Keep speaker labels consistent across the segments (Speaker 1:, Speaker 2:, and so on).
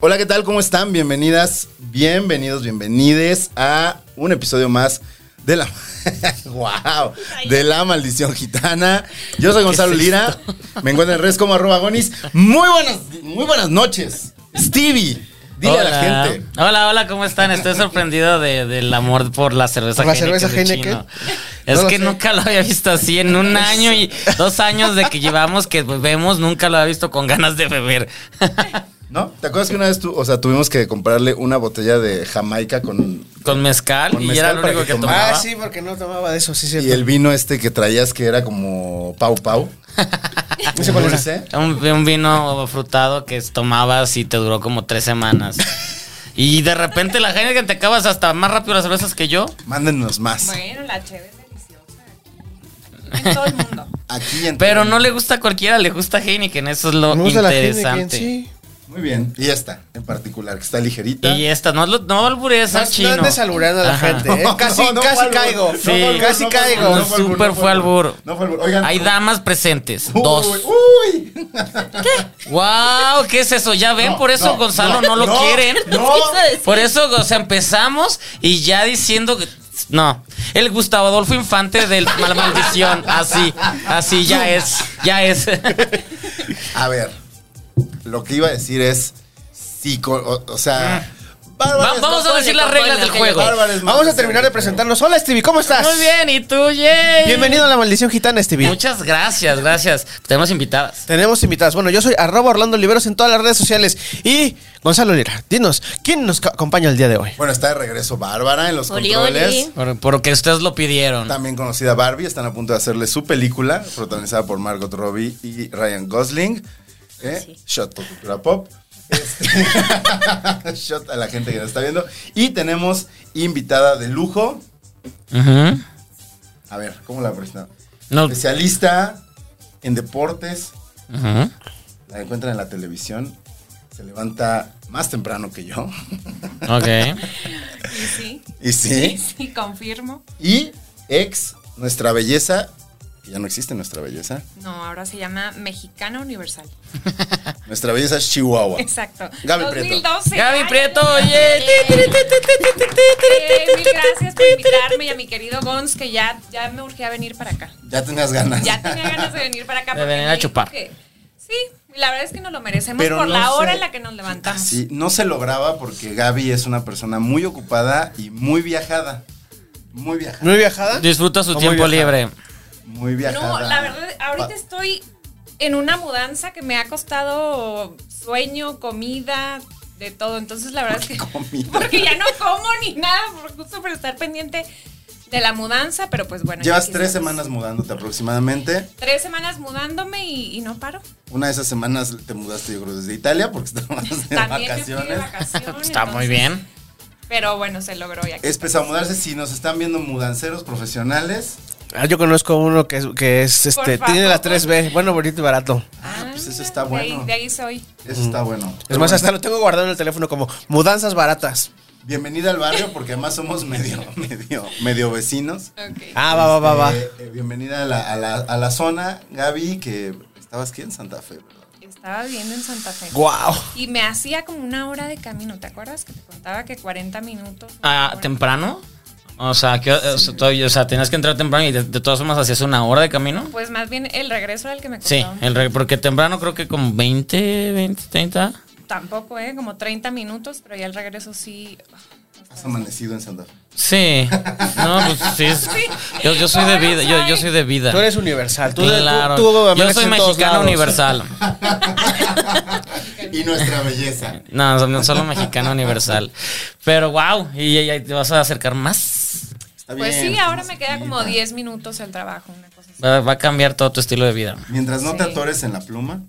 Speaker 1: Hola, ¿qué tal? ¿Cómo están? Bienvenidas, bienvenidos, bienvenides a un episodio más de la wow, de la maldición gitana. Yo soy Gonzalo Lira. Me encuentran en redes como arroba gonis. Muy buenas, muy buenas noches. Stevie, dile a la gente.
Speaker 2: Hola, hola, ¿cómo están? Estoy sorprendido de- del amor por la cerveza
Speaker 3: ¿Por la
Speaker 2: Heineken
Speaker 3: cerveza
Speaker 2: de
Speaker 3: Heineken?
Speaker 2: chino. Es
Speaker 3: No lo
Speaker 2: que
Speaker 3: sé.
Speaker 2: nunca lo había visto así en un año y dos años de que llevamos que bebemos, nunca lo había visto con ganas de beber.
Speaker 1: ¿No? ¿Te acuerdas que una vez tú, o sea, tuvimos que comprarle una botella de Jamaica con
Speaker 2: Con mezcal
Speaker 1: Con
Speaker 2: y
Speaker 1: mezcal
Speaker 2: era lo
Speaker 1: para
Speaker 2: único
Speaker 1: que
Speaker 2: que
Speaker 1: tomara.
Speaker 2: tomaba.
Speaker 3: Ah, sí, porque no tomaba de eso, sí,
Speaker 1: y
Speaker 3: cierto.
Speaker 1: el vino este que traías que era como pau pau?
Speaker 3: No sé cuál era.
Speaker 1: Dulce.
Speaker 2: Un, un vino frutado que tomabas y te duró como tres semanas. Y de repente la gente que te acabas hasta más rápido las cervezas que yo.
Speaker 1: Mándenos más.
Speaker 4: Bueno, la cheve es deliciosa. En todo el mundo.
Speaker 1: Aquí en
Speaker 2: Pero no le gusta a cualquiera, le gusta a Heineken, eso es lo
Speaker 3: Me gusta la
Speaker 2: interesante.
Speaker 3: Heineken, sí.
Speaker 1: Muy bien. Y esta en particular, que está ligerita. ¿Eh?
Speaker 2: Y esta, no, lo- no alburees
Speaker 3: No,
Speaker 2: al
Speaker 3: no
Speaker 2: chino.
Speaker 3: andes alburando a la
Speaker 2: Ajá.
Speaker 3: gente, ¿eh? Casi,
Speaker 1: No, no
Speaker 3: casi
Speaker 1: fue albur.
Speaker 3: caigo.
Speaker 1: No
Speaker 2: Sí.
Speaker 1: fue albur,
Speaker 3: Casi
Speaker 1: no fue
Speaker 3: caigo.
Speaker 1: albur, no fue albur,
Speaker 2: Súper
Speaker 1: no
Speaker 2: fue albur.
Speaker 1: No fue albur. Oigan,
Speaker 2: Hay damas presentes,
Speaker 1: Uy,
Speaker 2: dos.
Speaker 1: Uy.
Speaker 2: ¡Wow! ¿Qué es eso? Ya ven,
Speaker 1: No,
Speaker 2: por eso
Speaker 1: no,
Speaker 2: Gonzalo no, lo quieren.
Speaker 1: No.
Speaker 2: Por eso, o sea, empezamos y ya diciendo que. No, el Gustavo Adolfo Infante del Mala Maldición. Así, así ya es, ya es.
Speaker 1: A ver, lo que iba a decir es psico, o, o sea, bárbares,
Speaker 2: Mm. Va- vamos
Speaker 1: no
Speaker 2: a decir
Speaker 1: pueden,
Speaker 2: las reglas del juego.
Speaker 1: bárbares, no
Speaker 3: Vamos a
Speaker 1: pueden.
Speaker 3: terminar de presentarnos. Hola, Stevie, ¿cómo estás?
Speaker 2: Muy bien, ¿y tú, Jay?
Speaker 3: Bienvenido a la maldición gitana, Stevie.
Speaker 2: Muchas gracias, gracias. Tenemos invitadas.
Speaker 3: Tenemos invitados. Bueno, yo soy arroba Orlando Liberos en todas las redes sociales. Y Gonzalo Lira, dinos, ¿quién nos co- acompaña el día de hoy?
Speaker 1: Bueno, está de regreso Bárbara en los
Speaker 4: Oli,
Speaker 1: controles.
Speaker 4: oli.
Speaker 2: Por- Porque ustedes lo pidieron.
Speaker 1: También conocida Barbie, están a punto de hacerle su película, protagonizada por Margot Robbie y Ryan Gosling. ¿Eh? Shot por cultura pop. Este- Shot a la gente que nos está viendo. Y tenemos invitada de lujo.
Speaker 2: Ujú.
Speaker 1: A ver, ¿cómo la presentamos?
Speaker 2: No,
Speaker 1: Especialista en deportes.
Speaker 2: ujú.
Speaker 1: La encuentran en la televisión. Se levanta más temprano que yo.
Speaker 2: Ok.
Speaker 4: Y sí,
Speaker 1: y
Speaker 4: sí,
Speaker 1: sí.
Speaker 4: sí, confirmo.
Speaker 1: Y ex, nuestra belleza. que Ya no existe nuestra belleza.
Speaker 4: No, ahora se llama Mexicana Universal.
Speaker 1: Nuestra belleza es Chihuahua.
Speaker 4: Exacto.
Speaker 1: Gaby Prieto.
Speaker 4: 2012.
Speaker 2: Gaby
Speaker 4: Ay,
Speaker 2: Prieto,
Speaker 4: no.
Speaker 2: oye.
Speaker 4: Eh, mil gracias por invitarme y a mi querido Gons, que ya, ya me urgía venir para acá.
Speaker 1: Ya tenías ganas.
Speaker 4: Ya tenía ganas de venir para acá.
Speaker 2: De
Speaker 4: porque
Speaker 2: venir
Speaker 4: me
Speaker 2: a
Speaker 4: dijo
Speaker 2: chupar.
Speaker 4: que- sí, la verdad es que nos lo merecemos
Speaker 1: Pero
Speaker 4: por
Speaker 1: no
Speaker 4: la hora
Speaker 1: sé.
Speaker 4: en la que nos levantamos.
Speaker 1: Sí, no se lograba porque Gaby es una persona muy ocupada y muy viajada. Muy viajada.
Speaker 3: ¿Muy viajada?
Speaker 2: Disfruta su
Speaker 3: Muy
Speaker 2: tiempo
Speaker 3: viajada.
Speaker 2: libre.
Speaker 1: Muy viajada.
Speaker 4: No, la verdad, ahorita
Speaker 1: Pa-
Speaker 4: estoy en una mudanza que me ha costado sueño, comida, de todo. Entonces, la verdad es que.
Speaker 1: comida?
Speaker 4: Porque ya no como ni nada, por justo por estar pendiente de la mudanza, pero pues bueno. ya
Speaker 1: Llevas
Speaker 4: aquí
Speaker 1: tres
Speaker 4: estamos.
Speaker 1: semanas mudándote aproximadamente.
Speaker 4: Tres semanas mudándome y, y no paro.
Speaker 1: Una de esas semanas te mudaste, yo creo, desde Italia porque estabas de
Speaker 4: También me fui de
Speaker 1: vacaciones.
Speaker 4: vacaciones,
Speaker 2: Está muy
Speaker 4: entonces-
Speaker 2: bien.
Speaker 4: Pero bueno, se logró ya.
Speaker 1: Es pesado mudarse. Si nos están viendo mudanceros profesionales,
Speaker 3: Ah, yo conozco uno que es, que es este,
Speaker 4: favor.
Speaker 3: tiene la 3B. Bueno, bonito y barato.
Speaker 1: ah, pues eso está bueno.
Speaker 4: De ahí, de ahí soy.
Speaker 1: eso está bueno.
Speaker 3: Mm. Es
Speaker 1: Pero
Speaker 3: más,
Speaker 1: bueno,
Speaker 3: hasta lo tengo guardado en el teléfono como mudanzas baratas.
Speaker 1: Bienvenida al barrio porque además somos medio, medio, medio vecinos.
Speaker 4: Ok.
Speaker 3: Ah, va, va, va, va.
Speaker 1: Eh, eh, bienvenida a la, a la- a la zona, Gaby, que estabas aquí en Santa Fe, ¿verdad?
Speaker 4: Estaba viviendo en Santa Fe.
Speaker 3: Guau.
Speaker 4: Y me hacía como una hora de camino. ¿Te acuerdas que te contaba que 40 minutos? una
Speaker 2: Ah,
Speaker 4: hora?
Speaker 2: ¿Temprano? O sea, que, o sea, todavía- o sea, tenías que entrar temprano y de, de todas formas hacías una hora de camino.
Speaker 4: Pues más bien el regreso era el que me costó.
Speaker 2: Sí, el re- porque temprano creo que como 20, 20, 30.
Speaker 4: Tampoco, ¿eh? Como 30 minutos, pero ya el regreso sí.
Speaker 1: Has amanecido en Santa Fe.
Speaker 2: Sí. No, pues sí. es-
Speaker 4: Sí.
Speaker 2: Yo, yo soy de
Speaker 4: Ahora
Speaker 2: vida. Yo, yo
Speaker 4: soy.
Speaker 2: soy de vida.
Speaker 3: Tú eres universal. Tú,
Speaker 2: Claro.
Speaker 3: tú- tú
Speaker 2: yo
Speaker 3: amaneces
Speaker 2: soy
Speaker 3: en todos
Speaker 2: mexicano
Speaker 3: lados.
Speaker 2: universal.
Speaker 1: y nuestra belleza.
Speaker 2: No, no, solo mexicano universal. Pero wow, y, y- y te vas a acercar más.
Speaker 1: Está
Speaker 4: Pues
Speaker 1: bien,
Speaker 4: sí, ahora
Speaker 1: pues,
Speaker 4: me queda como 10 minutos el trabajo, una cosa así.
Speaker 2: Va, va a cambiar todo tu estilo de vida.
Speaker 1: Mientras no te
Speaker 4: Sí.
Speaker 1: atores en la pluma.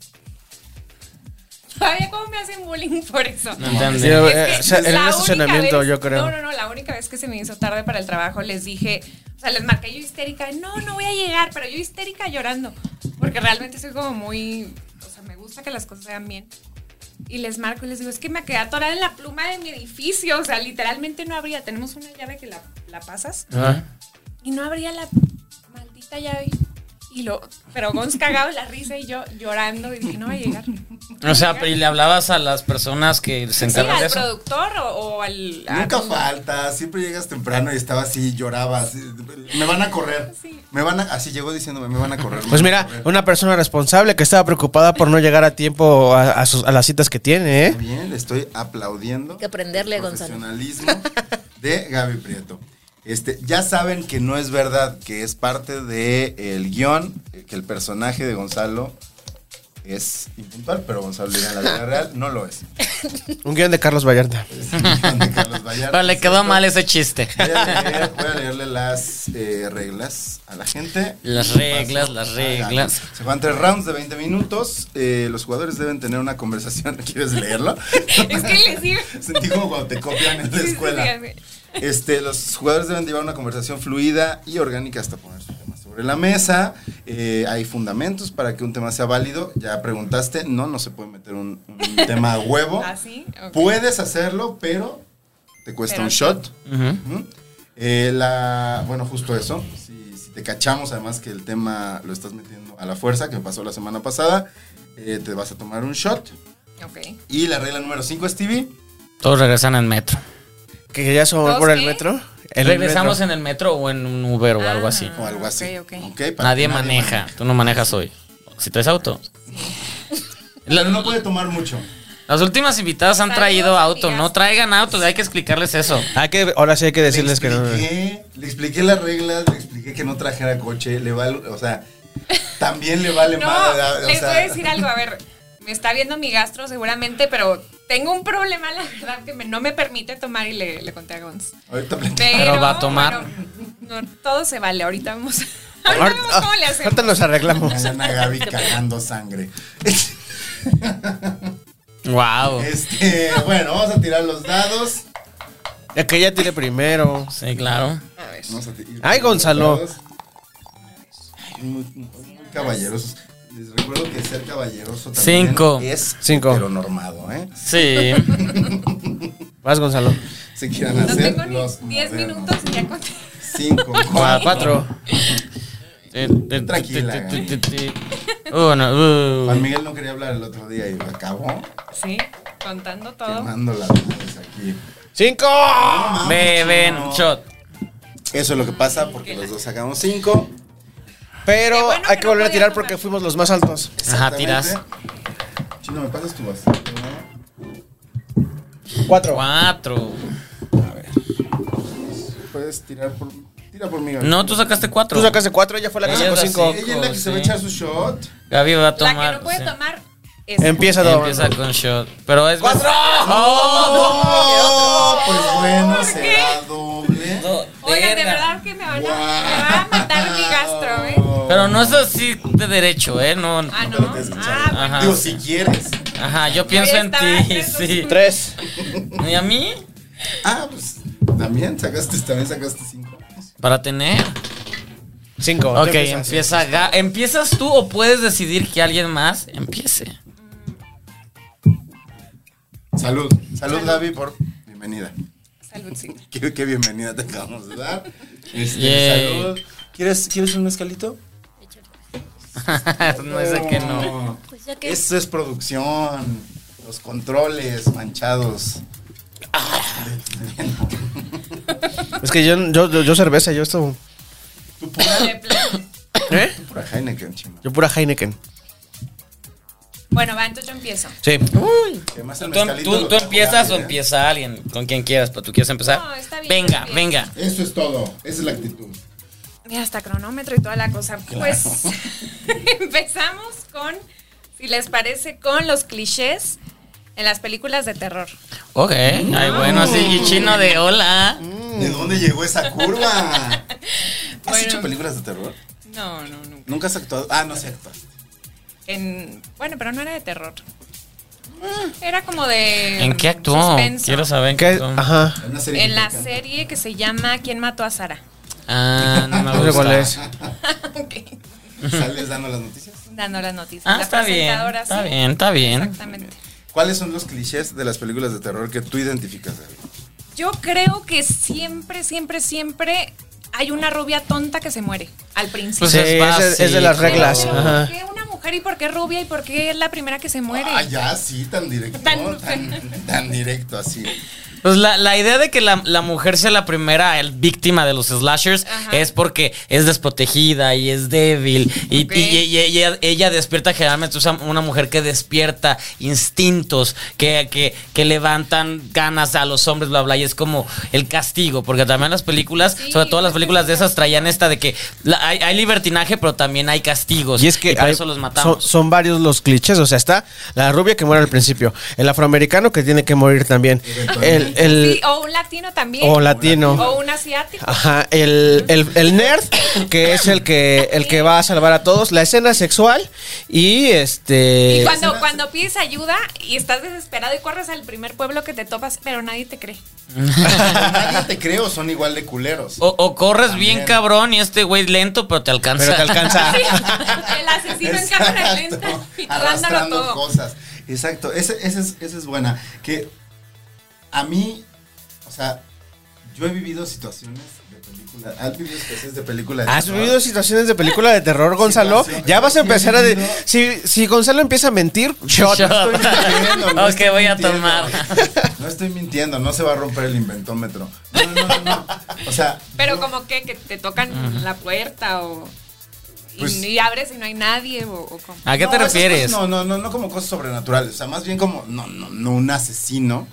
Speaker 4: Todavía cómo me hacen bullying por eso.
Speaker 2: No entiendo.
Speaker 3: Sí, eh,
Speaker 4: Es que
Speaker 3: o sea, en
Speaker 4: la
Speaker 3: un
Speaker 4: única
Speaker 3: estacionamiento,
Speaker 4: vez-
Speaker 3: yo creo.
Speaker 4: No, no, no, la única vez que se me hizo tarde para el trabajo les dije, o sea, les marqué yo histérica, no, no voy a llegar, pero yo histérica llorando, porque realmente soy como muy, o sea, me gusta que las cosas sean bien. Y les marco y les digo, es que me quedé atorada en la pluma de mi edificio, o sea, literalmente no abría, tenemos una llave que la, la pasas
Speaker 3: Ah.
Speaker 2: Ajá.
Speaker 4: y no abría la maldita llave. Y lo, pero Gonz cagado de la risa y yo llorando y dije, no va a llegar.
Speaker 2: O sea, y le hablabas a las personas que se
Speaker 4: Sí,
Speaker 2: encargan de
Speaker 4: al
Speaker 2: eso.
Speaker 4: productor o, o al. a-
Speaker 1: Nunca falta, siempre llegas temprano y estaba así, lloraba, así, me van a correr.
Speaker 4: Sí.
Speaker 1: Me van a, así llegó diciéndome, me van a correr. me
Speaker 3: Pues
Speaker 1: van a
Speaker 3: mira,
Speaker 1: correr.
Speaker 3: una persona responsable que estaba preocupada por no llegar a tiempo a, a sus- a las citas que tiene, ¿eh?
Speaker 1: Muy Bien, le estoy aplaudiendo.
Speaker 5: Hay que aprenderle,
Speaker 1: el
Speaker 5: Gonzalo.
Speaker 1: profesionalismo de Gaby Prieto. Este, ya saben que no es verdad, que es parte del el guión, eh, que el personaje de Gonzalo es impuntual, pero Gonzalo Lira en la vida real no lo es.
Speaker 3: Un guión de Carlos Vallarta.
Speaker 1: Es el guión de Carlos Vallarta,
Speaker 2: Pero le quedó
Speaker 1: ¿cierto?
Speaker 2: mal ese chiste.
Speaker 1: Voy a, leer- voy a leerle las eh, reglas a la gente.
Speaker 2: Las reglas, las
Speaker 1: Ah,
Speaker 2: reglas.
Speaker 1: Se van tres rounds de 20 minutos. Eh, los jugadores deben tener una conversación. ¿Quieres leerlo?
Speaker 4: Es que les digo.
Speaker 1: Sentí como cuando te copian en la
Speaker 4: Sí, sí,
Speaker 1: escuela.
Speaker 4: dígame.
Speaker 1: Este, los jugadores deben llevar una conversación fluida y orgánica hasta poner su tema sobre la mesa. Eh, hay fundamentos para que un tema sea válido. Ya preguntaste, no, no se puede meter un, un tema a huevo.
Speaker 4: ¿Ah, sí? Ok.
Speaker 1: Puedes hacerlo, pero te cuesta
Speaker 4: Pero-
Speaker 1: un shot.
Speaker 2: Ujú.
Speaker 1: Ujú. Eh, la, bueno, justo eso. Si, si te cachamos, además que el tema lo estás metiendo a la fuerza, que me pasó la semana pasada, eh, te vas a tomar un shot.
Speaker 4: Ok.
Speaker 1: Y la regla número 5, Stevie.
Speaker 2: Todos regresan en metro.
Speaker 3: Que ya su amor
Speaker 4: ¿Dos
Speaker 3: por el
Speaker 4: qué?
Speaker 3: metro. El
Speaker 2: Regresamos
Speaker 3: metro.
Speaker 2: en el metro o en un Uber o algo
Speaker 4: Ah.
Speaker 2: así.
Speaker 1: O algo
Speaker 4: Ah,
Speaker 1: así.
Speaker 4: ok, ok.
Speaker 1: Ok, para
Speaker 2: Nadie
Speaker 1: que
Speaker 2: maneja. Tú no manejas hoy. Si traes auto. La-
Speaker 1: Pero no puede tomar mucho.
Speaker 2: las últimas invitadas han
Speaker 4: Saludos,
Speaker 2: traído auto.
Speaker 4: amigas.
Speaker 2: No traigan auto. Hay que explicarles eso.
Speaker 3: Ah, que ahora sí hay que decirles que no.
Speaker 1: le expliqué, Le expliqué las reglas, le expliqué que no trajera coche. Le vale, o sea, también le vale
Speaker 4: No,
Speaker 1: madre. o
Speaker 4: les
Speaker 1: sea,
Speaker 4: voy a decir algo. A ver, me está viendo mi gastro seguramente, pero tengo un problema, la verdad, que me- no me permite tomar y le, le conté a Gonz.
Speaker 1: Ahorita platicamos.
Speaker 4: Pero,
Speaker 2: va a tomar.
Speaker 4: bueno, no, todo se vale. Ahorita vamos. Ahorita
Speaker 3: Ahorita,
Speaker 4: vemos cómo le hacemos.
Speaker 3: ahorita nos arreglamos.
Speaker 1: Ana Gaby cagando sangre.
Speaker 2: Wow.
Speaker 1: Este, bueno, vamos a tirar los dados.
Speaker 3: Ya que ella tiene primero.
Speaker 2: Sí, claro.
Speaker 4: A ver.
Speaker 1: Vamos a tirar
Speaker 3: Ay,
Speaker 1: los
Speaker 3: Gonzalo.
Speaker 1: dados. Ay, Muy, muy caballerosos. Les recuerdo que ser caballeroso también
Speaker 2: Cinco.
Speaker 1: es
Speaker 3: Cinco.
Speaker 1: pero normado, ¿eh?
Speaker 2: Sí.
Speaker 3: Vas, Gonzalo.
Speaker 1: Se quieran
Speaker 4: No
Speaker 1: hacer
Speaker 4: tengo
Speaker 1: los
Speaker 4: ni 10
Speaker 1: modernos.
Speaker 4: minutos y ya conté.
Speaker 1: Cinco,
Speaker 3: Cua-
Speaker 1: cuatro.
Speaker 3: Cuatro.
Speaker 1: Tranquila,
Speaker 2: Uno.
Speaker 1: Juan
Speaker 2: uh.
Speaker 1: Miguel no quería hablar el otro día y lo acabó
Speaker 4: Sí, contando todo.
Speaker 1: quemando las manos aquí.
Speaker 3: ¡Cinco!
Speaker 2: Beben shot.
Speaker 1: Eso es lo que pasa porque los dos sacamos cinco.
Speaker 3: Pero
Speaker 4: Qué bueno
Speaker 3: hay
Speaker 4: que
Speaker 3: que
Speaker 4: no
Speaker 3: volver a
Speaker 4: podía
Speaker 3: tirar
Speaker 4: tomar.
Speaker 3: porque fuimos los más altos.
Speaker 2: Ajá, tiras.
Speaker 1: Exactamente. Chino, ¿me pasas tu vas?
Speaker 3: Cuatro.
Speaker 2: Cuatro.
Speaker 1: Puedes tirar por... Tira por mí. Gaby.
Speaker 2: No, tú sacaste cuatro.
Speaker 3: Tú sacaste cuatro, ella fue la que sacó
Speaker 2: Ella es así.
Speaker 3: cinco.
Speaker 1: Ella es la que se va a
Speaker 2: Sí.
Speaker 1: echar su shot.
Speaker 2: Gaby va a
Speaker 4: La
Speaker 2: tomar.
Speaker 4: que no puede
Speaker 2: sí.
Speaker 4: tomar es.
Speaker 3: Empieza todo.
Speaker 2: Empieza con shot. Pero es.
Speaker 3: ¡Cuatro!
Speaker 1: Oh, pues bueno,
Speaker 4: ¿Por
Speaker 1: será doble.
Speaker 4: Oigan, de
Speaker 2: Verga.
Speaker 4: verdad que me van a, me
Speaker 1: Wow.
Speaker 4: va a matar mi gastro, ¿eh?
Speaker 2: Pero no es así de derecho, ¿eh? No.
Speaker 4: Ah, no.
Speaker 1: Pero te escucharon.
Speaker 4: Ah,
Speaker 2: Ajá.
Speaker 1: Digo, si quieres.
Speaker 2: Ajá, yo pienso en
Speaker 4: estaba
Speaker 2: ti,
Speaker 4: haciendo
Speaker 2: sí.
Speaker 3: Tres.
Speaker 2: ¿Y a mí?
Speaker 1: Ah, pues también sacaste, también sacaste cinco.
Speaker 2: Para tener.
Speaker 3: Cinco.
Speaker 2: Ok,
Speaker 3: Tú empiezas.
Speaker 2: empieza Ga- ¿Empiezas tú o puedes decidir que alguien más empiece?
Speaker 1: Salud. Salud, Gaby, por bienvenida.
Speaker 4: Salud, sí.
Speaker 1: Qué, qué bienvenida te acabamos de dar. Este,
Speaker 2: Yay.
Speaker 1: Salud. ¿Quieres, ¿Quieres un mezcalito?
Speaker 2: no sé que no.
Speaker 5: Pues ya que
Speaker 1: Esto es producción. Los controles manchados.
Speaker 3: Es que yo, yo, yo, yo cerveza, yo esto.
Speaker 1: Tú pura,
Speaker 4: De plan.
Speaker 3: ¿Eh?
Speaker 1: pura Heineken, chino.
Speaker 3: Yo pura Heineken.
Speaker 4: Bueno, va, entonces yo empiezo.
Speaker 3: Sí.
Speaker 1: Además, el
Speaker 2: ¿Tú, em-
Speaker 1: mezcalito
Speaker 2: tú-
Speaker 1: lo
Speaker 2: tú
Speaker 1: trajo
Speaker 2: empiezas
Speaker 1: Gaby,
Speaker 2: o
Speaker 1: ¿eh?
Speaker 2: empieza alguien? Con quien quieras, pero tú quieres empezar.
Speaker 4: No, está bien,
Speaker 2: Venga,
Speaker 4: está bien.
Speaker 2: venga.
Speaker 1: ¿eh? Eso es todo. Esa es la actitud.
Speaker 4: Mira, hasta cronómetro y toda la cosa. Pues empezamos con, si les parece, con los clichés en las películas de terror. Mm.
Speaker 2: Ok. Ay, bueno, así. Y chino de hola.
Speaker 1: ¿De dónde llegó esa curva? ¿Has
Speaker 4: Bueno.
Speaker 1: hecho películas de terror?
Speaker 4: No, no, nunca.
Speaker 1: ¿Nunca has actuado? Ah, no sé actuar.
Speaker 4: En, bueno, pero no era de terror. Era como de. mm,
Speaker 2: ¿En qué actuó?
Speaker 4: suspenso.
Speaker 2: Quiero saber en qué
Speaker 3: ¿Qué?
Speaker 2: actuó.
Speaker 3: Ajá.
Speaker 1: En una serie
Speaker 4: En la
Speaker 1: mexicana.
Speaker 4: serie que se llama ¿Quién mató a Sara?
Speaker 2: Ah, no me
Speaker 3: No sé
Speaker 2: gusta.
Speaker 3: cuál es.
Speaker 4: Ok.
Speaker 1: ¿Sales dando las noticias?
Speaker 4: Dando las noticias.
Speaker 2: Ah,
Speaker 4: La
Speaker 2: está bien.
Speaker 4: presentadora,
Speaker 2: Está
Speaker 4: sí.
Speaker 2: bien, está bien.
Speaker 4: Exactamente.
Speaker 1: ¿Cuáles son los clichés de las películas de terror que tú identificas, Gaby?
Speaker 4: Yo creo que siempre, siempre, siempre hay una rubia tonta que se muere al principio.
Speaker 2: Pues
Speaker 3: sí,
Speaker 2: es
Speaker 3: es, de- es de las
Speaker 2: básico.
Speaker 3: reglas.
Speaker 4: Pero,
Speaker 3: Ajá.
Speaker 4: ¿Por qué una mujer y por qué rubia y por qué es la primera que se muere?
Speaker 1: Ah, ya, sí, tan directo. Tan,
Speaker 4: Tan-
Speaker 1: tan directo, así.
Speaker 2: Pues la, la idea de que la, la mujer sea la primera el- víctima de los slashers
Speaker 4: Ajá.
Speaker 2: es porque es desprotegida y es débil. Y,
Speaker 4: Ok.
Speaker 2: y- y- y ella, ella despierta generalmente, es una mujer que despierta instintos, que, que, que levantan ganas a los hombres, bla, bla. Y es como el castigo, porque también las películas,
Speaker 4: Sí,
Speaker 2: sobre todo las
Speaker 4: es
Speaker 2: películas de esas, traían esta de que la- hay, hay libertinaje, pero también hay castigos.
Speaker 3: Y es que
Speaker 2: Pues, por
Speaker 3: hay-
Speaker 2: eso los matamos.
Speaker 3: Son, son varios los clichés. O sea, está la rubia que muere al principio, el afroamericano que tiene que morir también, el, el-
Speaker 4: Sí, o un latino también.
Speaker 3: o latino.
Speaker 4: O un asiático.
Speaker 3: Ajá, el, el- el nerd, que es el que el que va a salvar a todos, la escena sexual y
Speaker 4: Y
Speaker 3: este
Speaker 4: cuando, cuando pides ayuda y estás desesperado y corres al primer pueblo que te topas, pero nadie te cree.
Speaker 1: Nadie te creo, son igual de culeros.
Speaker 3: Oh.
Speaker 2: O, o corres
Speaker 1: También.
Speaker 2: bien cabrón y este güey lento, pero te alcanza.
Speaker 3: pero te alcanza.
Speaker 4: Sí, el asesino en cámara lenta
Speaker 1: Exacto,
Speaker 4: y tú dándolo
Speaker 1: arrastrando
Speaker 4: todo.
Speaker 1: cosas. Exacto, ese- ese es- esa es buena. Que a mí, o sea, yo he vivido situaciones de película. ¿Has vivido especies de película? de
Speaker 3: ¿Has
Speaker 1: terror?
Speaker 3: vivido situaciones de película de terror, Gonzalo?
Speaker 1: Situación.
Speaker 3: Ya vas a empezar a... de-
Speaker 1: Sí,
Speaker 3: si, si Gonzalo empieza a mentir, shot.
Speaker 2: Shot.
Speaker 1: No estoy mintiendo, no
Speaker 2: Ok,
Speaker 1: estoy
Speaker 2: voy a
Speaker 1: mintiendo.
Speaker 2: tomar.
Speaker 1: No estoy mintiendo, no se va a romper el inventómetro. No, no, no, no. O sea,
Speaker 4: Pero
Speaker 1: yo-
Speaker 4: como que, que te tocan la puerta o... Y,
Speaker 1: Pues-
Speaker 4: y abres y no hay nadie o, o como...
Speaker 2: ¿A qué
Speaker 1: No,
Speaker 2: te
Speaker 1: esas
Speaker 2: refieres?
Speaker 1: cosas No, no, no, no como cosas sobrenaturales. O sea, más bien como, no, no, no un asesino.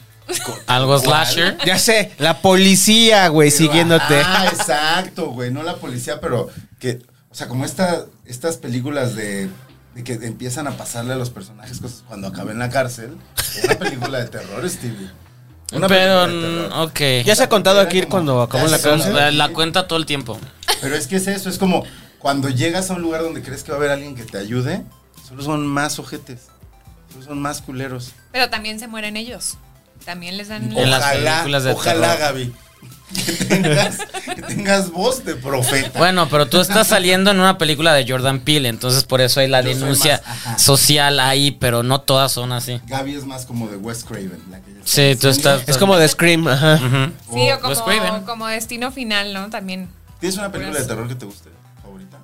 Speaker 1: Co-
Speaker 2: ¿Algo
Speaker 1: ¿Cuál?
Speaker 2: slasher?
Speaker 3: Ya sé, la policía, güey,
Speaker 1: Pero-
Speaker 3: siguiéndote.
Speaker 1: Ah, exacto, güey. No la policía, pero que, o sea, como esta, estas películas de, de que empiezan a pasarle a los personajes cosas cuando acaban en la cárcel. Una película de terror, Stevie. Una
Speaker 2: pero,
Speaker 1: película de terror.
Speaker 2: mm, ok.
Speaker 3: Ya se ha contado
Speaker 1: Era
Speaker 3: aquí
Speaker 1: como-
Speaker 3: cuando acabó en la
Speaker 1: Ya se
Speaker 3: cárcel.
Speaker 2: la, la cuenta todo el tiempo.
Speaker 1: Pero es que es eso, es como cuando llegas a un lugar donde crees que va a haber alguien que te ayude, solo son más ojetes, solo son más culeros.
Speaker 4: Pero también se mueren ellos. También les dan...
Speaker 2: Mm. En las películas de
Speaker 1: ojalá,
Speaker 2: terror.
Speaker 1: Gaby, que tengas, que tengas voz de profeta.
Speaker 2: Bueno, pero tú estás saliendo en una película de Jordan Peele, entonces por eso hay la
Speaker 1: Yo soy
Speaker 2: denuncia
Speaker 1: más, ajá.
Speaker 2: social ahí, pero no todas son así.
Speaker 1: Gaby es más como de Wes Craven. La que ya está
Speaker 2: Sí,
Speaker 1: haciendo.
Speaker 2: tú estás-
Speaker 3: Es como de Scream, ajá.
Speaker 2: Ujú.
Speaker 4: Sí, o
Speaker 2: Wes Craven.
Speaker 4: como, como destino final, ¿no? También.
Speaker 1: Oh, ¿Tienes una película de terror que te guste? Favorita.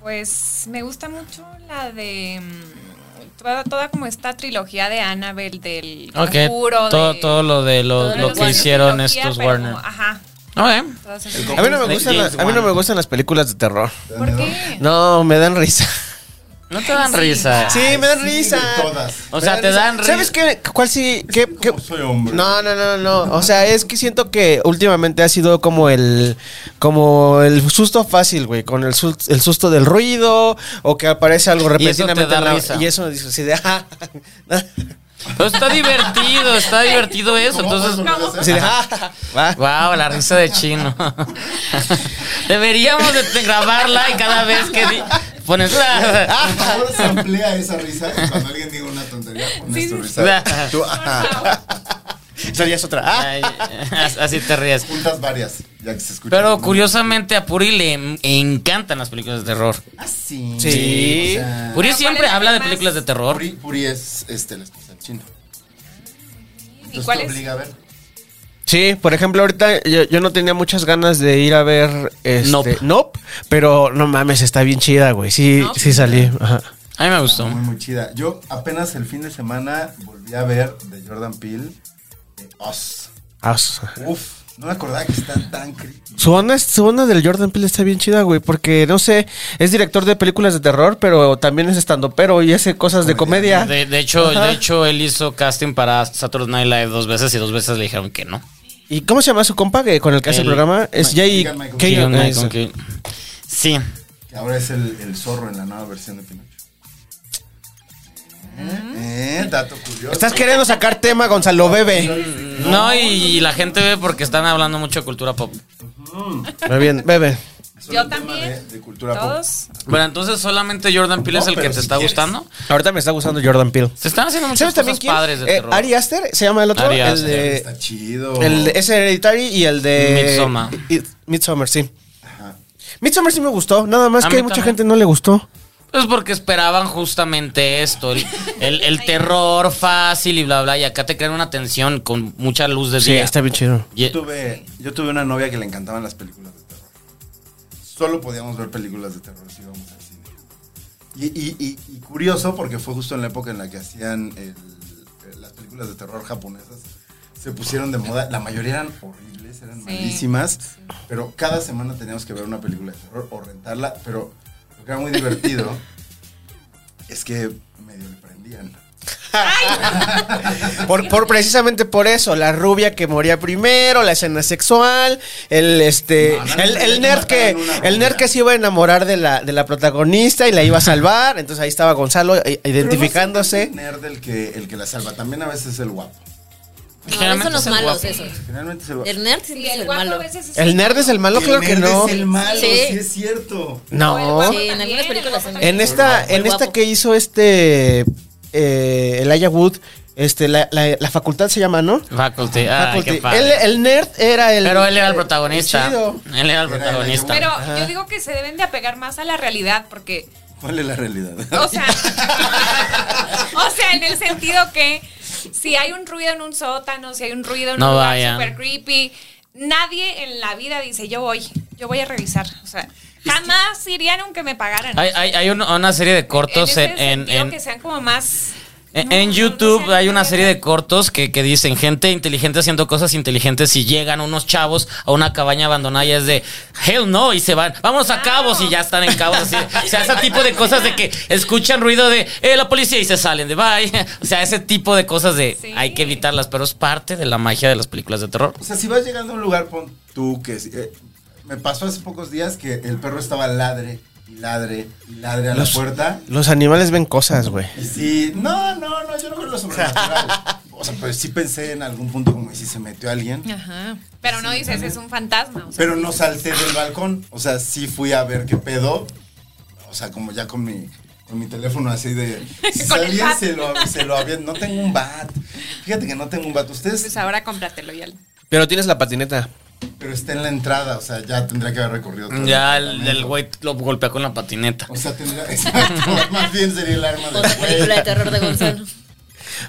Speaker 4: Pues me gusta mucho la de... mm, Toda, toda como esta trilogía de Annabelle, del
Speaker 2: Ok,
Speaker 4: conjuro,
Speaker 2: todo,
Speaker 4: de-
Speaker 2: todo lo de lo,
Speaker 4: todo
Speaker 2: lo
Speaker 4: los
Speaker 2: que
Speaker 4: Warner
Speaker 2: hicieron
Speaker 4: trilogía,
Speaker 2: estos
Speaker 4: pero
Speaker 2: Warner.
Speaker 4: como- ah. Ajá.
Speaker 2: Ok.
Speaker 4: todas esas-
Speaker 1: El
Speaker 3: A mí, no me
Speaker 2: De
Speaker 3: gustan
Speaker 2: James
Speaker 3: las, a mí no
Speaker 2: Wan.
Speaker 3: me gustan las películas de terror.
Speaker 1: ¿Te da
Speaker 4: ¿Por
Speaker 1: miedo?
Speaker 4: qué?
Speaker 3: No, me dan risa.
Speaker 2: No te dan
Speaker 4: Sí.
Speaker 2: risa.
Speaker 3: Sí, me dan
Speaker 1: Sí,
Speaker 3: risa.
Speaker 1: de todas.
Speaker 2: O sea,
Speaker 3: Me
Speaker 2: te
Speaker 3: risa.
Speaker 2: dan risa.
Speaker 3: ¿Sabes qué? ¿Cuál sí? ¿Qué, qué-
Speaker 1: Como soy hombre.
Speaker 3: No, no, no, no. O sea, es que siento que últimamente ha sido como el como el susto fácil, güey, con el susto, el susto del ruido o que aparece algo
Speaker 2: Y eso te
Speaker 3: repentinamente
Speaker 2: da
Speaker 3: en la-
Speaker 2: risa.
Speaker 3: y eso dice así de ah,
Speaker 2: Pero está divertido, está divertido eso.
Speaker 1: ¿Cómo
Speaker 2: Entonces,
Speaker 1: puedes volver a
Speaker 3: así
Speaker 1: hacer?
Speaker 3: de, ah, va.
Speaker 2: Wow, la risa de chino. Deberíamos de te- grabarla y cada vez que di- pones
Speaker 1: Por favor, se amplía esa risa. y Cuando alguien diga una tontería, pones
Speaker 4: Sí,
Speaker 1: tu
Speaker 4: sí,
Speaker 1: risa.
Speaker 2: sí.
Speaker 1: Tú, ah,
Speaker 3: Eso ya es otra. Ah.
Speaker 2: Ay, as- así te ríes.
Speaker 1: juntas varias, ya que se escucha.
Speaker 2: Pero
Speaker 1: ¿no?
Speaker 2: curiosamente a Puri le en- encantan las películas de terror.
Speaker 1: Ah, sí.
Speaker 3: Sí.
Speaker 1: O sea,
Speaker 2: Puri
Speaker 4: ¿Pero
Speaker 2: siempre
Speaker 4: cuál es la
Speaker 2: habla
Speaker 4: que
Speaker 2: de
Speaker 4: más?
Speaker 2: películas de terror.
Speaker 1: Puri, Puri es este, el especial chino.
Speaker 4: ¿Y
Speaker 1: Entonces
Speaker 4: cuál
Speaker 1: te
Speaker 4: es?
Speaker 1: obliga a ver.
Speaker 3: Sí, por ejemplo, ahorita yo, yo no tenía muchas ganas de ir a ver este,
Speaker 2: Nope.
Speaker 3: nope. pero no mames, está bien chida, güey. Sí,
Speaker 4: Nope.
Speaker 3: sí salí. Ajá.
Speaker 2: A mí me gustó.
Speaker 1: Muy, muy chida. Yo apenas el fin de semana volví a ver de Jordan Peele eh, Oz.
Speaker 3: Ah, su-
Speaker 1: Uf, no me acordaba que está tan crítico.
Speaker 3: Su onda, su onda del Jordan Peele está bien chida, güey, porque no sé, es director de películas de terror, pero también es estandopero y hace cosas de
Speaker 4: Ah.
Speaker 3: comedia.
Speaker 2: De, de hecho,
Speaker 3: Ajá.
Speaker 2: de hecho, él hizo casting para Saturday Night Live dos veces y dos veces le dijeron que no.
Speaker 3: ¿Y cómo se llama su compa que con el que hace el
Speaker 2: El-
Speaker 3: programa? Es
Speaker 1: Ma-
Speaker 3: Jay
Speaker 1: Keegan Michael
Speaker 3: Keegan,
Speaker 2: Keegan Michael
Speaker 3: eso.
Speaker 2: Key. Sí.
Speaker 1: Que ahora es el, el zorro en la nueva versión de Pinocho. ¿Eh? Dato curioso.
Speaker 3: Estás queriendo sacar tema, Gonzalo Bebe.
Speaker 2: No, y, y la gente ve porque están hablando mucho de cultura pop.
Speaker 3: Muy bien, Bebe.
Speaker 1: Es
Speaker 4: Yo
Speaker 1: un tema
Speaker 4: también.
Speaker 1: De, de cultura pop.
Speaker 4: Todos.
Speaker 2: Bueno, entonces solamente Jordan Peele
Speaker 1: No,
Speaker 2: es el que
Speaker 1: pero
Speaker 2: te
Speaker 1: si
Speaker 2: está
Speaker 1: quieres.
Speaker 2: gustando.
Speaker 3: Ahorita me está gustando Jordan Peele.
Speaker 2: Se están haciendo muchas
Speaker 3: ¿Sabes también
Speaker 2: cosas
Speaker 3: quién?
Speaker 2: padres de
Speaker 3: Eh,
Speaker 2: terror.
Speaker 3: Ari Aster se llama el otro.
Speaker 2: Ari
Speaker 3: el
Speaker 2: Aster.
Speaker 3: de,
Speaker 1: Está chido.
Speaker 3: el de- es Hereditary y el de.
Speaker 2: Midsommar.
Speaker 3: y- Midsommar, sí. Midsommar sí me gustó. Nada más
Speaker 2: A
Speaker 3: que
Speaker 2: mí
Speaker 3: mucha
Speaker 2: también.
Speaker 3: gente no le gustó.
Speaker 2: Pues porque esperaban justamente esto, el, el- el terror fácil y bla, bla. Y acá te crean una tensión con mucha luz de
Speaker 3: Sí,
Speaker 2: día.
Speaker 3: está bien chido.
Speaker 2: Y-
Speaker 1: Yo tuve, yo tuve una novia que le encantaban las películas de terror. Solo podíamos ver películas de terror si íbamos al cine. Y, y- y- y curioso porque fue justo en la época en la que hacían el- el- las películas de terror japonesas. Se pusieron de moda. La mayoría eran horribles, eran malísimas. Pero cada semana teníamos que ver una película de terror o rentarla. Pero lo que era muy divertido es que medio le prendían.
Speaker 3: Por, por- precisamente por eso, la rubia que moría primero, la escena sexual, el este
Speaker 1: No, no,
Speaker 3: el,
Speaker 1: no,
Speaker 3: el
Speaker 1: no,
Speaker 3: nerd
Speaker 1: no,
Speaker 3: que
Speaker 1: no, no, no,
Speaker 3: el nerd
Speaker 1: no.
Speaker 3: que se iba a enamorar de la, de la protagonista y la iba a salvar, entonces ahí estaba Gonzalo eh, identificándose.
Speaker 1: Pero no siempre es el nerd el que, el que la salva. También a veces es el guapo.
Speaker 5: No, esos
Speaker 2: Generalmente
Speaker 5: son los
Speaker 2: es el
Speaker 5: malos,
Speaker 2: guapo.
Speaker 5: eso.
Speaker 1: Generalmente es el guapo.
Speaker 5: El nerd
Speaker 4: Sí,
Speaker 5: siempre es
Speaker 4: el
Speaker 5: el
Speaker 4: guapo
Speaker 5: malo.
Speaker 4: a veces es
Speaker 3: El nerd es el malo,
Speaker 1: El
Speaker 3: claro que
Speaker 1: nerd
Speaker 3: no.
Speaker 1: Es el malo, sí,
Speaker 5: Sí.
Speaker 1: es cierto.
Speaker 3: No.
Speaker 5: Sí, en algunas películas son-
Speaker 3: En esta,
Speaker 5: Muy
Speaker 3: en esta
Speaker 5: guapo.
Speaker 3: que hizo este eh, Elijah Wood, este, la, la- la facultad se llama, ¿no?
Speaker 2: Faculty. Ay,
Speaker 3: Faculty.
Speaker 2: qué padre.
Speaker 3: Él- el, nerd era el.
Speaker 2: Pero él era el
Speaker 3: el
Speaker 2: protagonista.
Speaker 3: chido.
Speaker 2: Él era el
Speaker 1: Era el
Speaker 2: protagonista.
Speaker 4: Pero yo digo que se deben de apegar más a la realidad porque
Speaker 1: ¿Cuál es la realidad?
Speaker 4: O sea, o sea, en el sentido que si hay un ruido en un sótano, si hay un ruido en
Speaker 2: No
Speaker 4: un lugar
Speaker 2: vayan.
Speaker 4: super creepy, nadie en la vida dice yo voy, yo voy a revisar. O sea, jamás irían aunque me pagaran.
Speaker 2: Hay, hay, hay un- una serie de cortos
Speaker 4: en,
Speaker 2: en,
Speaker 4: ese
Speaker 2: en,
Speaker 4: sentido
Speaker 2: en-
Speaker 4: que sean como más.
Speaker 2: en-
Speaker 4: No,
Speaker 2: en
Speaker 4: no, no
Speaker 2: YouTube
Speaker 4: sean
Speaker 2: hay una
Speaker 4: tan-
Speaker 2: serie de cortos que, que dicen gente inteligente haciendo cosas inteligentes y llegan unos chavos a una cabaña abandonada y es de hell no y se van, vamos a
Speaker 4: Claro.
Speaker 2: cabos y ya están en cabos. así. O sea, ese tipo de cosas de que escuchan ruido de eh, la policía y se salen de bye. O sea, ese tipo de cosas de
Speaker 4: Sí.
Speaker 2: hay que evitarlas, pero es parte de la magia de las películas de terror.
Speaker 1: O sea, si vas llegando a un lugar, pon tú que... eh, me pasó hace pocos días que el perro estaba ladre y ladre y ladre a
Speaker 3: Los-
Speaker 1: la puerta.
Speaker 3: Los animales ven cosas, güey.
Speaker 1: Y sí, no, no, no, yo no creo lo sobrenatural. O sea, pues sí pensé en algún punto como si se metió alguien.
Speaker 4: Ajá. Pero no dices es un fantasma. o sea,
Speaker 1: Pero no salté del balcón. O sea, sí fui a ver qué pedo. O sea, como ya con mi, con mi teléfono así de. Si
Speaker 4: Con el
Speaker 1: alguien
Speaker 4: bat.
Speaker 1: se lo, se lo había. No tengo un bat. Fíjate que no tengo un bat. Ustedes.
Speaker 4: Pues ahora cómpratelo ya.
Speaker 3: Pero tienes la patineta.
Speaker 1: Pero está en la entrada. O sea, ya tendría que haber recorrido. todo
Speaker 2: Ya el, el
Speaker 1: departamento.
Speaker 2: güey lo golpea con la patineta.
Speaker 1: O sea, tendría. Exacto. Más bien sería el arma del
Speaker 5: Otra película de
Speaker 1: güey.
Speaker 5: terror de Gonzalo.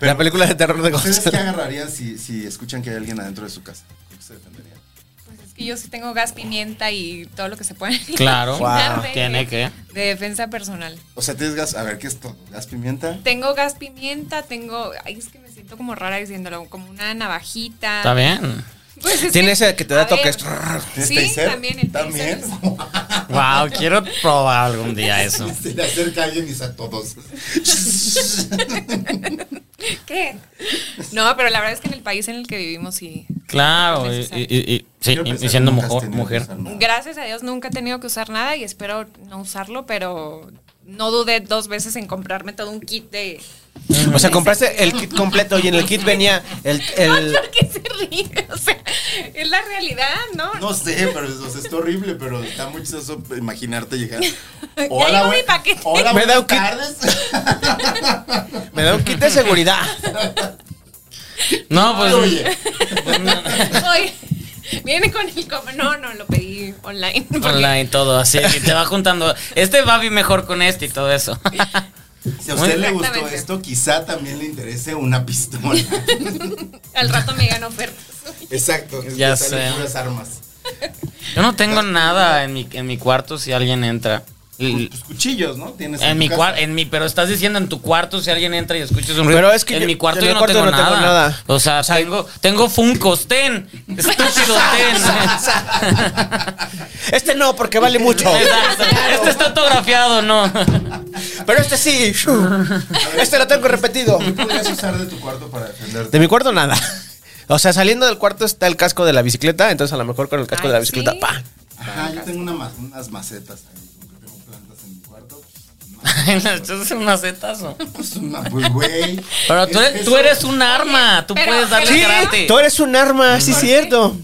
Speaker 3: la película de terror de
Speaker 1: ¿Ustedes qué
Speaker 3: Gonzalo.
Speaker 1: agarrarían si, si escuchan que hay alguien adentro de su casa? ¿Qué se defenderían?
Speaker 4: Pues es que yo sí tengo gas, pimienta y todo lo que se puede.
Speaker 2: Claro,
Speaker 4: imaginar de-
Speaker 2: tiene que.
Speaker 4: De defensa personal.
Speaker 1: O sea, tienes gas. A ver, ¿qué es todo? ¿Gas pimienta?
Speaker 4: Tengo gas pimienta, tengo. Ay, es que me siento como rara diciéndolo, como una navajita.
Speaker 2: Está bien.
Speaker 4: Pues es
Speaker 3: Tiene ese que te da
Speaker 4: a ver,
Speaker 3: toques.
Speaker 1: ¿Tienes
Speaker 4: Sí,
Speaker 1: taser?
Speaker 4: también el taser.
Speaker 1: También.
Speaker 2: Wow, quiero probar algún día eso.
Speaker 1: Se le acerca alguien y dice a todos.
Speaker 4: ¿Qué? No, pero la verdad es que en el país en el que vivimos sí.
Speaker 2: Claro, y, y- y- sí,
Speaker 1: Quiero
Speaker 2: y- y
Speaker 1: pensar
Speaker 2: siendo
Speaker 1: que nunca has
Speaker 2: mujer,
Speaker 1: tenido que
Speaker 2: mujer.
Speaker 1: usar nada.
Speaker 4: Gracias a Dios nunca he tenido que usar nada y espero no usarlo, pero no dudé dos veces en comprarme todo un kit de.
Speaker 3: O sea, compraste el kit completo y en el kit venía el. el-
Speaker 4: No, ¿por qué se ríe? O sea, es la realidad, ¿no?
Speaker 1: No sé, pero o sea, está horrible, pero está muy chistoso imaginarte llegar.
Speaker 4: llegó mi
Speaker 1: buen-
Speaker 4: paquete.
Speaker 1: Hola,
Speaker 3: Me da un kit.
Speaker 1: buenas tardes.
Speaker 3: me da un kit de seguridad.
Speaker 2: No, pues.
Speaker 1: Oye,
Speaker 4: Oye, viene con el. com- No, no, lo pedí online. porque-
Speaker 2: Online, pues, todo así. que te va juntando. Este va bien mejor con este y todo eso.
Speaker 1: si a usted le gustó
Speaker 4: Exactamente.
Speaker 1: esto, quizá también le interese una pistola.
Speaker 4: Al rato me llegan ofertas.
Speaker 1: Exacto. es
Speaker 2: Ya
Speaker 1: que salen
Speaker 2: sé.
Speaker 1: puras armas.
Speaker 2: Yo no tengo nada en mi, en mi cuarto si alguien entra. Y-
Speaker 1: Tus Pues, cuchillos, ¿no? Tienes
Speaker 2: En
Speaker 1: pues, tu
Speaker 2: mi
Speaker 1: casa.
Speaker 2: cuarto, en mi, pero estás diciendo en tu cuarto si alguien entra y escuchas un ruido.
Speaker 3: Pero es que
Speaker 2: en
Speaker 3: yo-
Speaker 2: mi cuarto
Speaker 3: en
Speaker 2: yo
Speaker 3: mi
Speaker 2: no,
Speaker 3: cuarto
Speaker 2: tengo,
Speaker 3: no tengo
Speaker 2: nada.
Speaker 3: nada.
Speaker 2: O sea, tengo, tengo funcos, ten. Estúpido, ten.
Speaker 3: Este no, porque vale mucho.
Speaker 2: Exacto. Este está autografiado, no.
Speaker 3: Pero este sí. Este lo tengo repetido.
Speaker 1: ¿Qué podrías usar de tu cuarto para defenderte?
Speaker 3: De mi cuarto nada. O sea, saliendo del cuarto está el casco de la bicicleta, entonces a lo mejor con el casco
Speaker 4: Ay,
Speaker 3: de la bicicleta,
Speaker 4: sí.
Speaker 3: pa.
Speaker 1: Ajá, yo tengo una ma- unas macetas ahí, como que tengo plantas en mi cuarto. pues,
Speaker 2: Entonces Este es un macetazo.
Speaker 1: Pues, no, pues, güey.
Speaker 2: Pero tú
Speaker 1: Es
Speaker 2: eres,
Speaker 1: que
Speaker 2: tú
Speaker 1: eso-
Speaker 2: eres un arma. Tú
Speaker 4: Pero,
Speaker 2: puedes darle
Speaker 4: ¿pero
Speaker 2: karate.
Speaker 3: Tú eres un arma, sí,
Speaker 4: ¿Por qué?
Speaker 3: cierto.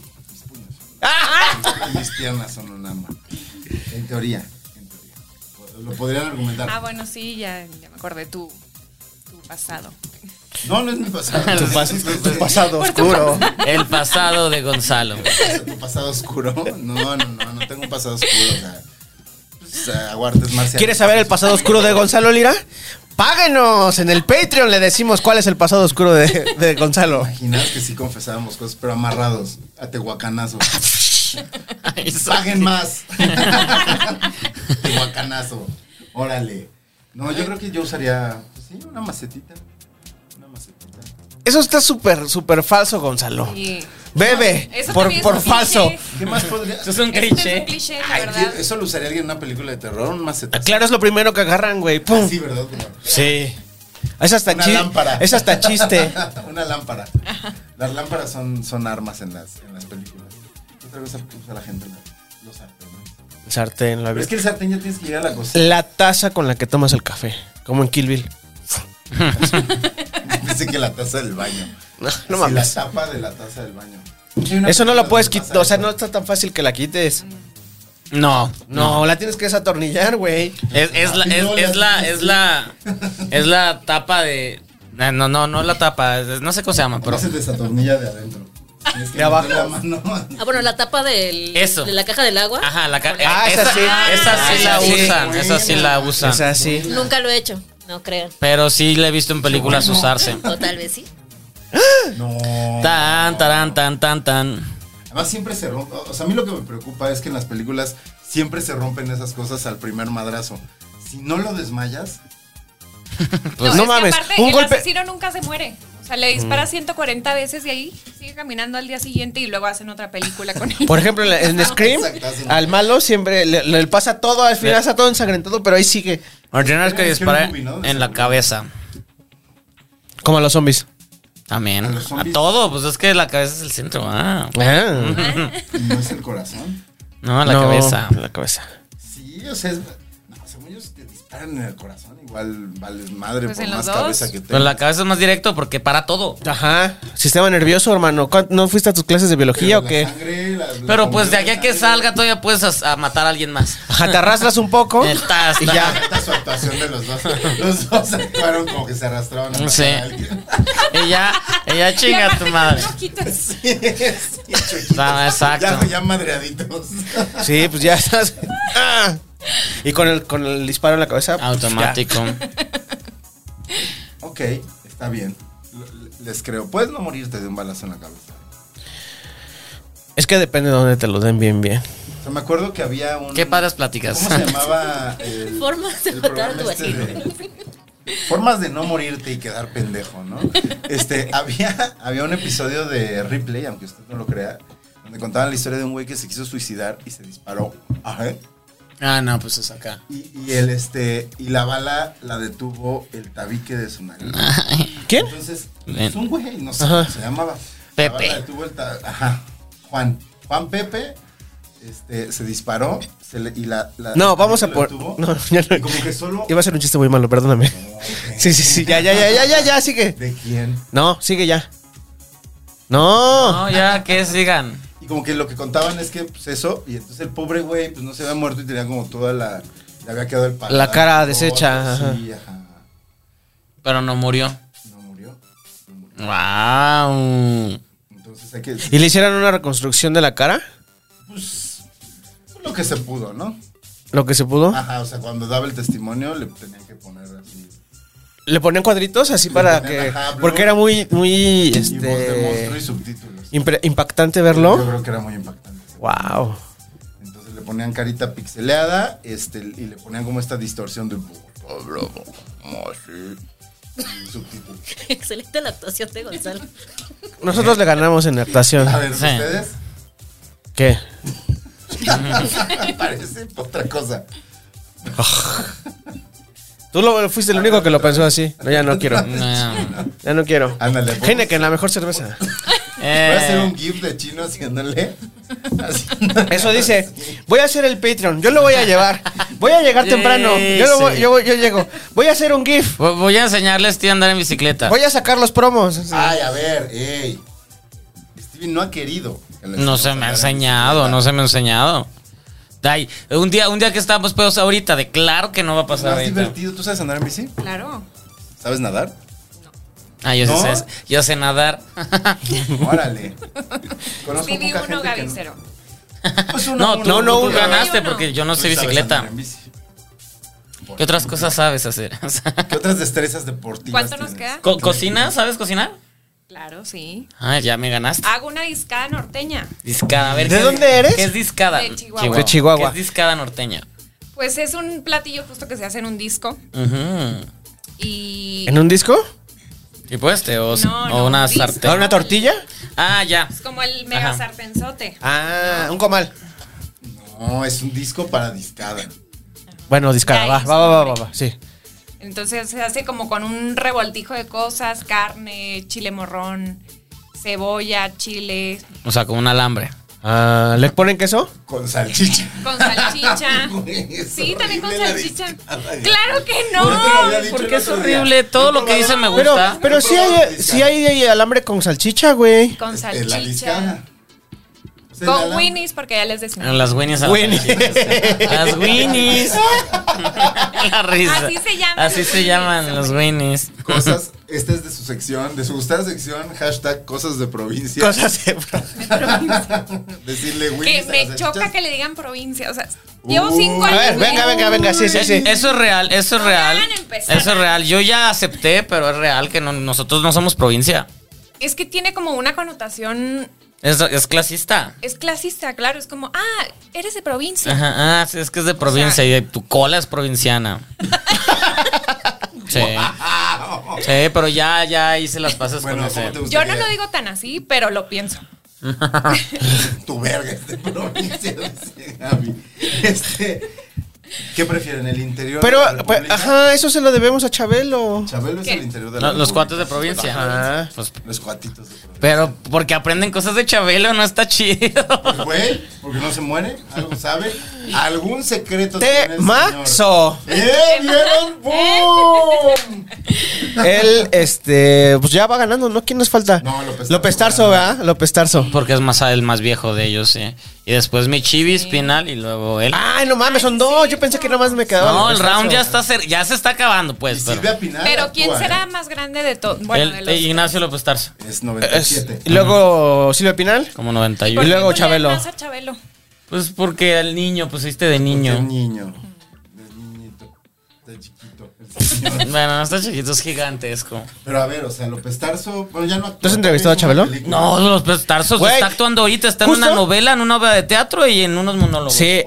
Speaker 1: Mis piernas son un arma. En teoría. en teoría. Lo podrían argumentar.
Speaker 4: Ah, bueno, sí, ya, ya me acordé tu, tu pasado.
Speaker 1: No, no es mi pasado.
Speaker 2: Tu pas-
Speaker 1: tu pasado
Speaker 4: oscuro.
Speaker 2: El pasado de Gonzalo.
Speaker 1: ¿Tu pasado oscuro? No, no, no, no tengo un pasado oscuro. O sea, pues, aguardes marciales.
Speaker 3: ¿Quieres saber el pasado oscuro de Gonzalo Lira? Páguenos en el Patreon, le decimos cuál es el pasado oscuro de, de Gonzalo.
Speaker 1: Imaginas que sí confesábamos cosas, pero amarrados a tehuacanazo. Paguen más. tehuacanazo. Órale. No, yo creo que yo usaría, pues, sí, una macetita. Una macetita.
Speaker 3: Eso está súper, súper falso, Gonzalo.
Speaker 4: Y
Speaker 3: Bebe,
Speaker 4: Eso
Speaker 3: por,
Speaker 4: también es
Speaker 3: por
Speaker 4: un
Speaker 3: falso.
Speaker 4: cliché.
Speaker 1: ¿Qué más podría?
Speaker 2: Eso es un
Speaker 4: Este es un
Speaker 2: cliché.
Speaker 4: cliché, la
Speaker 1: Ay,
Speaker 4: verdad.
Speaker 1: ¿Eso lo usaría alguien en una película de terror? ¿Un macetazo?
Speaker 3: Ah, Claro, es lo primero que agarran, güey.
Speaker 1: Ah,
Speaker 3: ¡Pum!
Speaker 1: Sí, ¿verdad? Bueno,
Speaker 3: Sí. Es hasta,
Speaker 1: Una
Speaker 3: chi-
Speaker 1: lámpara.
Speaker 3: es hasta chiste.
Speaker 1: Una lámpara. Las lámparas son, son armas en las, en las películas. Otra cosa que usa la gente la- los sartenes.
Speaker 3: Sartén, la
Speaker 1: Pero es que el sartén ya tienes que llegar a la cocina.
Speaker 3: La taza con la que tomas el café, como en Kill Bill.
Speaker 1: Dice que la taza del baño.
Speaker 3: No,
Speaker 1: Si
Speaker 3: no mames.
Speaker 1: La tapa de la taza del baño.
Speaker 3: Eso no lo puedes
Speaker 1: Pasa
Speaker 3: quitar, o sea,
Speaker 1: eso.
Speaker 3: no está tan fácil que la quites.
Speaker 2: No,
Speaker 3: No, la tienes que desatornillar, güey.
Speaker 2: Es, es la, es, es la, es la, es la tapa de. No, no, no, no la tapa. es- No sé cómo se llama, pero.
Speaker 1: Pero se desatornilla de adentro. Tienes que
Speaker 3: De abajo.
Speaker 1: meter la mano.
Speaker 5: Ah, bueno, la tapa del,
Speaker 2: Eso.
Speaker 5: de la caja del agua.
Speaker 2: Ajá, la ca-
Speaker 3: Ah,
Speaker 2: eh,
Speaker 3: esa sí.
Speaker 2: Esa sí
Speaker 5: Ah,
Speaker 2: la
Speaker 5: esa sí.
Speaker 2: usan. Esa sí la
Speaker 3: O
Speaker 2: usan.
Speaker 3: sea, sí.
Speaker 5: Nunca lo he hecho, no creo.
Speaker 2: Pero sí la he visto en películas usarse.
Speaker 5: O tal vez sí.
Speaker 1: No.
Speaker 2: Tan, tarán, tan, tan, tan.
Speaker 1: Además siempre se rompe, o sea, a mí lo que me preocupa es que en las películas siempre se rompen esas cosas al primer madrazo. Si no lo desmayas,
Speaker 3: Pues no
Speaker 4: no, es que
Speaker 3: mames,
Speaker 4: aparte,
Speaker 3: un
Speaker 4: el
Speaker 3: golpe- Mm.
Speaker 4: asesino nunca se muere. O sea, le dispara 140 veces y ahí sigue caminando al día siguiente y luego hacen otra película con él.
Speaker 3: Por ejemplo, en la- en Scream,
Speaker 1: Exacto.
Speaker 3: al malo siempre le, le pasa todo, al final está todo ensangrentado, pero ahí sigue.
Speaker 2: Bueno, tienes que
Speaker 1: Era
Speaker 2: disparar
Speaker 1: Scary Movie, ¿no? De
Speaker 2: en la
Speaker 1: seguro.
Speaker 2: cabeza.
Speaker 3: Como a los zombies.
Speaker 2: También.
Speaker 1: A los
Speaker 2: A
Speaker 1: zombies.
Speaker 2: todo, pues es que la cabeza es el centro. Ah.
Speaker 3: Ah.
Speaker 1: no es el corazón.
Speaker 2: No, la
Speaker 3: No,
Speaker 2: cabeza.
Speaker 3: La cabeza.
Speaker 1: Sí, o sea, es- no, según ellos te disparan en el corazón, igual vales madre
Speaker 4: Pues
Speaker 1: por
Speaker 4: en
Speaker 1: más
Speaker 4: los dos.
Speaker 1: cabeza que
Speaker 2: Pero
Speaker 1: tengas.
Speaker 2: la cabeza es más directo porque para todo.
Speaker 3: Ajá. Sistema nervioso, hermano. ¿Cuán- ¿No fuiste a tus clases de biología o
Speaker 1: Pero la
Speaker 3: qué?
Speaker 1: sangre, la- la
Speaker 2: Pero pues de aquí a que
Speaker 1: sangre,
Speaker 2: salga todavía puedes as- a matar a alguien más.
Speaker 3: Ajá, te arrastras un poco
Speaker 2: Está,
Speaker 3: y
Speaker 2: está.
Speaker 3: ya.
Speaker 1: Esta su actuación de los dos. Los dos actuaron como que se arrastraban a matar
Speaker 2: Sí.
Speaker 1: a alguien.
Speaker 2: Ella, ella
Speaker 4: Y
Speaker 2: chinga a
Speaker 4: aparte
Speaker 2: tu
Speaker 4: con
Speaker 2: madre.
Speaker 4: ojitos.
Speaker 1: Sí, chuequitos.
Speaker 2: Ah, exacto.
Speaker 1: Ya, ya madreaditos.
Speaker 3: Sí, pues ya estás. Ah. Y con el, con el disparo en la cabeza. pues,
Speaker 2: Automático.
Speaker 1: Ok, está bien. L- Les creo. Puedes no morirte de un balazo en la cabeza.
Speaker 3: ya. Es que depende de dónde te lo den bien, bien.
Speaker 1: O sea, me acuerdo que había un.
Speaker 2: Qué padres pláticas.
Speaker 1: ¿Cómo se llamaba? el-
Speaker 5: Formas de
Speaker 1: el
Speaker 5: matar a
Speaker 1: programa
Speaker 5: tu
Speaker 1: de- Formas de no morirte y quedar pendejo, ¿no? Este, había, había un episodio de Ripley, aunque usted no lo crea, donde contaban la historia de un güey que se quiso suicidar y se disparó. Ajá.
Speaker 2: Ah, no, pues es acá.
Speaker 1: Y, y el este y la bala la detuvo el tabique de su nariz.
Speaker 3: ¿Quién?
Speaker 1: Entonces,
Speaker 2: Ven.
Speaker 1: es un güey, no sé
Speaker 3: Ajá.
Speaker 1: cómo se llamaba.
Speaker 2: Pepe.
Speaker 1: La bala detuvo el ta- ajá, Juan. Juan Pepe este, se disparó se le- y la, la-
Speaker 3: No,
Speaker 1: el
Speaker 3: vamos a
Speaker 1: tabique lo
Speaker 3: por.
Speaker 1: detuvo,
Speaker 3: No, ya
Speaker 1: y
Speaker 3: no.
Speaker 1: como que solo.
Speaker 3: Iba a ser un chiste muy malo, perdóname. Sí, sí, sí. Ya, ya, ya, ya, ya, ya, sigue.
Speaker 1: ¿De quién?
Speaker 3: No, sigue ya. No.
Speaker 2: No, ya, que sigan.
Speaker 1: Y como que lo que contaban es que, pues eso, y entonces el pobre güey, pues no se había muerto y tenía como toda la. Le había quedado el paladar
Speaker 3: La cara
Speaker 1: roto,
Speaker 3: deshecha, ajá.
Speaker 1: Sí, ajá.
Speaker 2: Pero no murió.
Speaker 1: No murió. no murió.
Speaker 2: Wow.
Speaker 1: Entonces hay que.
Speaker 3: ¿Y le hicieron una reconstrucción de la cara?
Speaker 1: Pues. Lo que se pudo, ¿no?
Speaker 3: Lo que se pudo.
Speaker 1: Ajá, o sea, cuando daba el testimonio le tenían que poner así.
Speaker 3: Le ponían cuadritos así
Speaker 1: Le
Speaker 3: para
Speaker 1: ponían,
Speaker 3: que.
Speaker 1: ajá, blue.
Speaker 3: Porque era muy, muy.
Speaker 1: Y voz de monstruo y
Speaker 3: Este.
Speaker 1: subtítulos.
Speaker 3: impre- impactante
Speaker 1: Yo
Speaker 3: este verlo.
Speaker 1: creo que era muy impactante.
Speaker 3: Wow.
Speaker 1: Entonces le ponían carita pixeleada este, y le ponían como esta distorsión de. Así. Y subtítulos.
Speaker 5: Excelente la actuación de Gonzalo.
Speaker 3: Nosotros le ganamos en actuación.
Speaker 1: A ver,
Speaker 2: Sí.
Speaker 1: ¿ustedes?
Speaker 3: ¿Qué?
Speaker 1: Parece otra cosa.
Speaker 3: Tú lo fuiste el único que lo pensó así. No, ya no quiero.
Speaker 2: No.
Speaker 3: Ya no quiero.
Speaker 1: Ándale,
Speaker 3: Heineken, la mejor cerveza.
Speaker 1: Voy a
Speaker 2: Eh,
Speaker 1: hacer un GIF de chino haciéndole Así.
Speaker 3: Eso dice, voy a hacer el Patreon, yo lo voy a llevar. Voy a llegar temprano, yo, lo voy- yo voy- yo llego. Voy a hacer un GIF,
Speaker 2: Vo- Voy a enseñarles tío a andar en bicicleta.
Speaker 3: voy a sacar los promos.
Speaker 1: Ay, a ver, ey. Stevie no ha querido. que le
Speaker 2: No se me ha
Speaker 1: enseñemos a andar en
Speaker 2: enseñado,
Speaker 1: bicicleta.
Speaker 2: no se me ha enseñado. Ay, un día, un día que estábamos pedos ahorita, de claro que no va a pasar
Speaker 1: ¿No es
Speaker 2: ahorita.
Speaker 1: divertido. ¿Tú sabes andar en bici?
Speaker 4: Claro.
Speaker 1: ¿Sabes nadar?
Speaker 2: Ah, yo,
Speaker 1: ¿No?
Speaker 2: sí sé, yo sé nadar.
Speaker 1: Órale. Conozco
Speaker 4: Viví
Speaker 1: poca
Speaker 4: uno,
Speaker 1: gente que
Speaker 4: Gaby,
Speaker 1: no-
Speaker 4: cero.
Speaker 1: Pues uno,
Speaker 2: No,
Speaker 1: uno,
Speaker 2: tú,
Speaker 1: uno,
Speaker 2: tú
Speaker 1: uno.
Speaker 2: ganaste
Speaker 4: Uno.
Speaker 2: porque yo no
Speaker 1: Tú
Speaker 2: sé
Speaker 1: sabes
Speaker 2: bicicleta.
Speaker 1: andar en bici.
Speaker 2: ¿Qué otras cosas sabes hacer?
Speaker 1: ¿Qué otras destrezas deportivas
Speaker 4: ¿Cuánto nos
Speaker 1: tienes?
Speaker 4: queda?
Speaker 2: Co- ¿Cocina? ¿Sabes cocinar?
Speaker 4: Claro, sí.
Speaker 2: Ah, ya me ganaste.
Speaker 4: Hago una discada norteña.
Speaker 2: Discada, a ver.
Speaker 3: ¿De
Speaker 2: ¿qué es-
Speaker 3: dónde eres?
Speaker 2: ¿Qué es discada?
Speaker 4: De Chihuahua.
Speaker 3: De Chihuahua.
Speaker 2: ¿Qué es discada norteña?
Speaker 4: Pues es un platillo justo que se hace en un disco.
Speaker 2: Ujú.
Speaker 4: Y.
Speaker 3: ¿En un disco?
Speaker 2: ¿Y pues te o,
Speaker 4: No,
Speaker 2: o
Speaker 4: no,
Speaker 2: una
Speaker 4: disco.
Speaker 3: ¿A
Speaker 2: sartén?
Speaker 3: una tortilla?
Speaker 2: Ah, ya.
Speaker 4: Es como el mega
Speaker 2: Ajá.
Speaker 4: sartenzote.
Speaker 3: Ah, un comal.
Speaker 1: No, es un disco para discada.
Speaker 3: Bueno, discada,
Speaker 4: Ya,
Speaker 3: va,
Speaker 4: es
Speaker 3: va,
Speaker 4: un
Speaker 3: va, va,
Speaker 4: hombre.
Speaker 3: va, sí.
Speaker 4: Entonces se hace como con un revoltijo de cosas: carne, chile morrón, cebolla, chile,
Speaker 2: O sea, como un alambre.
Speaker 3: Ah, ¿Le ponen queso?
Speaker 1: Con salchicha.
Speaker 4: con salchicha.
Speaker 1: Güey, es
Speaker 4: sí, también con
Speaker 1: horrible la
Speaker 4: salchicha.
Speaker 1: discada.
Speaker 4: Claro que
Speaker 1: Yo te lo había
Speaker 4: no.
Speaker 1: dicho
Speaker 2: porque
Speaker 1: el
Speaker 2: es
Speaker 1: otro día.
Speaker 2: horrible, todo lo que dice me
Speaker 3: Pero,
Speaker 2: gusta.
Speaker 3: pero sí hay, sí hay, hay alambre con salchicha, güey.
Speaker 4: Con
Speaker 1: En la discada.
Speaker 4: salchicha.
Speaker 1: O sea, en
Speaker 4: Con
Speaker 1: la-
Speaker 4: Winnie's, porque ya les decimos.
Speaker 2: En las Winnie's. a Ah, la
Speaker 3: Winnie.
Speaker 2: salchicha. Las Winnie's. la risa.
Speaker 4: Así se llaman
Speaker 2: Así
Speaker 4: los
Speaker 2: se
Speaker 4: Winnies,
Speaker 2: llaman los Winnie's.
Speaker 1: Cosas, esta es de su sección, de su gustada sección, hashtag cosas de provincia.
Speaker 3: Cosas de-
Speaker 1: Decirle Winnie's
Speaker 4: Que
Speaker 1: a
Speaker 4: me
Speaker 1: las
Speaker 4: choca
Speaker 1: salchichas.
Speaker 4: que le digan provincia. O sea, llevo
Speaker 1: Uh,
Speaker 4: cinco
Speaker 1: a
Speaker 4: años.
Speaker 3: ver, venga,
Speaker 4: viviendo-
Speaker 3: venga, venga, sí, sí, sí.
Speaker 2: Eso es real, eso es
Speaker 4: No me
Speaker 2: real.
Speaker 4: hagan empezar.
Speaker 2: Eso es real. Yo ya acepté, pero es real que no- nosotros no somos provincia.
Speaker 4: Es que tiene como una connotación.
Speaker 2: Es, es clasista.
Speaker 4: Es clasista, claro. Es como, ah, eres de provincia.
Speaker 2: Ajá, ah, sí, es que es de provincia y tu cola es provinciana. sí. Sí, pero ya, ya hice las paces
Speaker 1: Ah, Bueno,
Speaker 2: con
Speaker 1: ¿cómo
Speaker 2: ese.
Speaker 1: te
Speaker 4: Yo no
Speaker 1: gustaría?
Speaker 4: lo digo tan así, pero lo pienso.
Speaker 1: Tu verga es de provincia, dice Gaby. Este, ¿Qué prefieren, el interior
Speaker 3: Pero,
Speaker 1: de la
Speaker 3: pues,
Speaker 1: República?
Speaker 3: ajá, eso se lo debemos a Chabelo.
Speaker 1: Chabelo es
Speaker 4: ¿Qué?
Speaker 1: el interior de la
Speaker 2: No, los
Speaker 1: República.
Speaker 2: cuates de provincia.
Speaker 3: Ajá.
Speaker 2: Pues,
Speaker 1: Los cuatitos de provincia.
Speaker 2: pero porque aprenden cosas de Chabelo no está chido.
Speaker 1: Güey, porque no se muere, algo sabe, algún secreto tiene
Speaker 3: Te
Speaker 1: el señor.
Speaker 3: maxo.
Speaker 1: ¡Eh, vieron! ¡Bum!
Speaker 3: Él, este, pues ya va ganando, ¿no? ¿Quién nos falta?
Speaker 1: No, López Tarso.
Speaker 3: López Tarso, ¿verdad? López Tarso.
Speaker 2: Porque es más el más viejo de ellos, sí. Y después mi chivis, Pinal y luego él.
Speaker 3: Ay, no mames, son dos. Yo pensé que nomás me quedaba.
Speaker 2: no, el
Speaker 3: López
Speaker 2: round
Speaker 3: Tarso.
Speaker 2: ya está cer- ya se está acabando,
Speaker 1: Y
Speaker 2: pues. Pero
Speaker 1: Silvia Pinal
Speaker 4: Pero ¿quién
Speaker 1: actúa,
Speaker 4: será más grande de todos?
Speaker 2: Él-
Speaker 4: Bueno, de los.
Speaker 2: Ignacio López Tarso,
Speaker 1: ¿eh? Es
Speaker 3: Es-
Speaker 1: 97.
Speaker 3: y luego Silvia Pinal.
Speaker 2: como
Speaker 4: ¿Por
Speaker 2: 91.
Speaker 4: qué
Speaker 3: luego
Speaker 4: no le dan
Speaker 3: Chabelo.
Speaker 4: más a Chabelo.
Speaker 2: Pues porque el niño, pues hiciste de
Speaker 1: Del
Speaker 2: niño.
Speaker 1: niño. Del niñito. Del chiquito. el señor.
Speaker 2: Bueno, no está chiquito, es gigantesco.
Speaker 1: Pero a ver, o sea, López Tarso. Bueno, ya no. actúa,
Speaker 3: ¿Tú has entrevistado a
Speaker 1: también
Speaker 3: Chabelo?
Speaker 1: es una película.
Speaker 2: No, los López Tarso
Speaker 3: Güey,
Speaker 2: está actuando ahorita, está en
Speaker 3: justo-
Speaker 2: una novela, en una obra de teatro y en unos monólogos.
Speaker 3: Sí, eh,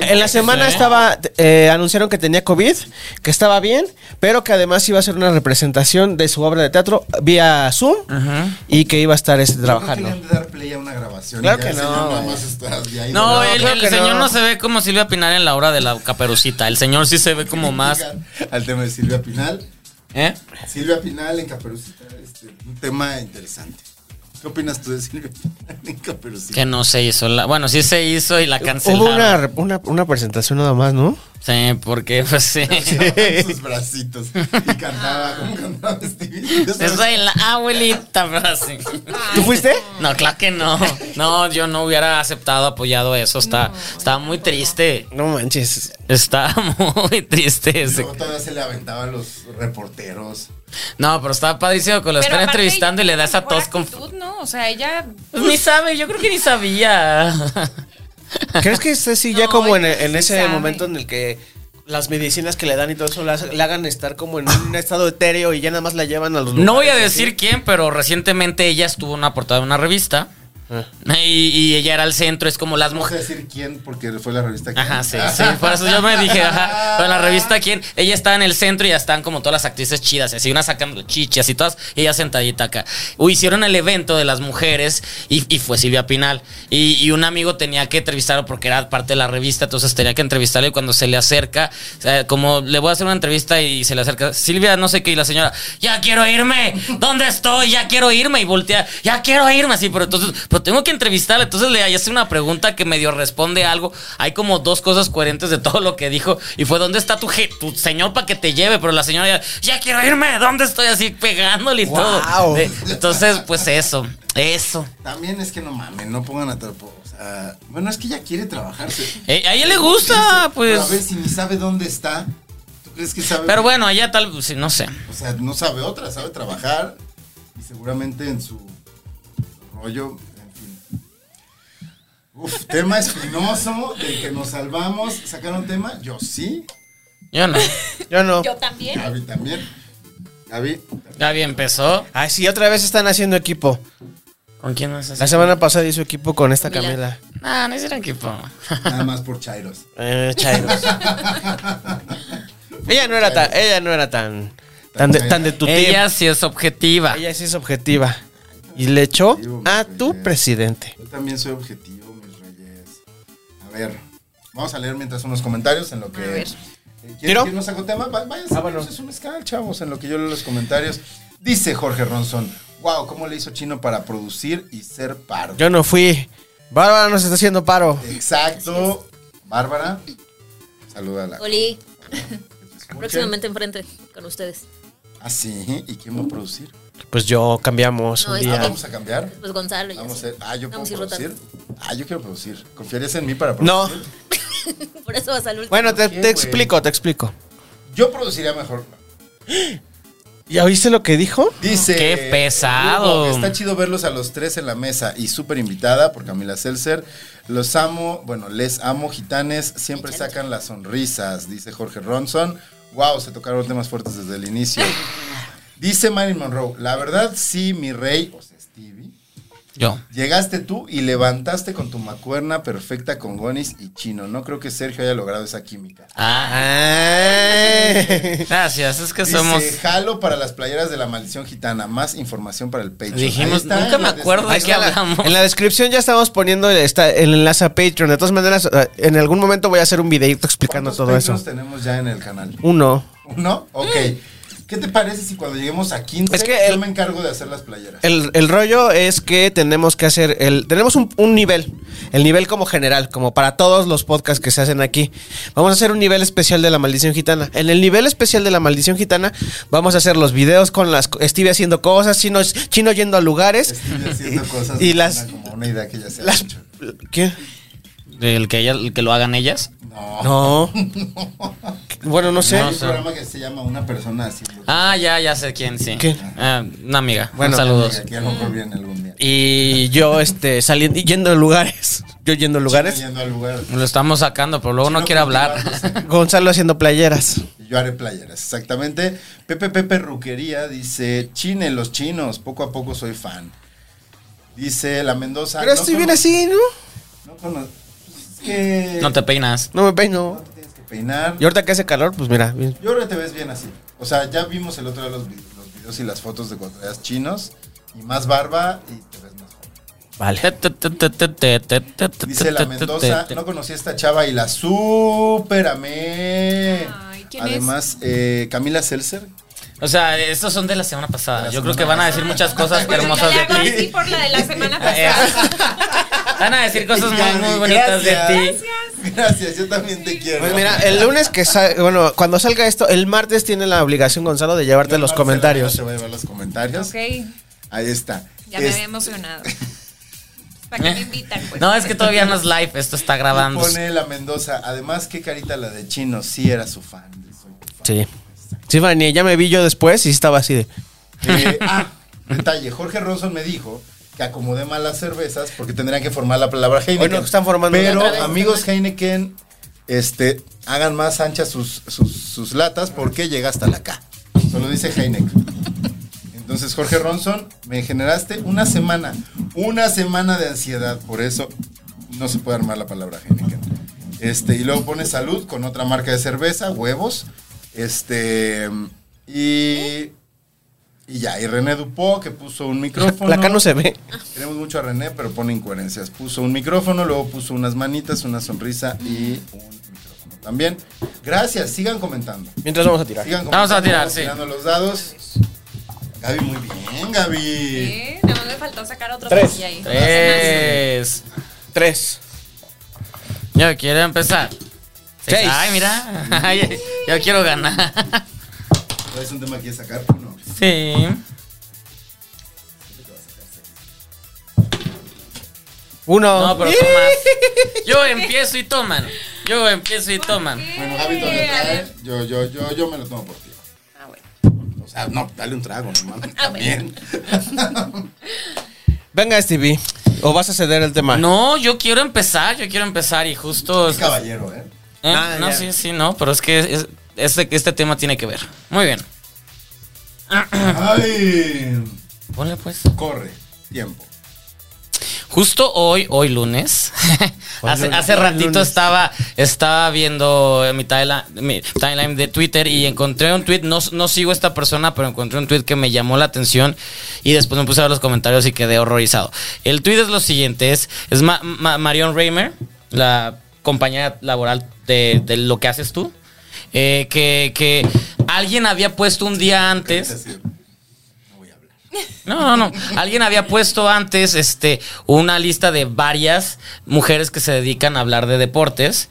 Speaker 3: en la semana
Speaker 2: Sí.
Speaker 3: estaba, eh, anunciaron que tenía COVID, que estaba bien, pero que además iba a hacer una representación de su obra de teatro vía Zoom
Speaker 2: Ajá.
Speaker 3: y que iba a estar este,
Speaker 1: Yo creo que le
Speaker 3: trabajando.
Speaker 1: han de dar play a una grabación. y
Speaker 3: Claro
Speaker 1: ya
Speaker 3: que
Speaker 1: el
Speaker 3: no,
Speaker 1: señor nada
Speaker 3: güey.
Speaker 1: más está de ahí
Speaker 2: No,
Speaker 1: de-
Speaker 2: el,
Speaker 3: creo
Speaker 2: el
Speaker 3: que
Speaker 2: señor
Speaker 3: no.
Speaker 2: no. se ve como Silvia Pinal en la obra de la caperucita. El señor sí se ve como más.
Speaker 1: Al tema de Silvia Pinal.
Speaker 2: ¿eh?
Speaker 1: Silvia Pinal en Caperucita. Este, un tema interesante. ¿Qué opinas tú de Silvia Pinal en Caperucita?
Speaker 2: Que no se hizo. La, bueno, sí se hizo y la cancelaron.
Speaker 3: Hubo una, re- una, una presentación nada más, ¿no?
Speaker 2: Sí, porque pues sí.
Speaker 1: Con sus bracitos y cantaba como cantaba Stevie. Yo
Speaker 2: Eso en la abuelita, pero así.
Speaker 3: ¿Tú fuiste?
Speaker 2: No, claro que no. No, yo no hubiera aceptado, apoyado eso. Está, está muy triste.
Speaker 3: No manches.
Speaker 2: Está muy triste
Speaker 1: Y
Speaker 2: ese.
Speaker 1: luego todavía se le aventaban los reporteros.
Speaker 2: No, pero está padrísimo que lo
Speaker 4: Pero
Speaker 2: están
Speaker 4: aparte
Speaker 2: entrevistando y
Speaker 4: ella
Speaker 2: le das
Speaker 4: tiene
Speaker 2: a todos
Speaker 4: mejor
Speaker 2: con. Pues
Speaker 4: actitud, ¿no? O sea, ella.
Speaker 2: Ni sabe, yo creo que ni sabía.
Speaker 3: ¿Crees que esté así ya
Speaker 4: No,
Speaker 3: como en,
Speaker 4: ella
Speaker 5: este
Speaker 3: en
Speaker 4: sí
Speaker 3: ese
Speaker 4: sabe.
Speaker 3: momento en el que las medicinas que le dan y todo eso la, la hagan estar como en un estado etéreo y ya nada más la llevan a los
Speaker 2: No voy a
Speaker 3: lugares
Speaker 2: decir quién, pero recientemente ella estuvo en una portada de una revista.
Speaker 3: Ah.
Speaker 2: Y, y ella era el centro, es como las
Speaker 1: No sé
Speaker 2: mujeres.
Speaker 1: decir quién porque fue la revista que.
Speaker 2: Ajá, sí, sí. Por eso yo me dije, ajá. Pero en la revista, ¿quién? Ella estaba en el centro y ya están como todas las actrices chidas, y así, unas sacando chichas y todas, y ella sentadita acá. O hicieron el evento de las mujeres y, y fue Silvia Pinal. Y, y un amigo tenía que entrevistarlo porque era parte de la revista, entonces tenía que entrevistarlo y cuando se le acerca, o sea, como le voy a hacer una entrevista y se le acerca, Silvia, no sé qué, y la señora, ya quiero irme, ¿dónde estoy? Ya quiero irme. Y voltea, ya quiero irme, así, pero entonces, pero tengo que entrevistarla. Entonces le hallaste una pregunta que medio responde a algo. Hay como dos cosas coherentes de todo lo que dijo. Y fue, ¿dónde está tu, je- tu señor para que te lleve? Pero la señora ya, ya quiero irme. ¿Dónde estoy así pegándole y todo?
Speaker 3: Wow.
Speaker 2: Eh, Entonces, pues eso. Eso.
Speaker 1: También es que no mames, no pongan a trapo. O sea, bueno, es que ella quiere trabajarse.
Speaker 2: Eh, a ella le gusta,
Speaker 1: Pero a ver
Speaker 2: pues.
Speaker 1: si ni sabe dónde está. ¿Tú crees que sabe?
Speaker 2: Pero bueno, allá tal, sí, no sé.
Speaker 1: O sea, no sabe otra, sabe trabajar. Y seguramente en su rollo, en fin. Uf, tema espinoso del que nos salvamos. ¿Sacaron tema? Yo sí.
Speaker 2: Yo no.
Speaker 3: Yo no.
Speaker 5: Yo también.
Speaker 1: Gaby también. Gaby.
Speaker 2: Gaby empezó.
Speaker 3: Ay, Ah, sí, otra vez están haciendo equipo.
Speaker 2: ¿Con quién más?
Speaker 3: La semana pasada hizo equipo con esta
Speaker 5: Mira.
Speaker 3: Camila.
Speaker 2: Ah, no hicieron equipo.
Speaker 1: Nada más por Chairos.
Speaker 3: Eh, chairos. ella no era tan, ella no era tan, tan de, tan de tu tiempo.
Speaker 2: Ella sí es objetiva.
Speaker 3: Ella sí es objetiva. Y le echó a tu presidente.
Speaker 1: Yo también soy objetivo, mis reyes. A ver, vamos a leer mientras unos comentarios en lo que. eh,
Speaker 4: A ver.
Speaker 1: ¿Quién,
Speaker 3: ¿Tiro?
Speaker 1: quién nos sacó tema? Va- Váyanse,
Speaker 3: Ah, bueno.
Speaker 1: váyanse un mezcal, chavos, en lo que yo leo los comentarios. Dice Jorge Ronson, wow, ¿cómo le hizo Chino para producir y ser pardo?
Speaker 3: Yo no fui. Bárbara nos está haciendo paro.
Speaker 1: Exacto. Bárbara, salúdala.
Speaker 5: Oli,
Speaker 1: Escuchen.
Speaker 5: próximamente enfrente con ustedes.
Speaker 1: Ah, sí, ¿y quién va a producir?
Speaker 3: Pues yo cambiamos
Speaker 5: No,
Speaker 3: un
Speaker 5: es que
Speaker 1: Ah,
Speaker 3: día.
Speaker 1: vamos a cambiar.
Speaker 5: Pues Gonzalo. y
Speaker 1: Vamos a
Speaker 5: así.
Speaker 1: Ah, yo puedo
Speaker 5: Vamos a ir
Speaker 1: producir.
Speaker 5: rotando.
Speaker 1: Ah, yo quiero producir. ¿Confiarías en mí para producir?
Speaker 3: No.
Speaker 5: Por eso vas al último.
Speaker 3: Bueno, te,
Speaker 1: ¿Por qué,
Speaker 3: te
Speaker 1: güey?
Speaker 3: explico, te explico.
Speaker 1: Yo produciría mejor.
Speaker 3: ¿Ya oíste lo que dijo?
Speaker 1: Dice.
Speaker 2: Qué pesado.
Speaker 1: Hugo, Está chido verlos a los tres en la mesa y súper invitada por Camila Seltzer. Los amo, bueno, les amo, gitanes. Siempre sacan las sonrisas, dice Jorge Ronson. Wow, se tocaron temas fuertes desde el inicio. Dice Marilyn Monroe, la verdad sí, mi rey, o sea, Stevie,
Speaker 2: Yo.
Speaker 1: llegaste tú y levantaste con tu macuerna perfecta con Gonis y Chino. No creo que Sergio haya logrado esa química.
Speaker 2: Ah, gracias. Es que
Speaker 1: Dice,
Speaker 2: somos.
Speaker 1: jalo para las playeras de la maldición gitana. Más información para el Patreon.
Speaker 2: Dijimos,
Speaker 1: Ahí está,
Speaker 2: nunca
Speaker 1: en la
Speaker 2: me acuerdo de
Speaker 1: descripción.
Speaker 2: qué hablamos.
Speaker 3: En la descripción ya estamos poniendo esta- el enlace a Patreon. De todas maneras, eh, en algún momento voy a hacer un videito explicando
Speaker 1: ¿Cuántos
Speaker 3: todo eso.
Speaker 1: Patreons tenemos ya en el canal?
Speaker 3: Uno.
Speaker 1: ¿Uno? Ok. ¿Qué te parece si cuando lleguemos a 15
Speaker 3: Es que
Speaker 1: yo
Speaker 3: el-
Speaker 1: me encargo de hacer las playeras?
Speaker 3: El, el rollo es que tenemos que hacer el tenemos un, un nivel, el nivel como general, como para todos los podcasts que se hacen aquí. Vamos a hacer un nivel especial de la maldición gitana. En el nivel especial de la maldición gitana vamos a hacer los videos con las Steve haciendo cosas, chino, chino yendo a lugares,
Speaker 1: Estoy haciendo cosas
Speaker 3: y
Speaker 1: que
Speaker 3: las-
Speaker 1: suena como una idea que ya se ha
Speaker 3: las
Speaker 1: hecho.
Speaker 3: ¿Qué?
Speaker 2: ¿Del que, ella- el que lo hagan ellas?
Speaker 1: No.
Speaker 3: No. Bueno, no sé.
Speaker 1: Hay
Speaker 2: No
Speaker 1: un
Speaker 2: sé.
Speaker 1: programa que se llama Una persona haciendo
Speaker 2: Ah, ya, ya sé quién, sí.
Speaker 3: ¿Qué?
Speaker 2: Ah, una amiga.
Speaker 3: Bueno,
Speaker 2: saludos.
Speaker 1: Que a lo mejor viene algún día.
Speaker 3: Y yo este saliendo yendo a lugares, yo yendo a lugares,
Speaker 1: Yendo al lugar.
Speaker 2: Lo estamos sacando, pero luego no
Speaker 1: Chino
Speaker 2: quiere hablar.
Speaker 1: cultivándose.
Speaker 3: Gonzalo haciendo playeras.
Speaker 1: Y Yo haré playeras, exactamente. Pepe Pepe Ruquería dice, chine los chinos, poco a poco soy fan. Dice la Mendoza.
Speaker 3: Pero
Speaker 1: "No
Speaker 3: estoy bien
Speaker 1: cono-
Speaker 3: así, ¿no?
Speaker 1: No cono- pues, es que
Speaker 2: No te peinas.
Speaker 3: No me peino.
Speaker 1: no te tienes que peinar.
Speaker 3: Y ahorita que hace calor, pues mira, bien.
Speaker 1: Yo ahora te ves bien así. O sea, ya vimos el otro de los, vi- los videos y las fotos de cuando eras chinos y más barba y te ves más joven.
Speaker 3: Vale.
Speaker 1: Dice la Mendoza, no conocí a esta chava y la super amé.
Speaker 4: Ay, ¿quién es?
Speaker 1: Además, eh, Camila Seltzer.
Speaker 2: O sea, estos son de la semana pasada. Yo creo que van a decir muchas cosas
Speaker 4: Pero
Speaker 2: hermosas
Speaker 4: que le
Speaker 2: de
Speaker 4: hago
Speaker 2: ti.
Speaker 4: así por la de la semana
Speaker 2: Eh,
Speaker 4: pasada.
Speaker 2: Van a decir cosas muy, muy bonitas de ti.
Speaker 1: ti. Gracias, yo también te quiero.
Speaker 3: Pues mira, el lunes que salga, bueno, cuando salga esto, el martes tiene la obligación Gonzalo de llevarte
Speaker 1: Yo
Speaker 3: los
Speaker 1: Marcela,
Speaker 3: comentarios.
Speaker 1: Te voy a llevar los comentarios.
Speaker 4: ok,
Speaker 1: Ahí está.
Speaker 4: ya me
Speaker 1: Es-
Speaker 4: había emocionado. ¿Para qué me invitan? Pues?
Speaker 2: No, es que todavía no es live, esto está grabando.
Speaker 1: Pone la Mendoza. Además, qué carita la de Chino. Sí, era su fan. Soy tu fan.
Speaker 3: Sí. Sí, Fanny, ya me vi yo después y estaba así de.
Speaker 1: Eh, ah, detalle. Jorge Ronson me dijo que acomodé mal las cervezas porque tendrían que formar la palabra Heineken.
Speaker 3: Hoy no están formando
Speaker 1: Pero,
Speaker 5: otra vez,
Speaker 1: amigos Heineken, este, hagan más anchas sus, sus, sus latas porque llega hasta la K. Solo dice Heineken. Entonces, Jorge Ronson, me generaste una semana, una semana de ansiedad. Por eso no se puede armar la palabra Heineken. Este, y luego pone salud con otra marca de cerveza, huevos. Este, y. Y ya, y René Dupont que puso un micrófono.
Speaker 3: La acá no se ve.
Speaker 1: Queremos mucho a René, pero pone incoherencias. Puso un micrófono, luego puso unas manitas, una sonrisa y un micrófono también. Gracias, sigan comentando.
Speaker 3: Mientras vamos a tirar.
Speaker 1: Sigan comentando.
Speaker 2: Vamos a tirar, sí.
Speaker 1: Tirando los dados. Gaby, muy bien, Gaby.
Speaker 4: ¿Eh? Nada más Nomás me faltó sacar otro
Speaker 3: Tres.
Speaker 4: papilla ahí.
Speaker 2: Tres.
Speaker 3: Tres.
Speaker 2: Yo quiero empezar. Seis.
Speaker 3: Seis.
Speaker 2: Ay, mira. Ay, yo quiero ganar.
Speaker 1: ¿Es un tema que quieres sacar? No.
Speaker 2: Sí.
Speaker 3: Uno.
Speaker 2: No, pero tomas. Yo empiezo y toman. Yo empiezo y toman.
Speaker 1: Bueno, hábito
Speaker 4: Eh, a ver.
Speaker 1: letal. Yo, yo, yo, yo me lo tomo por ti.
Speaker 4: Ah, bueno.
Speaker 1: O sea, no, dale un trago, no mames.
Speaker 4: Ah, bueno.
Speaker 1: También.
Speaker 3: Venga, Stevie. O vas a ceder el tema.
Speaker 2: No, yo quiero empezar, yo quiero empezar y justo...
Speaker 1: Es caballero, ¿eh?
Speaker 2: Eh,
Speaker 3: Ah,
Speaker 2: no,
Speaker 3: ya.
Speaker 2: sí, sí, no, pero es que es- este, este tema tiene que ver. Muy bien.
Speaker 1: ¡Ay!
Speaker 2: Ponle pues.
Speaker 1: Corre. Tiempo.
Speaker 2: Justo hoy, hoy lunes, hace,
Speaker 3: lunes,
Speaker 2: hace
Speaker 3: hoy
Speaker 2: ratito
Speaker 3: lunes.
Speaker 2: estaba, estaba viendo mi timeline, mi timeline de Twitter y encontré un tweet, no, no sigo a esta persona, pero encontré un tweet que me llamó la atención y después me puse a ver los comentarios y quedé horrorizado. El tweet es lo siguiente, es, es Ma- Ma- Marion Reimer, la compañera laboral de, de lo que haces tú, eh, que, que alguien había puesto un día
Speaker 1: Es
Speaker 2: antes...
Speaker 1: decir, no voy a hablar.
Speaker 2: No, no, no. Alguien había puesto antes este, una lista de varias mujeres que se dedican a hablar de deportes.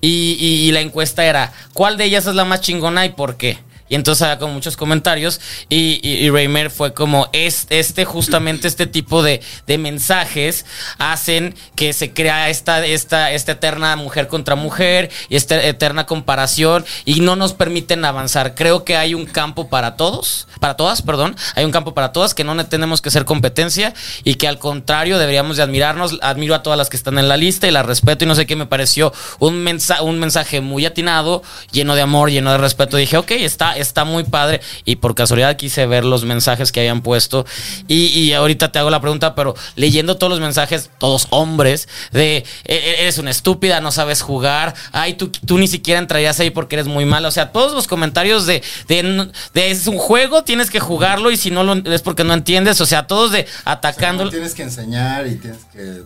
Speaker 2: Y, y- y la encuesta era: ¿cuál de ellas es la más chingona y por qué? Y entonces había como muchos comentarios. Y, y, y Reimer fue como: es, este, justamente este tipo de, de mensajes hacen que se crea esta, esta, esta eterna mujer contra mujer y esta eterna comparación y no nos permiten avanzar. Creo que hay un campo para todos, para todas, perdón, hay un campo para todas que no ne- tenemos que ser competencia y que al contrario deberíamos de admirarnos. Admiro a todas las que están en la lista y las respeto y no sé qué me pareció un, mensa- un mensaje muy atinado, lleno de amor, lleno de respeto. Dije, ok, está, está muy padre y por casualidad quise ver los mensajes que habían puesto y, y ahorita te hago la pregunta, pero leyendo todos los mensajes, todos hombres, de "E- e- eres una estúpida, no sabes jugar, ay, tú, tú ni siquiera entrarías ahí porque eres muy mala. O sea, todos los comentarios de, de, n- de, es un juego, tienes que jugarlo y si no lo es porque no entiendes. O sea, todos de
Speaker 1: O sea,
Speaker 2: atacando.
Speaker 1: no tienes que enseñar y tienes que.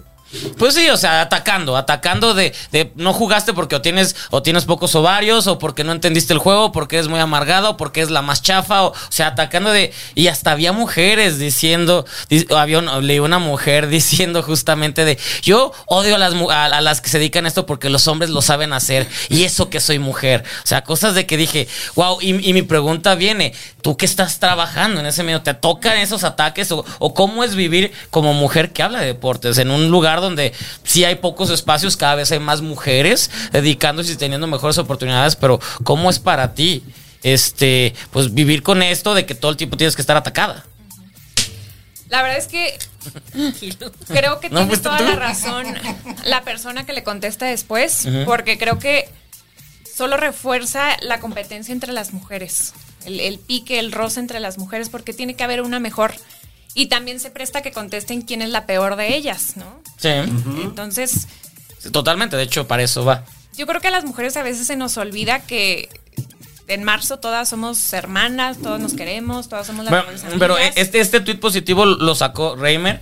Speaker 2: Pues sí, o sea, atacando, atacando de, de no jugaste porque o tienes, o tienes pocos ovarios, o porque no entendiste el juego, porque eres muy amargado, porque es la más chafa, o, o sea, atacando de. Y hasta había mujeres diciendo, di- había un- leí una mujer diciendo justamente de yo odio a las mu- a, a las que se dedican a esto porque los hombres lo saben hacer, y eso que soy mujer. O sea, cosas de que dije, wow, y, y mi pregunta viene, ¿tú qué estás trabajando en ese medio? ¿Te tocan esos ataques? ¿O, o cómo es vivir como mujer que habla de deportes? En un lugar donde sí hay pocos espacios, cada vez hay más mujeres dedicándose y teniendo mejores oportunidades, pero ¿cómo es para ti? Este, pues vivir con esto de que todo el tiempo tienes que estar atacada.
Speaker 4: La verdad es que
Speaker 5: Kilo.
Speaker 4: creo que
Speaker 2: No,
Speaker 4: tiene
Speaker 2: fuiste
Speaker 4: toda
Speaker 2: tú.
Speaker 4: la razón la persona que le contesta después, porque creo que solo refuerza la competencia entre las mujeres, el, el pique, el roce entre las mujeres, porque tiene que haber una mejor. Y también se presta que contesten quién es la peor de ellas, ¿no?
Speaker 2: Sí.
Speaker 4: Entonces,
Speaker 2: Totalmente, de hecho, para eso va.
Speaker 4: yo creo que a las mujeres a veces se nos olvida que en marzo todas somos hermanas, todas nos queremos, todas somos las
Speaker 2: Bueno,
Speaker 4: mejores
Speaker 2: pero
Speaker 4: amigas.
Speaker 2: este, este tweet positivo lo sacó Reimer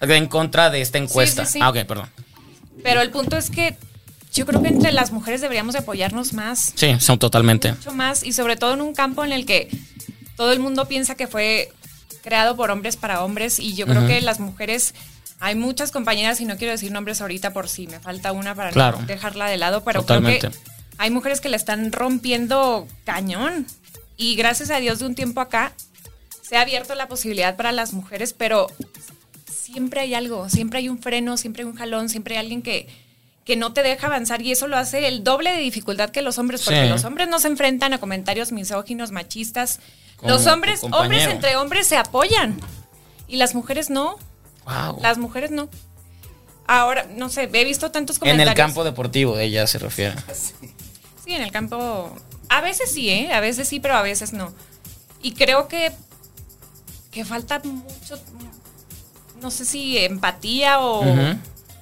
Speaker 2: en contra de esta encuesta.
Speaker 4: sí, sí.
Speaker 2: Ah, ok, perdón.
Speaker 4: Pero el punto es que yo creo que entre las mujeres deberíamos de apoyarnos más.
Speaker 2: Sí, son totalmente.
Speaker 4: mucho más y sobre todo en un campo en el que todo el mundo piensa que fue creado por hombres para hombres y yo creo
Speaker 2: Ujú.
Speaker 4: que las mujeres hay muchas compañeras y no quiero decir nombres ahorita por si me falta una para
Speaker 2: Claro.
Speaker 4: no dejarla de lado, pero creo
Speaker 2: Totalmente.
Speaker 4: que hay mujeres que la están rompiendo cañón y gracias a Dios de un tiempo acá se ha abierto la posibilidad para las mujeres, pero siempre hay algo, siempre hay un freno, siempre hay un jalón, siempre hay alguien que, que no te deja avanzar y eso lo hace el doble de dificultad que los hombres, porque
Speaker 2: Sí.
Speaker 4: los hombres no se enfrentan a comentarios misóginos, machistas.
Speaker 2: Como
Speaker 4: los
Speaker 2: tu
Speaker 4: hombres,
Speaker 2: compañero.
Speaker 4: hombres entre hombres se apoyan y las mujeres no,
Speaker 2: Wow.
Speaker 4: las mujeres no. Ahora, no sé, he visto tantos
Speaker 2: En
Speaker 4: comentarios.
Speaker 2: el campo deportivo, ella se refiere.
Speaker 4: Sí, en el campo. A veces sí, ¿eh? A veces sí, pero a veces no. Y creo que, que falta mucho, no sé si empatía o...
Speaker 2: Ujú.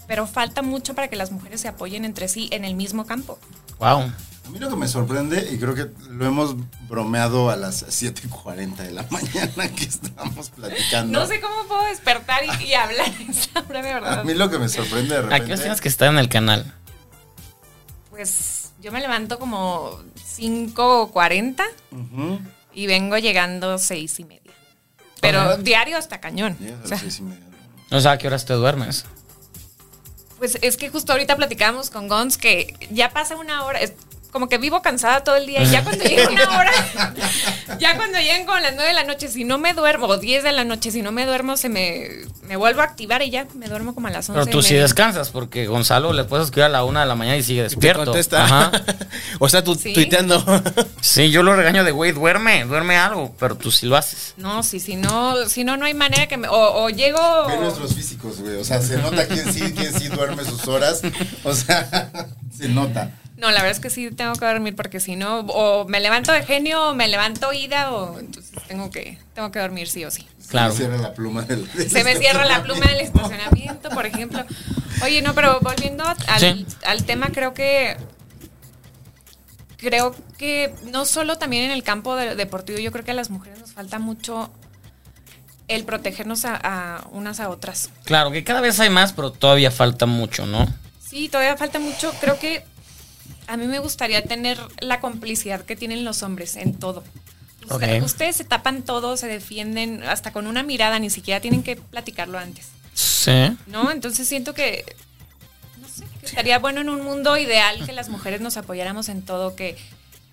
Speaker 4: Pero falta mucho para que las mujeres se apoyen entre sí en el mismo campo.
Speaker 2: Wow.
Speaker 1: A mí lo que me sorprende, y creo que lo hemos bromeado a las 7:40 de la mañana que estábamos platicando.
Speaker 4: No sé cómo puedo despertar y, y hablar esa hora, de
Speaker 1: A
Speaker 4: verdad.
Speaker 1: mí lo que me sorprende de
Speaker 2: ¿A
Speaker 1: repente.
Speaker 2: qué horas tienes que estar en el canal?
Speaker 4: Pues yo me levanto como 5.40
Speaker 1: Ujú.
Speaker 4: y vengo llegando seis y media. Pero diario hasta cañón.
Speaker 1: Llegas a
Speaker 4: O
Speaker 1: las
Speaker 4: sea,
Speaker 1: seis y media.
Speaker 2: O sea, ¿a qué horas te duermes?
Speaker 4: Pues es que justo ahorita platicábamos con Gons que ya pasa una hora. es como que vivo cansada todo el día. Y ya cuando llega una hora, ya cuando llegan como las 9 de la noche, si no me duermo, o 10 de la noche, si no me duermo, se me, me vuelvo a activar y ya me duermo como a las 11.
Speaker 2: Pero tú
Speaker 4: y
Speaker 2: sí
Speaker 4: media.
Speaker 2: descansas, porque Gonzalo le puedes escribir a la una de la mañana y sigue
Speaker 3: Y te
Speaker 2: despierto.
Speaker 3: contesta.
Speaker 2: Ajá.
Speaker 3: o sea, tú
Speaker 4: Sí.
Speaker 3: tuiteando.
Speaker 2: Sí, yo lo regaño de, güey, duerme, duerme algo, pero tú sí lo haces.
Speaker 4: No, sí, si no, si no, no hay manera que me. O, o llego.
Speaker 1: Ve nuestros físicos, güey. O sea, se nota quién sí, quién sí duerme sus horas. O sea, se nota.
Speaker 4: No, la verdad es que sí tengo que dormir porque si no, o me levanto de genio, o me levanto ida, o entonces tengo que, tengo que dormir sí o sí.
Speaker 2: Claro.
Speaker 1: Se me cierra la pluma del.
Speaker 4: Se me cierra la pluma del estacionamiento, por ejemplo. Oye, no, pero volviendo al,
Speaker 2: Sí.
Speaker 4: al tema, creo que. Creo que no solo también en el campo de- deportivo, yo creo que a las mujeres nos falta mucho el protegernos a- a unas a otras.
Speaker 2: Claro, que cada vez hay más, pero todavía falta mucho, ¿no?
Speaker 4: Sí, todavía falta mucho. Creo que a mí me gustaría tener la complicidad que tienen los hombres en todo. Usted-
Speaker 2: Ok.
Speaker 4: Ustedes se tapan todo, se defienden, hasta con una mirada, ni siquiera tienen que platicarlo antes,
Speaker 2: Sí.
Speaker 4: ¿no? Entonces siento que, no sé, que estaría bueno en un mundo ideal que las mujeres nos apoyáramos en todo, que,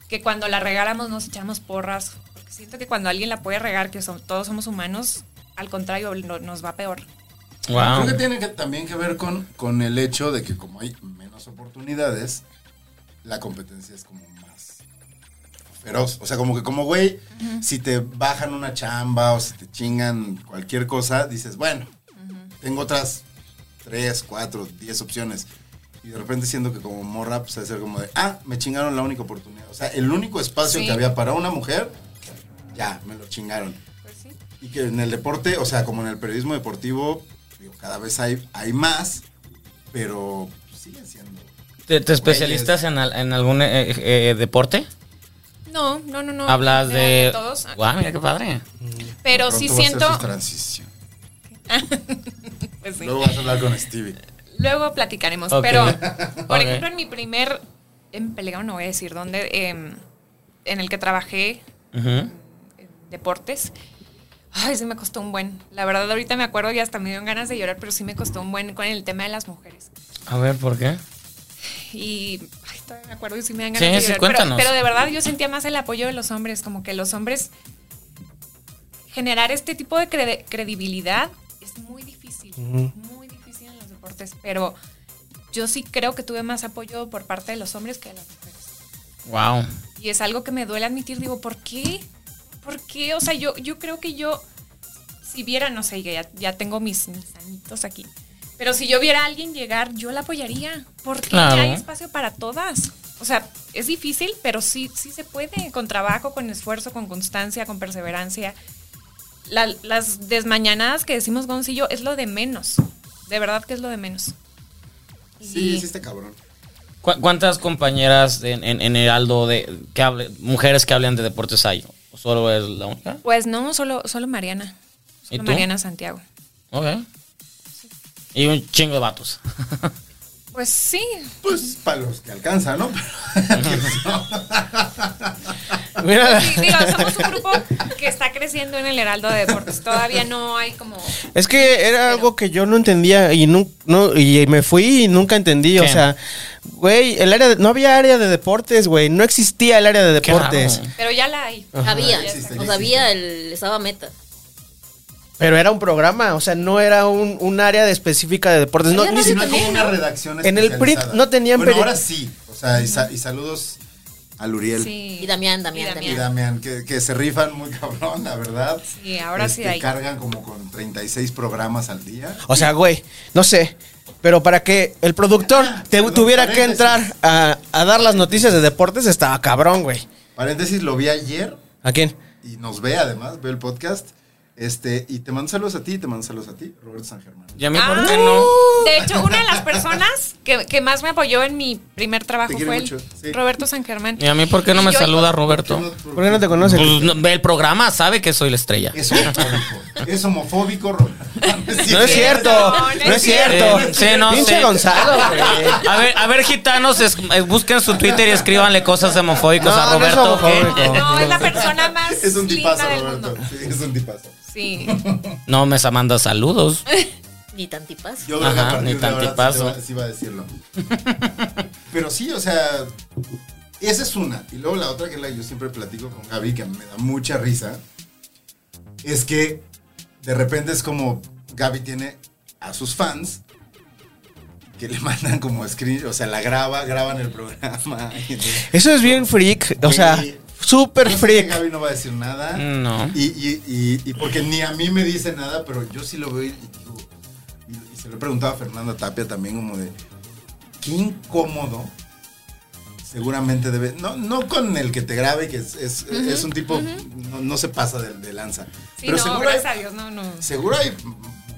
Speaker 4: que cuando la regáramos nos echáramos porras. Porque siento que cuando alguien la puede regar, que son- todos somos humanos, al contrario, no- nos va peor.
Speaker 2: Wow.
Speaker 1: Creo que tiene que, también que ver con, con el hecho de que como hay menos oportunidades, la competencia es como más feroz. O sea, como que como, güey, si te bajan una chamba o si te chingan cualquier cosa, dices, bueno, tengo otras tres, cuatro, diez opciones. Y de repente siento que como morra, pues a ser como de, ah, me chingaron la única oportunidad. O sea, el único espacio
Speaker 4: Sí.
Speaker 1: que había para una mujer, ya, me lo chingaron.
Speaker 4: Pues sí.
Speaker 1: Y que en el deporte, o sea, como en el periodismo deportivo, digo, cada vez hay, hay más, pero siguen siendo.
Speaker 2: ¿Te, te especialistas en, al- en algún eh, eh, eh, deporte?
Speaker 4: No, no, no, no.
Speaker 2: Hablas
Speaker 4: No,
Speaker 2: de...
Speaker 4: todos.
Speaker 2: Wow, mira qué padre.
Speaker 4: Pero
Speaker 1: Pronto
Speaker 4: sí
Speaker 1: va a ser
Speaker 4: siento.
Speaker 1: su transición.
Speaker 4: pues sí.
Speaker 1: Luego
Speaker 4: Luego,
Speaker 1: vas a hablar con Stevie.
Speaker 4: platicaremos.
Speaker 2: Ok.
Speaker 4: Pero, por
Speaker 2: Ok.
Speaker 4: ejemplo, en mi primer empleo, no voy a decir dónde, em, en el que trabajé
Speaker 2: Ujú.
Speaker 4: en deportes, ay, sí me costó un buen. La verdad, ahorita me acuerdo y hasta me dieron ganas de llorar, pero sí me costó un buen con el tema de las mujeres.
Speaker 2: A ver, ¿por qué?
Speaker 4: Y ay, todavía me acuerdo y sí me dan
Speaker 2: Sí,
Speaker 4: ganas de
Speaker 2: sí,
Speaker 4: llorar.
Speaker 2: cuéntanos.
Speaker 4: pero, pero de verdad yo sentía más el apoyo de los hombres, como que los hombres generar este tipo de crede- credibilidad es muy difícil, muy difícil en los deportes, pero yo sí creo que tuve más apoyo por parte de los hombres que de las mujeres.
Speaker 2: Wow.
Speaker 4: Y es algo que me duele admitir, digo, ¿por qué? ¿Por qué? O sea, yo, yo creo que yo, si viera, no sé, ya, ya tengo mis, mis añitos aquí, pero si yo viera a alguien llegar, yo la apoyaría, porque ya
Speaker 2: Claro.
Speaker 4: hay espacio para todas. O sea, es difícil, pero sí, sí se puede, con trabajo, con esfuerzo, con constancia, con perseverancia. La- las desmañanadas que decimos Goncillo es lo de menos, de verdad que es lo de menos.
Speaker 1: Sí,
Speaker 4: Y-
Speaker 1: sí, este cabrón.
Speaker 2: ¿Cu- ¿Cuántas compañeras en, en, en Heraldo de que hable, mujeres que hablan de deportes hay? ¿O ¿Solo es la única?
Speaker 4: Pues no, solo, solo Mariana,
Speaker 2: ¿Y
Speaker 4: solo
Speaker 2: tú?
Speaker 4: Mariana Santiago.
Speaker 2: Ok. Y un chingo de vatos.
Speaker 4: Pues sí,
Speaker 1: Pues para los que alcanza, ¿no? Pero-
Speaker 3: Mira.
Speaker 4: Sí, digo, somos un grupo que está creciendo en el Heraldo de Deportes. Todavía no hay como.
Speaker 3: Es que era algo que yo no entendía y nu- no y me fui y nunca entendí, o
Speaker 2: ¿Qué?
Speaker 3: sea, güey, el área de- no había área de deportes, güey, no existía el área de
Speaker 2: Qué raro.
Speaker 3: deportes,
Speaker 4: Pero ya la hay.
Speaker 5: Había,
Speaker 1: Ya existe, ya
Speaker 5: o sea, había el estaba meta.
Speaker 3: pero era un programa, o sea, no era un, un área específica de deportes, no,
Speaker 5: Había
Speaker 3: ni
Speaker 1: si
Speaker 5: radio
Speaker 1: no
Speaker 3: siquiera-
Speaker 1: hay como una redacción
Speaker 3: En el PRI
Speaker 1: especializada.
Speaker 3: no tenían
Speaker 1: Bueno,
Speaker 3: peri-
Speaker 1: ahora sí. O sea, y, sa- y saludos al Uriel
Speaker 4: Sí.
Speaker 5: Y Damián, Damián,
Speaker 4: Y
Speaker 1: y
Speaker 5: Damián.
Speaker 1: Damián, que, que se rifan muy cabrón, la verdad.
Speaker 4: Sí, ahora sí
Speaker 1: Este,
Speaker 4: hay.
Speaker 1: Cargan como con 36 programas al día.
Speaker 3: o sea, güey, no sé, pero para que el productor te-
Speaker 1: perdón,
Speaker 3: tuviera que
Speaker 1: Ah, paréntesis.
Speaker 3: entrar a, a dar las noticias de deportes estaba cabrón, güey.
Speaker 1: Paréntesis, lo vi ayer
Speaker 3: ¿A quién?
Speaker 1: y nos ve además, ve el podcast. Este, y te mando saludos a ti, te mando saludos a ti, Roberto San Germán.
Speaker 2: ¿Y a mí
Speaker 4: Ah,
Speaker 2: por qué no?
Speaker 4: De hecho, una de las personas que, que más me apoyó en mi primer trabajo
Speaker 1: Te quiere
Speaker 4: fue el
Speaker 1: mucho, sí.
Speaker 4: Roberto San Germán.
Speaker 2: ¿Y a mí por qué no
Speaker 4: Y
Speaker 2: me
Speaker 4: yo-
Speaker 2: saluda
Speaker 1: ¿Por
Speaker 2: Roberto?
Speaker 1: qué no- por
Speaker 3: ¿Por qué no te
Speaker 1: qué?
Speaker 3: conoce?
Speaker 2: Pues, no, ve el programa, sabe que soy la estrella.
Speaker 1: Es homofóbico. Es homofóbico, Roberto.
Speaker 3: No es cierto, no, es cierto.
Speaker 2: Eh, Sí, no,
Speaker 3: Pinche
Speaker 2: sí.
Speaker 3: Gonzalo, güey.
Speaker 2: A ver, a ver, gitanos, es- eh, busquen su Twitter y escríbanle cosas homofóbicas
Speaker 3: No,
Speaker 2: a
Speaker 3: no es
Speaker 2: Roberto. Eh, ¿ok?
Speaker 3: homofóbico.
Speaker 4: No, es la persona más
Speaker 1: Es un
Speaker 4: linda
Speaker 1: tipazo,
Speaker 4: del
Speaker 1: Roberto.
Speaker 4: mundo.
Speaker 1: Sí, es un tipazo.
Speaker 4: Sí, Sí.
Speaker 2: eh, No me sa- manda saludos.
Speaker 5: Ni tantipas.
Speaker 1: Yo creo que
Speaker 2: Ajá,
Speaker 1: a partir
Speaker 2: ni
Speaker 1: de ahora sí te
Speaker 2: tantipazo.
Speaker 1: va- sí iba a decirlo. Pero sí, o sea, esa es una. Y luego la otra que es la que yo siempre platico con Gaby, que me da mucha risa, es que de repente es como Gaby tiene a sus fans que le mandan como screen, o sea, la graba, graban el programa. y entonces-
Speaker 3: Eso es bien freak, o
Speaker 1: Güey,
Speaker 3: sea, súper
Speaker 1: yo sé que
Speaker 3: freak.
Speaker 1: Gaby no va a decir nada.
Speaker 2: No.
Speaker 1: Y, y- y- y porque ni a mí me dice nada, pero yo sí lo veo y digo- y- y se lo he preguntado a Fernanda Tapia también, como de. Qué incómodo. Seguramente debe. No, no con el que te grabe, que es, es- es un tipo. no, no se pasa de, de lanza.
Speaker 4: Sí,
Speaker 1: pero
Speaker 4: no,
Speaker 1: seguro,
Speaker 4: gracias a
Speaker 1: hay,
Speaker 4: Dios, no, no.
Speaker 1: seguro hay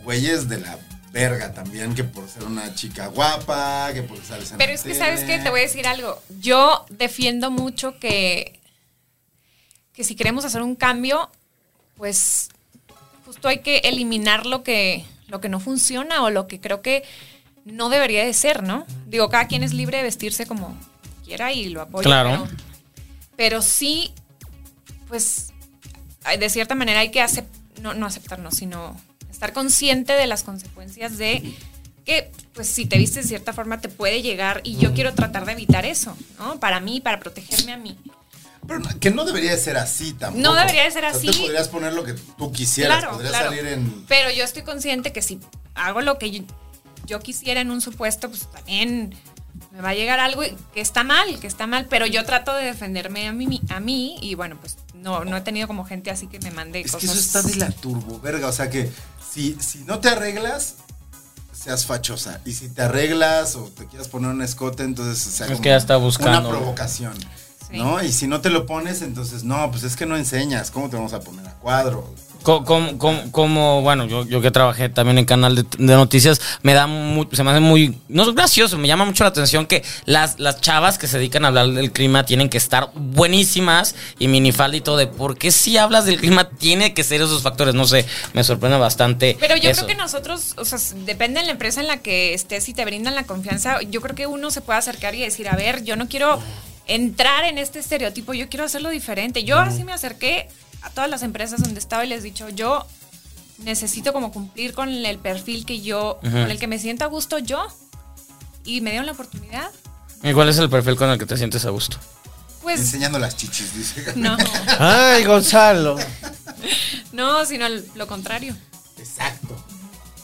Speaker 1: güeyes de la verga también, que por ser una chica guapa, que por sales en
Speaker 4: Pero
Speaker 1: la
Speaker 4: es que, ¿sabes qué?
Speaker 1: tele.
Speaker 4: Te voy a decir algo. Yo defiendo mucho que, que si queremos hacer un cambio, pues justo hay que eliminar lo que, lo que no funciona o lo que creo que no debería de ser, ¿no? Digo, cada quien es libre de vestirse como quiera y lo apoyo.
Speaker 2: Claro.
Speaker 4: Pero, pero sí, pues, ay, de cierta manera hay que acep- no, no aceptarnos, sino estar consciente de las consecuencias de que, pues, si te vistes de cierta forma te puede llegar y yo quiero tratar de evitar eso, ¿no? Para mí, para protegerme a mí.
Speaker 1: Pero no- que no debería de ser así tampoco.
Speaker 4: No debería de ser
Speaker 1: O sea,
Speaker 4: así.
Speaker 1: te podrías poner lo que tú quisieras.
Speaker 4: Claro,
Speaker 1: podrías
Speaker 4: claro.
Speaker 1: salir en.
Speaker 4: Pero yo estoy consciente que si hago lo que yo, yo quisiera en un supuesto, pues también me va a llegar algo y- que está mal, que está mal, pero yo trato de defenderme a mí, a mí y bueno, pues no, no he tenido como gente así que me mande
Speaker 1: Es
Speaker 4: cosas.
Speaker 1: que eso está de la turbo, verga. O sea que si, si no te arreglas, seas fachosa. Y si te arreglas o te quieras poner un escote, entonces sea
Speaker 2: Es
Speaker 1: como
Speaker 2: que ya está buscando.
Speaker 1: una provocación.
Speaker 4: Sí.
Speaker 1: ¿No? Y si no te lo pones, entonces no, pues es que no enseñas. ¿Cómo te vamos a poner a cuadro?
Speaker 2: Co- Como, como- como, bueno, yo, yo que trabajé también en canal de, de noticias, me da mu- se me hace muy, no es gracioso, me llama mucho la atención que las, las chavas que se dedican a hablar del clima tienen que estar buenísimas y minifalda y todo, de por qué si hablas del clima tiene que ser esos factores, no sé, me sorprende bastante.
Speaker 4: Pero yo
Speaker 2: eso.
Speaker 4: creo que nosotros, o sea, s- depende de la empresa en la que estés y te brindan la confianza, yo creo que uno se puede acercar y decir, a ver, yo no quiero entrar en este estereotipo, yo quiero hacerlo diferente. Yo ahora sí me acerqué a todas las empresas donde estaba y les he dicho, yo necesito como cumplir con el perfil que yo, con el que me siento a gusto yo. Y me dieron la oportunidad.
Speaker 2: ¿Y cuál es el perfil con el que te sientes a gusto?
Speaker 4: Pues
Speaker 1: Enseñando las chichis, dice.
Speaker 4: no,
Speaker 3: Ay, Gonzalo.
Speaker 4: no, sino al- lo contrario,
Speaker 1: Exacto.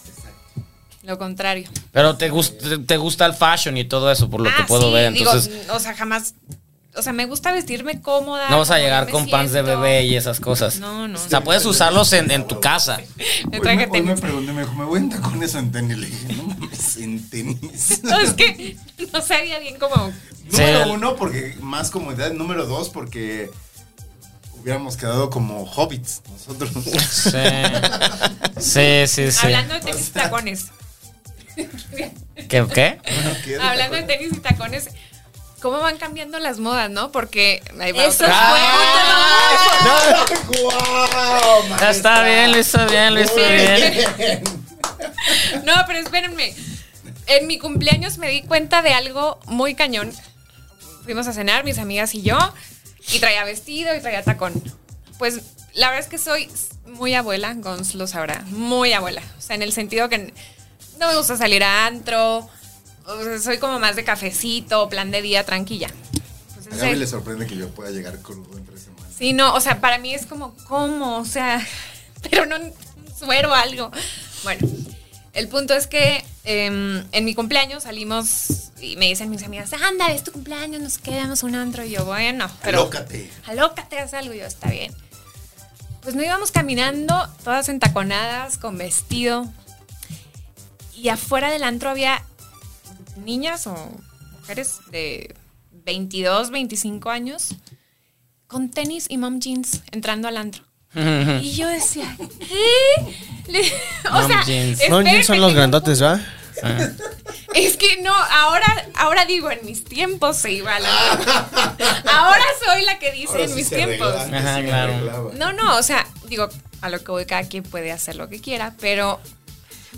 Speaker 1: Exacto.
Speaker 4: lo contrario.
Speaker 2: Pero te, gust- te- te gusta el fashion y todo eso, por lo que
Speaker 4: Ah,
Speaker 2: puedo
Speaker 4: sí,
Speaker 2: ver, entonces...
Speaker 4: Digo, o sea, jamás. O sea, me gusta vestirme cómoda.
Speaker 2: no vas a
Speaker 4: como
Speaker 2: llegar
Speaker 4: me
Speaker 2: con pants de
Speaker 4: siento.
Speaker 2: bebé y esas cosas.
Speaker 4: No, no.
Speaker 2: O sea, puedes usarlos en, en tu casa.
Speaker 4: Me
Speaker 1: Hoy
Speaker 4: traje
Speaker 1: me, hoy me
Speaker 4: tenis.
Speaker 1: pregunté, me dijo, me voy en tacones o en tenis. Le dije, no mames, en tenis.
Speaker 4: No, es que no sabía bien cómo.
Speaker 1: Número
Speaker 2: Sí.
Speaker 1: uno, porque más comodidad. Número dos, porque hubiéramos quedado como hobbits nosotros.
Speaker 2: Sí. Sí, sí, sí.
Speaker 4: Hablando de tenis y tacones.
Speaker 2: ¿Qué? qué?
Speaker 4: Hablando de tenis y tacones. ¿Cómo van cambiando las modas, no? Porque ahí va
Speaker 5: Eso
Speaker 4: otra.
Speaker 2: Ah,
Speaker 5: fue.
Speaker 1: ¡Guau!
Speaker 2: Ya está bien, lo hizo bien, lo hizo
Speaker 1: Muy
Speaker 2: bien.
Speaker 4: No, pero espérenme. En mi cumpleaños me di cuenta de algo muy cañón. Fuimos a cenar, mis amigas y yo, y traía vestido y traía tacón. Pues la verdad es que soy muy abuela, Gonz lo sabrá, muy abuela. O sea, en el sentido que no me gusta salir a antro, o sea, soy como más de cafecito, plan de día tranquila. Pues,
Speaker 1: A
Speaker 4: ese-
Speaker 1: Gaby le sorprende que yo pueda llegar crudo en tres semanas.
Speaker 4: Sí, no, o sea, para mí es como, ¿cómo? O sea, pero no un suero o algo. Bueno, el punto es que em, en mi cumpleaños salimos y me dicen mis amigas, anda, es tu cumpleaños, nos quedamos un antro. Y yo, bueno, pero.
Speaker 1: Alócate.
Speaker 4: Alócate, haz algo. Y yo, está bien. Pues no íbamos caminando, todas entaconadas, con vestido. Y afuera del antro había niñas o mujeres de 22, 25 años con tenis y mom jeans entrando al antro. Y yo decía, ¿qué? Le- o
Speaker 2: Mom
Speaker 4: sea,
Speaker 2: jeans.
Speaker 3: No,
Speaker 4: espérenme
Speaker 3: son los
Speaker 4: que no-
Speaker 3: grandotes, ¿va?
Speaker 4: es que no, ahora, ahora digo, en mis tiempos se iba a la. ahora soy la que dice
Speaker 1: Ahora
Speaker 4: en
Speaker 1: sí
Speaker 4: mis
Speaker 1: se
Speaker 4: tiempos.
Speaker 1: arregla, antes
Speaker 2: Ajá,
Speaker 1: sí me
Speaker 2: claro.
Speaker 1: arreglaba.
Speaker 4: No, no, o sea, digo, a lo que voy, cada quien puede hacer lo que quiera, pero.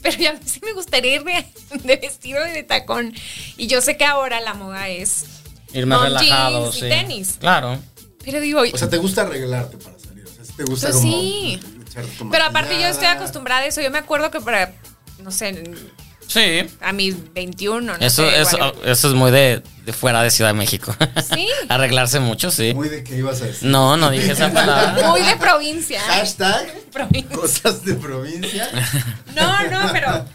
Speaker 4: Pero ya sí me gustaría irme de vestido y de tacón. Y yo sé que ahora la moda es.
Speaker 2: Ir más
Speaker 4: mom
Speaker 2: relajado,
Speaker 4: jeans y
Speaker 2: sí.
Speaker 4: tenis.
Speaker 2: Claro.
Speaker 4: Pero digo,
Speaker 1: O sea, te gusta arreglarte para salir. O sea, si te gusta
Speaker 4: Pues
Speaker 1: como
Speaker 4: sí.
Speaker 1: echarte
Speaker 4: Pero aparte yo estoy acostumbrada a eso. Yo me acuerdo que para, no sé, en-
Speaker 2: Sí.
Speaker 4: a mis 21, no
Speaker 2: Eso,
Speaker 4: sé,
Speaker 2: eso,
Speaker 4: whatever.
Speaker 2: eso es muy de, de fuera de Ciudad de México.
Speaker 4: Sí.
Speaker 2: Arreglarse mucho, sí.
Speaker 1: Muy de que ibas a decir.
Speaker 2: No, no dije esa palabra.
Speaker 4: Muy de provincia.
Speaker 1: Hashtag
Speaker 4: Provincia.
Speaker 1: cosas de provincia.
Speaker 4: No, no, pero.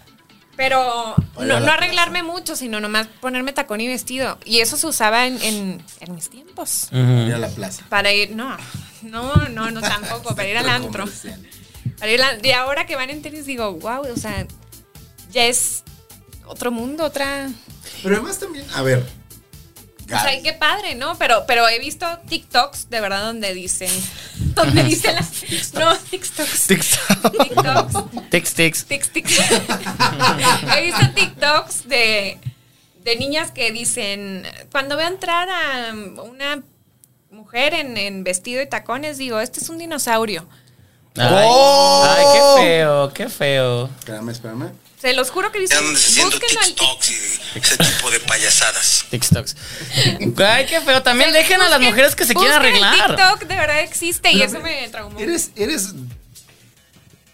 Speaker 4: Pero
Speaker 1: Oye,
Speaker 4: no,
Speaker 1: la
Speaker 4: no arreglarme mucho, sino nomás ponerme tacón y vestido. Y eso se usaba en, en, en mis tiempos.
Speaker 1: Ir a la plaza.
Speaker 4: Para ir. No, no, no, no tampoco. Para ir al
Speaker 1: Centro
Speaker 4: antro.
Speaker 1: comercial.
Speaker 4: Para ir al- y ahora que van en tenis, digo, wow, o sea, ya es otro mundo, otra.
Speaker 1: Pero además también, a ver.
Speaker 4: O sea, y qué padre, ¿no? Pero, pero he visto TikToks de verdad donde dicen. Donde dicen las. No, TikToks. TikToks.
Speaker 2: Tix, tix.
Speaker 4: Tic, tic. He visto TikToks de, de niñas que dicen, cuando veo entrar a una mujer en, en vestido y tacones, digo, este es un dinosaurio.
Speaker 2: Ay, ay, qué feo, qué feo.
Speaker 1: Espérame, espérame.
Speaker 4: Se los juro que dicen,
Speaker 6: Andan haciendo
Speaker 4: búsquenlo al TikTok.
Speaker 6: TikToks y ese tipo de payasadas.
Speaker 2: TikToks. Ay, qué feo. También dejen a las
Speaker 4: Busquen-
Speaker 2: mujeres que se quieren
Speaker 4: busquen el
Speaker 2: arreglar.
Speaker 4: TikTok de verdad existe y eso me traumó.
Speaker 1: Eres, eres.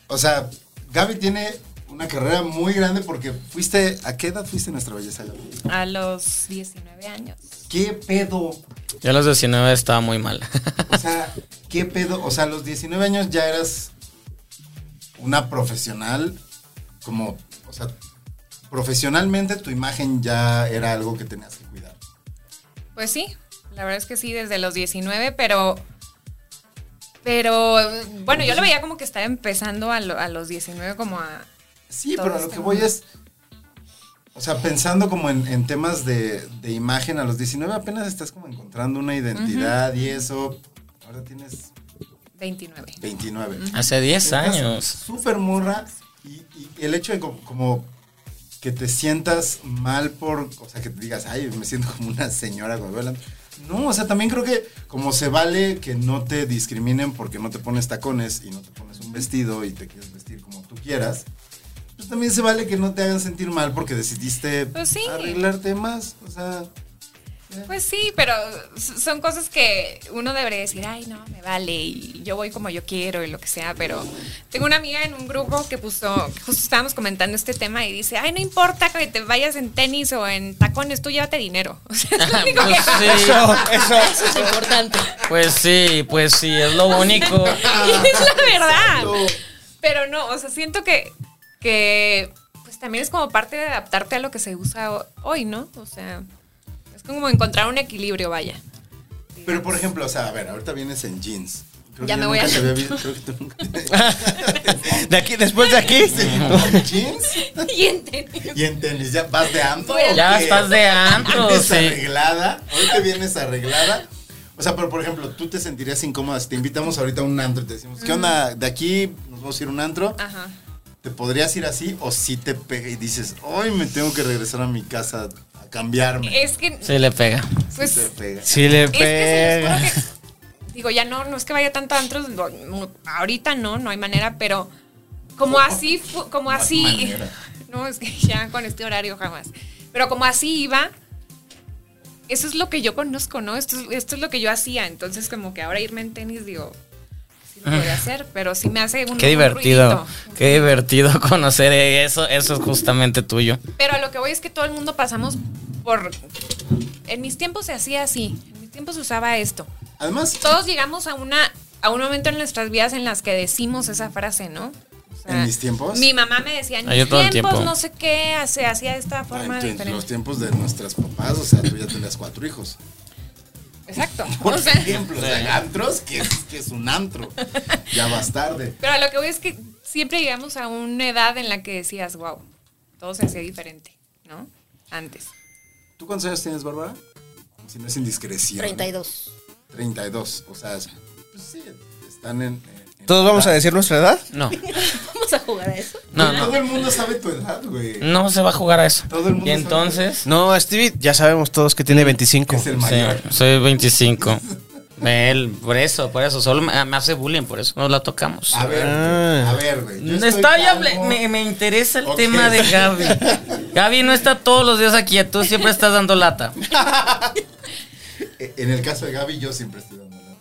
Speaker 1: O sea, Gaby tiene una carrera muy grande porque fuiste. ¿A qué edad fuiste nuestra belleza, Gaby?
Speaker 4: A los 19 años.
Speaker 1: ¿Qué pedo?
Speaker 2: Yo a los 19 estaba muy mal.
Speaker 1: O sea, ¿qué pedo? O sea, a los 19 años ya eras una profesional, como, o sea, profesionalmente tu imagen ya era algo que tenías que cuidar.
Speaker 4: Pues sí, la verdad es que sí, desde los 19, pero... Pero bueno, yo lo veía como que estaba empezando a, lo- a los 19 como a...
Speaker 1: Sí,
Speaker 4: Todo
Speaker 1: pero a lo
Speaker 4: está
Speaker 1: que voy
Speaker 4: mal.
Speaker 1: es, o sea, pensando como en, en temas de, de imagen, a los 19 apenas estás como encontrando una identidad y eso, ahora tienes
Speaker 4: 29.
Speaker 1: 29.
Speaker 2: Hace 10
Speaker 1: Estás
Speaker 2: años.
Speaker 1: Súper morra. Y, y el hecho de co- como, que te sientas mal por. O sea, que te digas, ay, me siento como una señora cuando veo el antro". No, o sea, también creo que como se vale que no te discriminen porque no te pones tacones y no te pones un vestido y te quieres vestir como tú quieras. Pues también se vale que no te hagan sentir mal porque decidiste
Speaker 4: Pues sí.
Speaker 1: arreglarte más. O sea,
Speaker 4: Pues sí, pero s- son cosas que uno debería decir, ay, no, me vale, y yo voy como yo quiero y lo que sea, pero tengo una amiga en un grupo que puso, que justo estábamos comentando este tema y dice, ay, no importa que te vayas en tenis o en tacones, tú llévate dinero. O sea, es lo único que-
Speaker 2: Pues sí,
Speaker 3: Eso, eso.
Speaker 5: Eso es importante.
Speaker 2: pues sí, pues sí, es lo único.
Speaker 4: Y es la verdad. Pero no, o sea, siento que, que pues también es como parte de adaptarte a lo que se usa ho- hoy, ¿no? O sea, es como encontrar un equilibrio, vaya.
Speaker 1: pero por ejemplo, o sea, a ver, ahorita vienes en jeans. Creo
Speaker 4: Ya
Speaker 1: que
Speaker 4: me
Speaker 1: yo
Speaker 4: voy
Speaker 1: nunca
Speaker 4: a-
Speaker 1: te había visto- creo que tú nunca te-
Speaker 3: De aquí, después de aquí.
Speaker 1: ¿En jeans?
Speaker 4: Y en tenis.
Speaker 1: Y en tenis, ya vas de antro.
Speaker 4: Voy al-
Speaker 2: Ya
Speaker 1: ¿o qué?
Speaker 2: estás de antro,
Speaker 1: Vienes
Speaker 2: sí.
Speaker 1: arreglada. Hoy te vienes arreglada. O sea, pero por ejemplo, tú te sentirías incómoda si te invitamos ahorita a un antro y te decimos, ¿qué onda? De aquí nos vamos a ir a un antro.
Speaker 4: Ajá.
Speaker 1: ¿Te podrías ir así o si te pega y dices, hoy me tengo que regresar a mi casa a cambiarme?
Speaker 4: Es que,
Speaker 2: Sí, le pega.
Speaker 4: pues,
Speaker 1: Te pega.
Speaker 3: Sí le
Speaker 4: es que se los
Speaker 3: pega.
Speaker 4: juro que- digo, ya no, no es que vaya tanto a antros, no, no, ahorita no, no hay manera, pero
Speaker 2: Oh,
Speaker 4: como así, fu- como así,
Speaker 1: manera.
Speaker 4: no, es que ya con este horario jamás, pero como así iba, eso es lo que yo conozco, ¿no? Esto es, esto es lo que yo hacía, entonces como que ahora irme en tenis, digo, sí lo podría hacer, pero sí me hace un
Speaker 2: Ah. Qué
Speaker 4: un
Speaker 2: divertido.
Speaker 4: ruidito.
Speaker 2: Qué divertido conocer eso. Eso es justamente tuyo.
Speaker 4: Pero a lo que voy es que todo el mundo pasamos por... En mis tiempos se hacía así, en mis tiempos se usaba esto.
Speaker 1: Además, ah,
Speaker 4: todos llegamos a una a un momento en nuestras vidas en las que decimos esa frase, ¿no? O
Speaker 1: ¿En mis tiempos?
Speaker 4: Mi mamá me decía, en
Speaker 2: Ah,
Speaker 4: mis
Speaker 2: yo todo el
Speaker 4: tiempos,
Speaker 2: tiempo.
Speaker 4: no sé qué, se hacía de esta
Speaker 1: en
Speaker 4: forma
Speaker 1: tu- en los
Speaker 4: diferente.
Speaker 1: tiempos de nuestras papás, o sea, tú ya tenías cuatro hijos.
Speaker 4: Exacto.
Speaker 1: Por
Speaker 4: o sea,
Speaker 1: ejemplo, o sea, antros, que es, que es un antro. Ya vas tarde.
Speaker 4: pero a lo que voy es que siempre llegamos a una edad en la que decías, wow, todo se hacía diferente, ¿no? Antes.
Speaker 1: ¿Tú cuántos años tienes, Bárbara? Si no es indiscreción.
Speaker 5: 32.
Speaker 1: 32. O sea, es- pues sí, están en. en-
Speaker 3: ¿Todos vamos a decir nuestra edad?
Speaker 2: No,
Speaker 5: Vamos a jugar a eso.
Speaker 2: no,
Speaker 1: Todo
Speaker 2: no.
Speaker 1: el mundo sabe tu edad, güey.
Speaker 2: No se va a jugar a eso.
Speaker 1: Todo el mundo
Speaker 2: Y
Speaker 1: sabe.
Speaker 2: entonces.
Speaker 3: No, Stevie, ya sabemos todos que tiene 25.
Speaker 1: Es el
Speaker 2: Sí,
Speaker 1: mayor.
Speaker 2: soy 25. Él, por eso, por eso. Solo me, me hace bullying, por eso no la tocamos.
Speaker 3: pues,
Speaker 1: A ver, güey,
Speaker 3: ah.
Speaker 1: a ver, güey. yo estoy
Speaker 2: Está, ya
Speaker 1: calvo.
Speaker 2: hablé- me, me interesa el
Speaker 1: Ok.
Speaker 2: tema de Gaby. Gaby no está todos los días aquí, tú siempre estás dando lata.
Speaker 1: E, En el caso de Gaby, yo siempre estoy dando la
Speaker 3: Ah.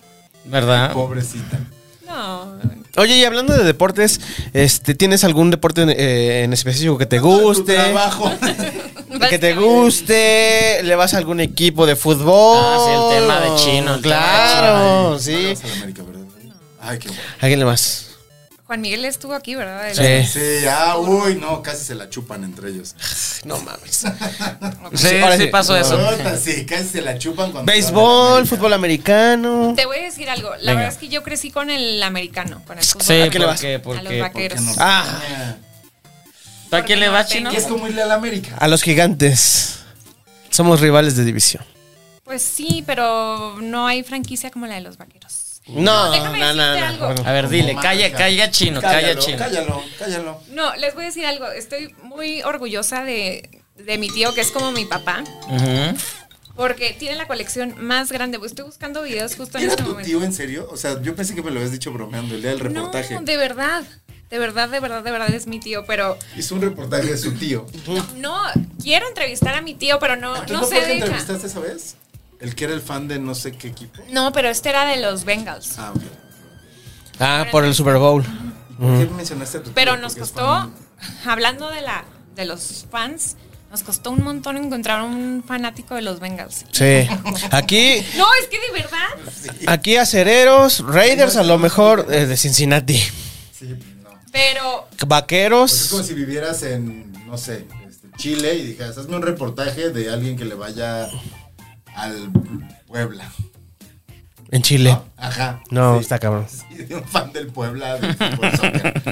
Speaker 2: ¿Verdad?
Speaker 1: pobrecita.
Speaker 4: No.
Speaker 3: Oye, y hablando de deportes, este, ¿tienes algún deporte en, eh, en específico que te
Speaker 1: Tu
Speaker 3: guste?
Speaker 1: trabajo.
Speaker 3: Que te guste, le vas a algún equipo de fútbol.
Speaker 2: Ah, sí, el tema de chino, el tema de eh.
Speaker 3: Claro, sí.
Speaker 1: Vamos a la América, ¿verdad? Ay, qué bueno.
Speaker 3: ¿Alguien le más?
Speaker 4: Juan Miguel estuvo aquí, ¿verdad? El-
Speaker 3: Sí.
Speaker 1: Sí, ah, uy, no, casi se la chupan entre ellos.
Speaker 3: No mames.
Speaker 2: Sí,
Speaker 3: ahora
Speaker 2: sí
Speaker 3: sí.
Speaker 2: pasó eso.
Speaker 1: Puta, Sí, casi se la chupan cuando.
Speaker 3: Béisbol, fútbol americano.
Speaker 4: Te voy a decir algo. La verdad es que yo crecí con el americano, con el fútbol.
Speaker 2: Sí,
Speaker 3: Pues, qué le vas?
Speaker 2: porque,
Speaker 4: a los
Speaker 2: porque,
Speaker 4: vaqueros.
Speaker 1: no?
Speaker 3: Ah,
Speaker 2: ¿Tú a quién le vas, chino?
Speaker 1: Y es como irle a la América.
Speaker 3: a los gigantes. Somos rivales de división.
Speaker 4: Pues sí, pero no hay franquicia como la de los vaqueros.
Speaker 3: No,
Speaker 4: Déjame
Speaker 3: no,
Speaker 4: decirte
Speaker 3: no,
Speaker 4: algo.
Speaker 3: no.
Speaker 2: A ver, dile, calla, calla chino, calla
Speaker 1: Cállalo,
Speaker 2: chino.
Speaker 1: cállalo, cállalo.
Speaker 4: No, les voy a decir algo. Estoy muy orgullosa de, de mi tío, que es como mi papá,
Speaker 2: Ujú.
Speaker 4: porque tiene la colección más grande. Pues Estoy buscando videos justo en
Speaker 1: ¿Era
Speaker 4: este
Speaker 1: tu
Speaker 4: momento.
Speaker 1: tío en serio? O sea, yo pensé que me lo habías dicho bromeando el día del reportaje.
Speaker 4: No, de verdad. De verdad, de verdad, de verdad es mi tío, pero
Speaker 1: Hizo un reportaje de su tío.
Speaker 4: no, quiero entrevistar a mi tío, pero no,
Speaker 1: ¿Tú
Speaker 4: no
Speaker 1: no
Speaker 4: se
Speaker 1: fue el que
Speaker 4: deja.
Speaker 1: entrevistaste esa vez? El que era el fan de no sé qué equipo.
Speaker 4: No, pero este era de los Bengals.
Speaker 1: Ah, ok.
Speaker 3: Ah, por el Super Bowl.
Speaker 1: ¿Y por qué mencionaste a tu tío?
Speaker 4: Pero nos
Speaker 1: Porque es
Speaker 4: costó,
Speaker 1: fan.
Speaker 4: hablando de la de los fans, nos costó un montón encontrar un fanático de los Bengals.
Speaker 3: Sí. Aquí,
Speaker 4: No, es que de verdad.
Speaker 3: aquí acereros, Raiders a lo mejor eh, de Cincinnati.
Speaker 1: Sí, no.
Speaker 4: Pero
Speaker 1: Pues es
Speaker 3: Vaqueros.
Speaker 1: como si vivieras en, no sé, este, Chile y dijeras, hazme un reportaje de alguien que le vaya al Puebla.
Speaker 3: En Chile.
Speaker 1: Ajá.
Speaker 3: No,
Speaker 1: Sí.
Speaker 3: está cabrón.
Speaker 1: Sí, de un fan del Puebla. del fútbol soccer.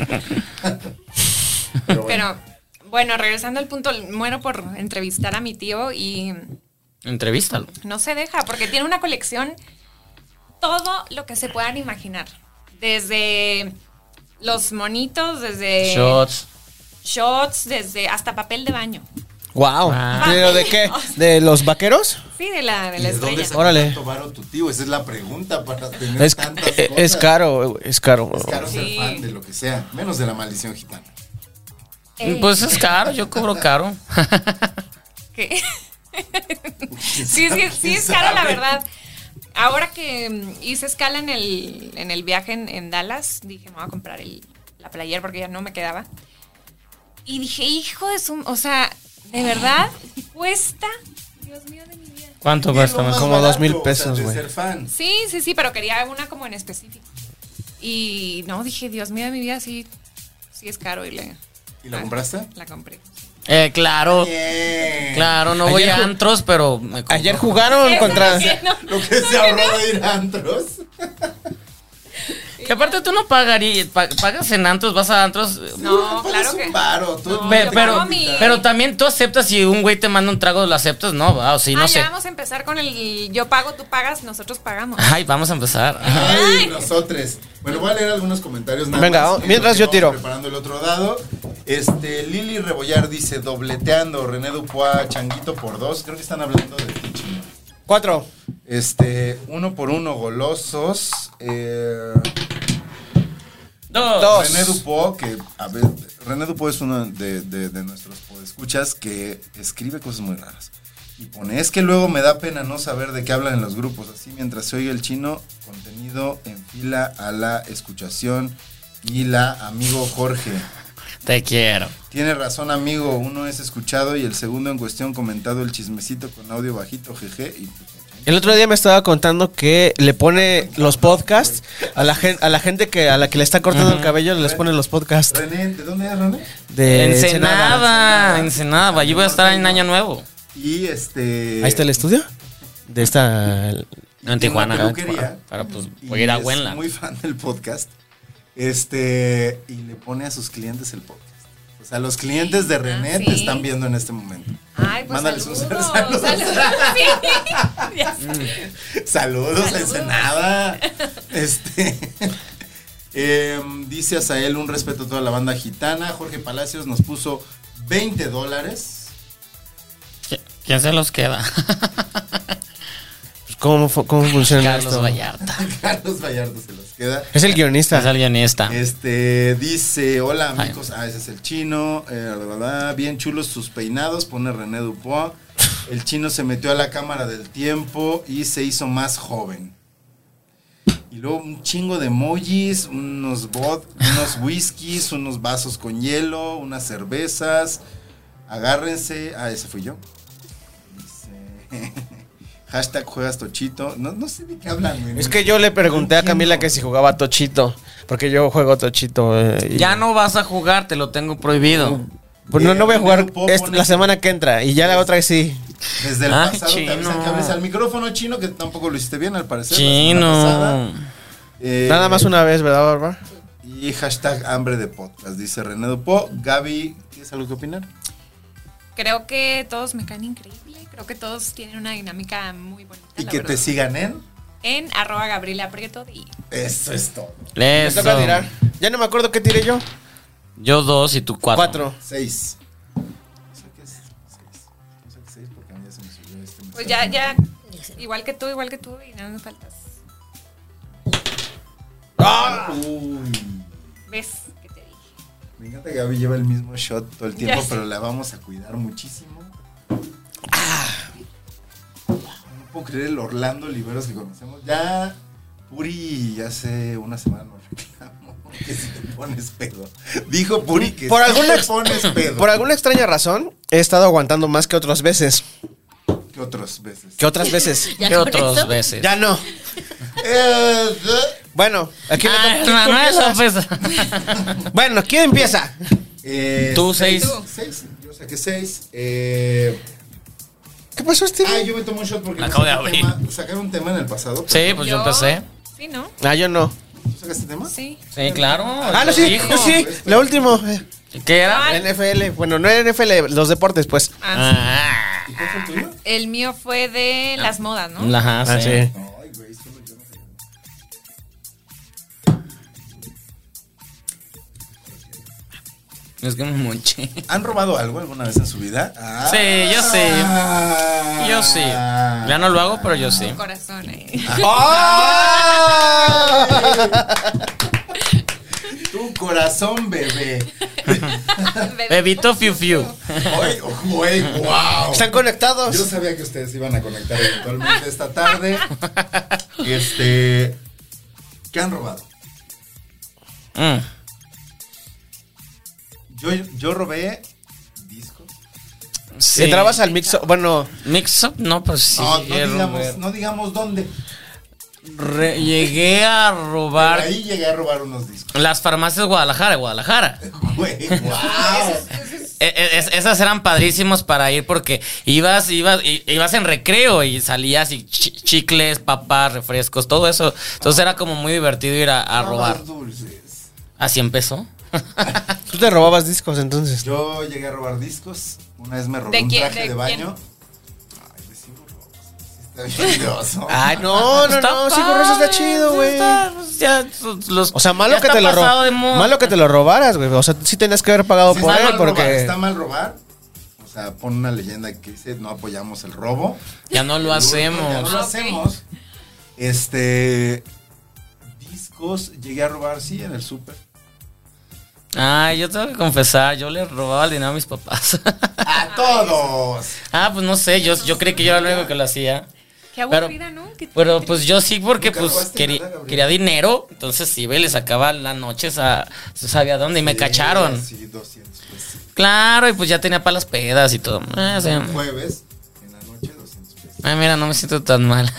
Speaker 1: Pero bueno.
Speaker 4: Pero bueno, regresando al punto, muero por entrevistar a mi tío y
Speaker 2: Entrevístalo.
Speaker 4: no se deja porque tiene una colección todo lo que se puedan imaginar. Desde los monitos, desde
Speaker 2: Shots.
Speaker 4: shots, desde hasta papel de baño.
Speaker 3: Wow. ¿Pero de qué? ¿De los vaqueros?
Speaker 4: Sí, de la, de la
Speaker 1: ¿Y de dónde
Speaker 4: estrella.
Speaker 1: sacó
Speaker 3: Órale.
Speaker 1: tanto varo tu tío? Esa es la pregunta para tener
Speaker 3: Es,
Speaker 1: tantas
Speaker 3: eh,
Speaker 1: cosas.
Speaker 3: es caro, güey, es caro.
Speaker 1: Es caro ser
Speaker 4: Sí.
Speaker 1: fan de lo que sea, menos de la maldición gitana.
Speaker 4: Ey,
Speaker 2: Pues es caro, yo cobro caro.
Speaker 4: ¿qué? sí, sí, sí es caro, la verdad. Ahora que mm, hice escala en el, en el viaje en, en Dallas, dije, me voy a comprar el, la player porque ya no me quedaba. Y dije, hijo de su... O sea, ¿de verdad cuesta? Dios mío de mi vida.
Speaker 2: ¿Cuánto cuesta más?
Speaker 3: como dos mil pesos, güey.
Speaker 1: ser fan.
Speaker 4: Sí, sí, sí, pero quería una como en específico. Y no, dije, Dios mío de mi vida, sí, sí es caro y le-
Speaker 1: ¿Y
Speaker 4: Ah,
Speaker 1: la compraste?
Speaker 4: la compré.
Speaker 2: Eh, claro. Claro, no voy
Speaker 3: Ayer
Speaker 2: a
Speaker 3: ju-
Speaker 2: antros, pero me compro.
Speaker 3: Ayer jugaron
Speaker 4: Eso
Speaker 3: contra.
Speaker 4: no sé, no,
Speaker 1: Lo que se ahorró de ir a antros.
Speaker 2: Que aparte tú no pagarías, pa- pagas en antros, vas a antros. eh,
Speaker 4: No,
Speaker 1: ¿Cuál
Speaker 4: claro
Speaker 1: Pues es
Speaker 4: que...
Speaker 1: un varo? Tú-
Speaker 4: No,
Speaker 2: Pe-
Speaker 4: yo
Speaker 2: pero,
Speaker 4: pago mi-
Speaker 2: pero también tú aceptas si un güey te manda un trago, lo aceptas, no, va, o sí, no
Speaker 4: ah,
Speaker 2: sé.
Speaker 4: ya vamos a empezar con el yo pago, tú pagas, nosotros pagamos.
Speaker 2: Ay, vamos a empezar.
Speaker 1: Ay, nosotros. Bueno, voy a leer algunos comentarios. nada
Speaker 3: Venga,
Speaker 1: más,
Speaker 3: vamos-
Speaker 1: en lo
Speaker 3: mientras
Speaker 1: que
Speaker 3: yo
Speaker 1: vamos
Speaker 3: tiro.
Speaker 1: Preparando el otro dado. Este, Lili Rebollar dice, dobleteando, René Dupuá, Changuito por dos. Creo que están hablando de ti, chino.
Speaker 3: Cuatro.
Speaker 1: Este, uno por uno, golosos. Eh,
Speaker 2: Dos.
Speaker 3: Dos.
Speaker 1: René Dupo, que a ver, René Dupo es uno de, de- de nuestros podescuchas que escribe cosas muy raras. Y pone, es que luego me da pena no saber de qué hablan en los grupos. Así mientras se oye el chino, contenido en fila a la escuchación y la amigo Jorge.
Speaker 2: Te quiero.
Speaker 1: Tiene razón, amigo. Uno es escuchado y el segundo en cuestión comentado el chismecito con audio bajito, jeje. Y pues,
Speaker 3: El otro día me estaba contando que le pone los podcasts a la gente, a la gente que a la que le está cortando el cabello les pone los podcasts
Speaker 1: René, ¿de dónde es René?
Speaker 3: de
Speaker 2: Ensenada, Ensenada, yo voy a estar en Año Nuevo.
Speaker 1: Y este...
Speaker 3: Ahí está el estudio de esta
Speaker 1: y
Speaker 2: En
Speaker 1: tiene una
Speaker 2: Tijuana.
Speaker 1: peluquería.
Speaker 2: Para pues
Speaker 1: Y
Speaker 2: voy a ir a
Speaker 1: es
Speaker 2: Huenla.
Speaker 1: muy fan del podcast. Este, y le pone a sus clientes el podcast. O sea, los clientes de René
Speaker 4: Ah, sí.
Speaker 1: te están viendo en este momento.
Speaker 4: Ay, pues
Speaker 1: Mándales un
Speaker 4: saludos.
Speaker 1: saludo.
Speaker 4: saludos, sí. Ya sé.
Speaker 1: Saludos,
Speaker 4: Saludos.
Speaker 1: a Ensenada. Este. em, dice Azael, un respeto a toda la banda gitana. Jorge Palacios nos puso 20 dólares.
Speaker 2: ¿Qui- ¿Quién se los queda?
Speaker 3: pues, cómo fu- cómo funciona
Speaker 2: Carlos
Speaker 3: esto.
Speaker 2: Vallarta.
Speaker 1: Carlos Vallardo se los queda.
Speaker 3: Es el
Speaker 2: Es
Speaker 3: guionista.
Speaker 2: el guionista.
Speaker 1: Este dice, hola
Speaker 2: Ay.
Speaker 1: amigos, ah, ese es el chino, eh, la, la, la, bien chulos sus peinados, pone René Dupois. El chino se metió a la cámara del tiempo y se hizo más joven. Y Y luego un chingo de emojis, unos bot, unos whiskies, unos vasos con hielo, unas cervezas. Agárrense. Ah, ese fui yo. Dice. Hashtag juegas tochito. No, no sé de qué hablan, güey.
Speaker 3: Es que yo le pregunté a Camila que si jugaba Tochito, porque yo juego Tochito. eh, y-
Speaker 2: Ya no vas a jugar, te lo tengo prohibido.
Speaker 3: Pues no, no voy a jugar
Speaker 1: No puedo
Speaker 3: est-
Speaker 1: poner-
Speaker 3: la semana que entra y ya la otra sí.
Speaker 1: Desde el
Speaker 2: Ay,
Speaker 1: pasado te avisan
Speaker 2: Ah, chino.
Speaker 1: que hables al micrófono chino, que tampoco lo hiciste bien al parecer. la semana
Speaker 2: Chino.
Speaker 1: pasada. Eh,
Speaker 3: Nada más una vez, ¿verdad, Bárbara?
Speaker 1: Y hashtag hambre de podcast, dice René Dupo. Gaby, ¿tienes algo que opinar?
Speaker 4: Creo que todos me caen increíble. Creo que todos tienen una dinámica muy bonita.
Speaker 1: Y
Speaker 4: la
Speaker 1: que
Speaker 4: verdad.
Speaker 1: te sigan en.
Speaker 4: En arroba Gabriela Prieto y
Speaker 1: Eso es todo.
Speaker 3: Me
Speaker 2: Eso.
Speaker 3: toca tirar. Ya no me acuerdo qué tiré yo.
Speaker 2: Yo dos y tú cuatro.
Speaker 3: Cuatro.
Speaker 1: Seis. O sea que es seis. O sea que seis porque a mí ya se me subió este
Speaker 4: Pues
Speaker 1: mensaje.
Speaker 4: ya, ya. Igual que tú, igual que tú, y nada me faltas.
Speaker 1: ¡Ah! Uy.
Speaker 4: ¿Ves? que te dije?
Speaker 1: Me encanta que Gaby lleva el mismo shot todo el tiempo,
Speaker 4: Ya sé.
Speaker 1: pero la vamos a cuidar muchísimo.
Speaker 2: Ah.
Speaker 1: No puedo creer el Orlando Liberos que conocemos. Ya Puri hace una semana nos reclamó que si te pones pedo. Dijo Puri que
Speaker 3: Por
Speaker 1: si
Speaker 3: alguna
Speaker 1: te
Speaker 3: ex-
Speaker 1: pones pedo.
Speaker 3: Por alguna extraña razón, he estado aguantando más que otras veces.
Speaker 1: que otras veces.
Speaker 3: Que otras veces.
Speaker 5: Ya
Speaker 2: ¿Qué
Speaker 5: con
Speaker 2: otras
Speaker 5: eso.
Speaker 2: veces?
Speaker 3: Ya no.
Speaker 1: Eh, de-
Speaker 3: Bueno, aquí le
Speaker 2: Ah,
Speaker 3: toca-
Speaker 2: Manuel López. pues.
Speaker 3: Bueno, ¿quién empieza?
Speaker 1: eh,
Speaker 2: Tú seis.
Speaker 1: Seis. Yo saqué seis. Eh,
Speaker 3: ¿Qué pasó, Steve?
Speaker 1: ah, yo me tomo un shot porque
Speaker 2: La acabo de
Speaker 1: saqué un
Speaker 2: abrir.
Speaker 1: tema- sacaron un tema en el pasado.
Speaker 2: Sí, pues yo empecé.
Speaker 4: Sí, ¿no?
Speaker 3: Ah, yo no.
Speaker 1: ¿Tú sacaste tema?
Speaker 4: Sí.
Speaker 2: Sí, claro.
Speaker 3: Ah, no,
Speaker 2: lo
Speaker 3: sí,
Speaker 2: dijo.
Speaker 3: sí, lo último. eh,
Speaker 2: ¿Qué era?
Speaker 3: NFL. Bueno, no era NFL, los deportes, pues.
Speaker 4: Ah,
Speaker 2: Ah,
Speaker 1: ¿Y cuál fue el tuyo?
Speaker 4: sí. El mío fue de las modas, ¿no?
Speaker 2: ajá,
Speaker 3: Ah,
Speaker 2: sí.
Speaker 3: sí.
Speaker 1: Ay, güey, solo yo no sé.
Speaker 2: Es que me monché.
Speaker 1: ¿Han robado algo alguna vez en su vida? Ah.
Speaker 2: Sí, yo sí. Yo sí. Ya no lo hago, pero yo sí.
Speaker 4: Corazón, eh.
Speaker 2: Ah.
Speaker 1: Tu corazón, bebé.
Speaker 2: Bebito Fiu Fiu.
Speaker 1: Ay, oh, güey, wow.
Speaker 3: Están
Speaker 1: Yo
Speaker 3: conectados.
Speaker 1: sabía que ustedes iban a conectar eventualmente esta tarde. Este. ¿Qué han robado?
Speaker 2: Mm.
Speaker 1: Yo, yo robé discos.
Speaker 2: Sí.
Speaker 3: Se trabas al mixo. Bueno,
Speaker 2: Mix up, no, pues sí.
Speaker 1: no, no
Speaker 2: llegué, a
Speaker 1: digamos,
Speaker 2: robar.
Speaker 1: no digamos dónde.
Speaker 2: Re- llegué a
Speaker 1: Pero
Speaker 2: robar
Speaker 1: ahí llegué a robar unos discos.
Speaker 2: las farmacias de Guadalajara, Guadalajara.
Speaker 1: Güey, wow.
Speaker 2: Eh, eh, es- esas eran padrísimos para ir porque ibas, ibas, i- ibas en recreo y salías y chi- chicles, papas, refrescos, todo eso. Entonces era como muy divertido ir a, a robar.
Speaker 1: Robas dulces.
Speaker 2: Así empezó.
Speaker 3: tú te robabas discos entonces.
Speaker 1: Yo llegué a robar discos. Una vez me robé
Speaker 4: ¿De
Speaker 1: un
Speaker 4: quién?
Speaker 1: traje
Speaker 4: ¿De
Speaker 1: de baño. Ay, de Sigur Rós. Está bien curioso.
Speaker 2: Ah,
Speaker 3: Ay, no, no,
Speaker 2: Pues Está
Speaker 3: no, sí, Gorroso está
Speaker 2: padre,
Speaker 3: chido, güey.
Speaker 2: está, pues, ya, pues, los-
Speaker 3: O sea, malo
Speaker 2: ya
Speaker 3: que
Speaker 2: está
Speaker 3: te lo
Speaker 2: pasado de
Speaker 3: robaras.
Speaker 2: moda.
Speaker 3: Malo que te lo robaras, güey. O sea, sí tenías que haber pagado
Speaker 1: Sí,
Speaker 3: por
Speaker 1: está
Speaker 3: él
Speaker 1: mal robar,
Speaker 3: porque.
Speaker 1: está mal robar. O sea, pone una leyenda que dice no apoyamos el robo.
Speaker 2: Ya no lo
Speaker 1: Ya no
Speaker 2: hacemos.
Speaker 1: lo
Speaker 4: Ah, ok.
Speaker 1: hacemos. Este. Discos llegué a robar, sí, en el súper.
Speaker 2: Ay, yo tengo que confesar, yo le robaba el dinero a mis papás.
Speaker 4: Ah,
Speaker 1: ¡A todos!
Speaker 2: ah, pues no sé, yo, yo creí que yo era el único que lo hacía.
Speaker 4: Qué
Speaker 2: Pero-
Speaker 4: aburrida, ¿no? Qué
Speaker 2: Pero
Speaker 4: triste.
Speaker 2: pues yo sí, porque
Speaker 1: Nunca
Speaker 2: pues
Speaker 1: robaste
Speaker 2: quería,
Speaker 1: nada, Gabriel.
Speaker 2: quería dinero, entonces iba y le sacaba las noches a... sabía dónde y me
Speaker 1: Sí,
Speaker 2: cacharon.
Speaker 1: Sí, 200 pesos.
Speaker 2: Claro, y pues ya tenía para las pedas y todo. Ah, sí. Ah.
Speaker 1: Jueves, en la noche, 200 pesos.
Speaker 2: Ay, mira, no me siento tan mal.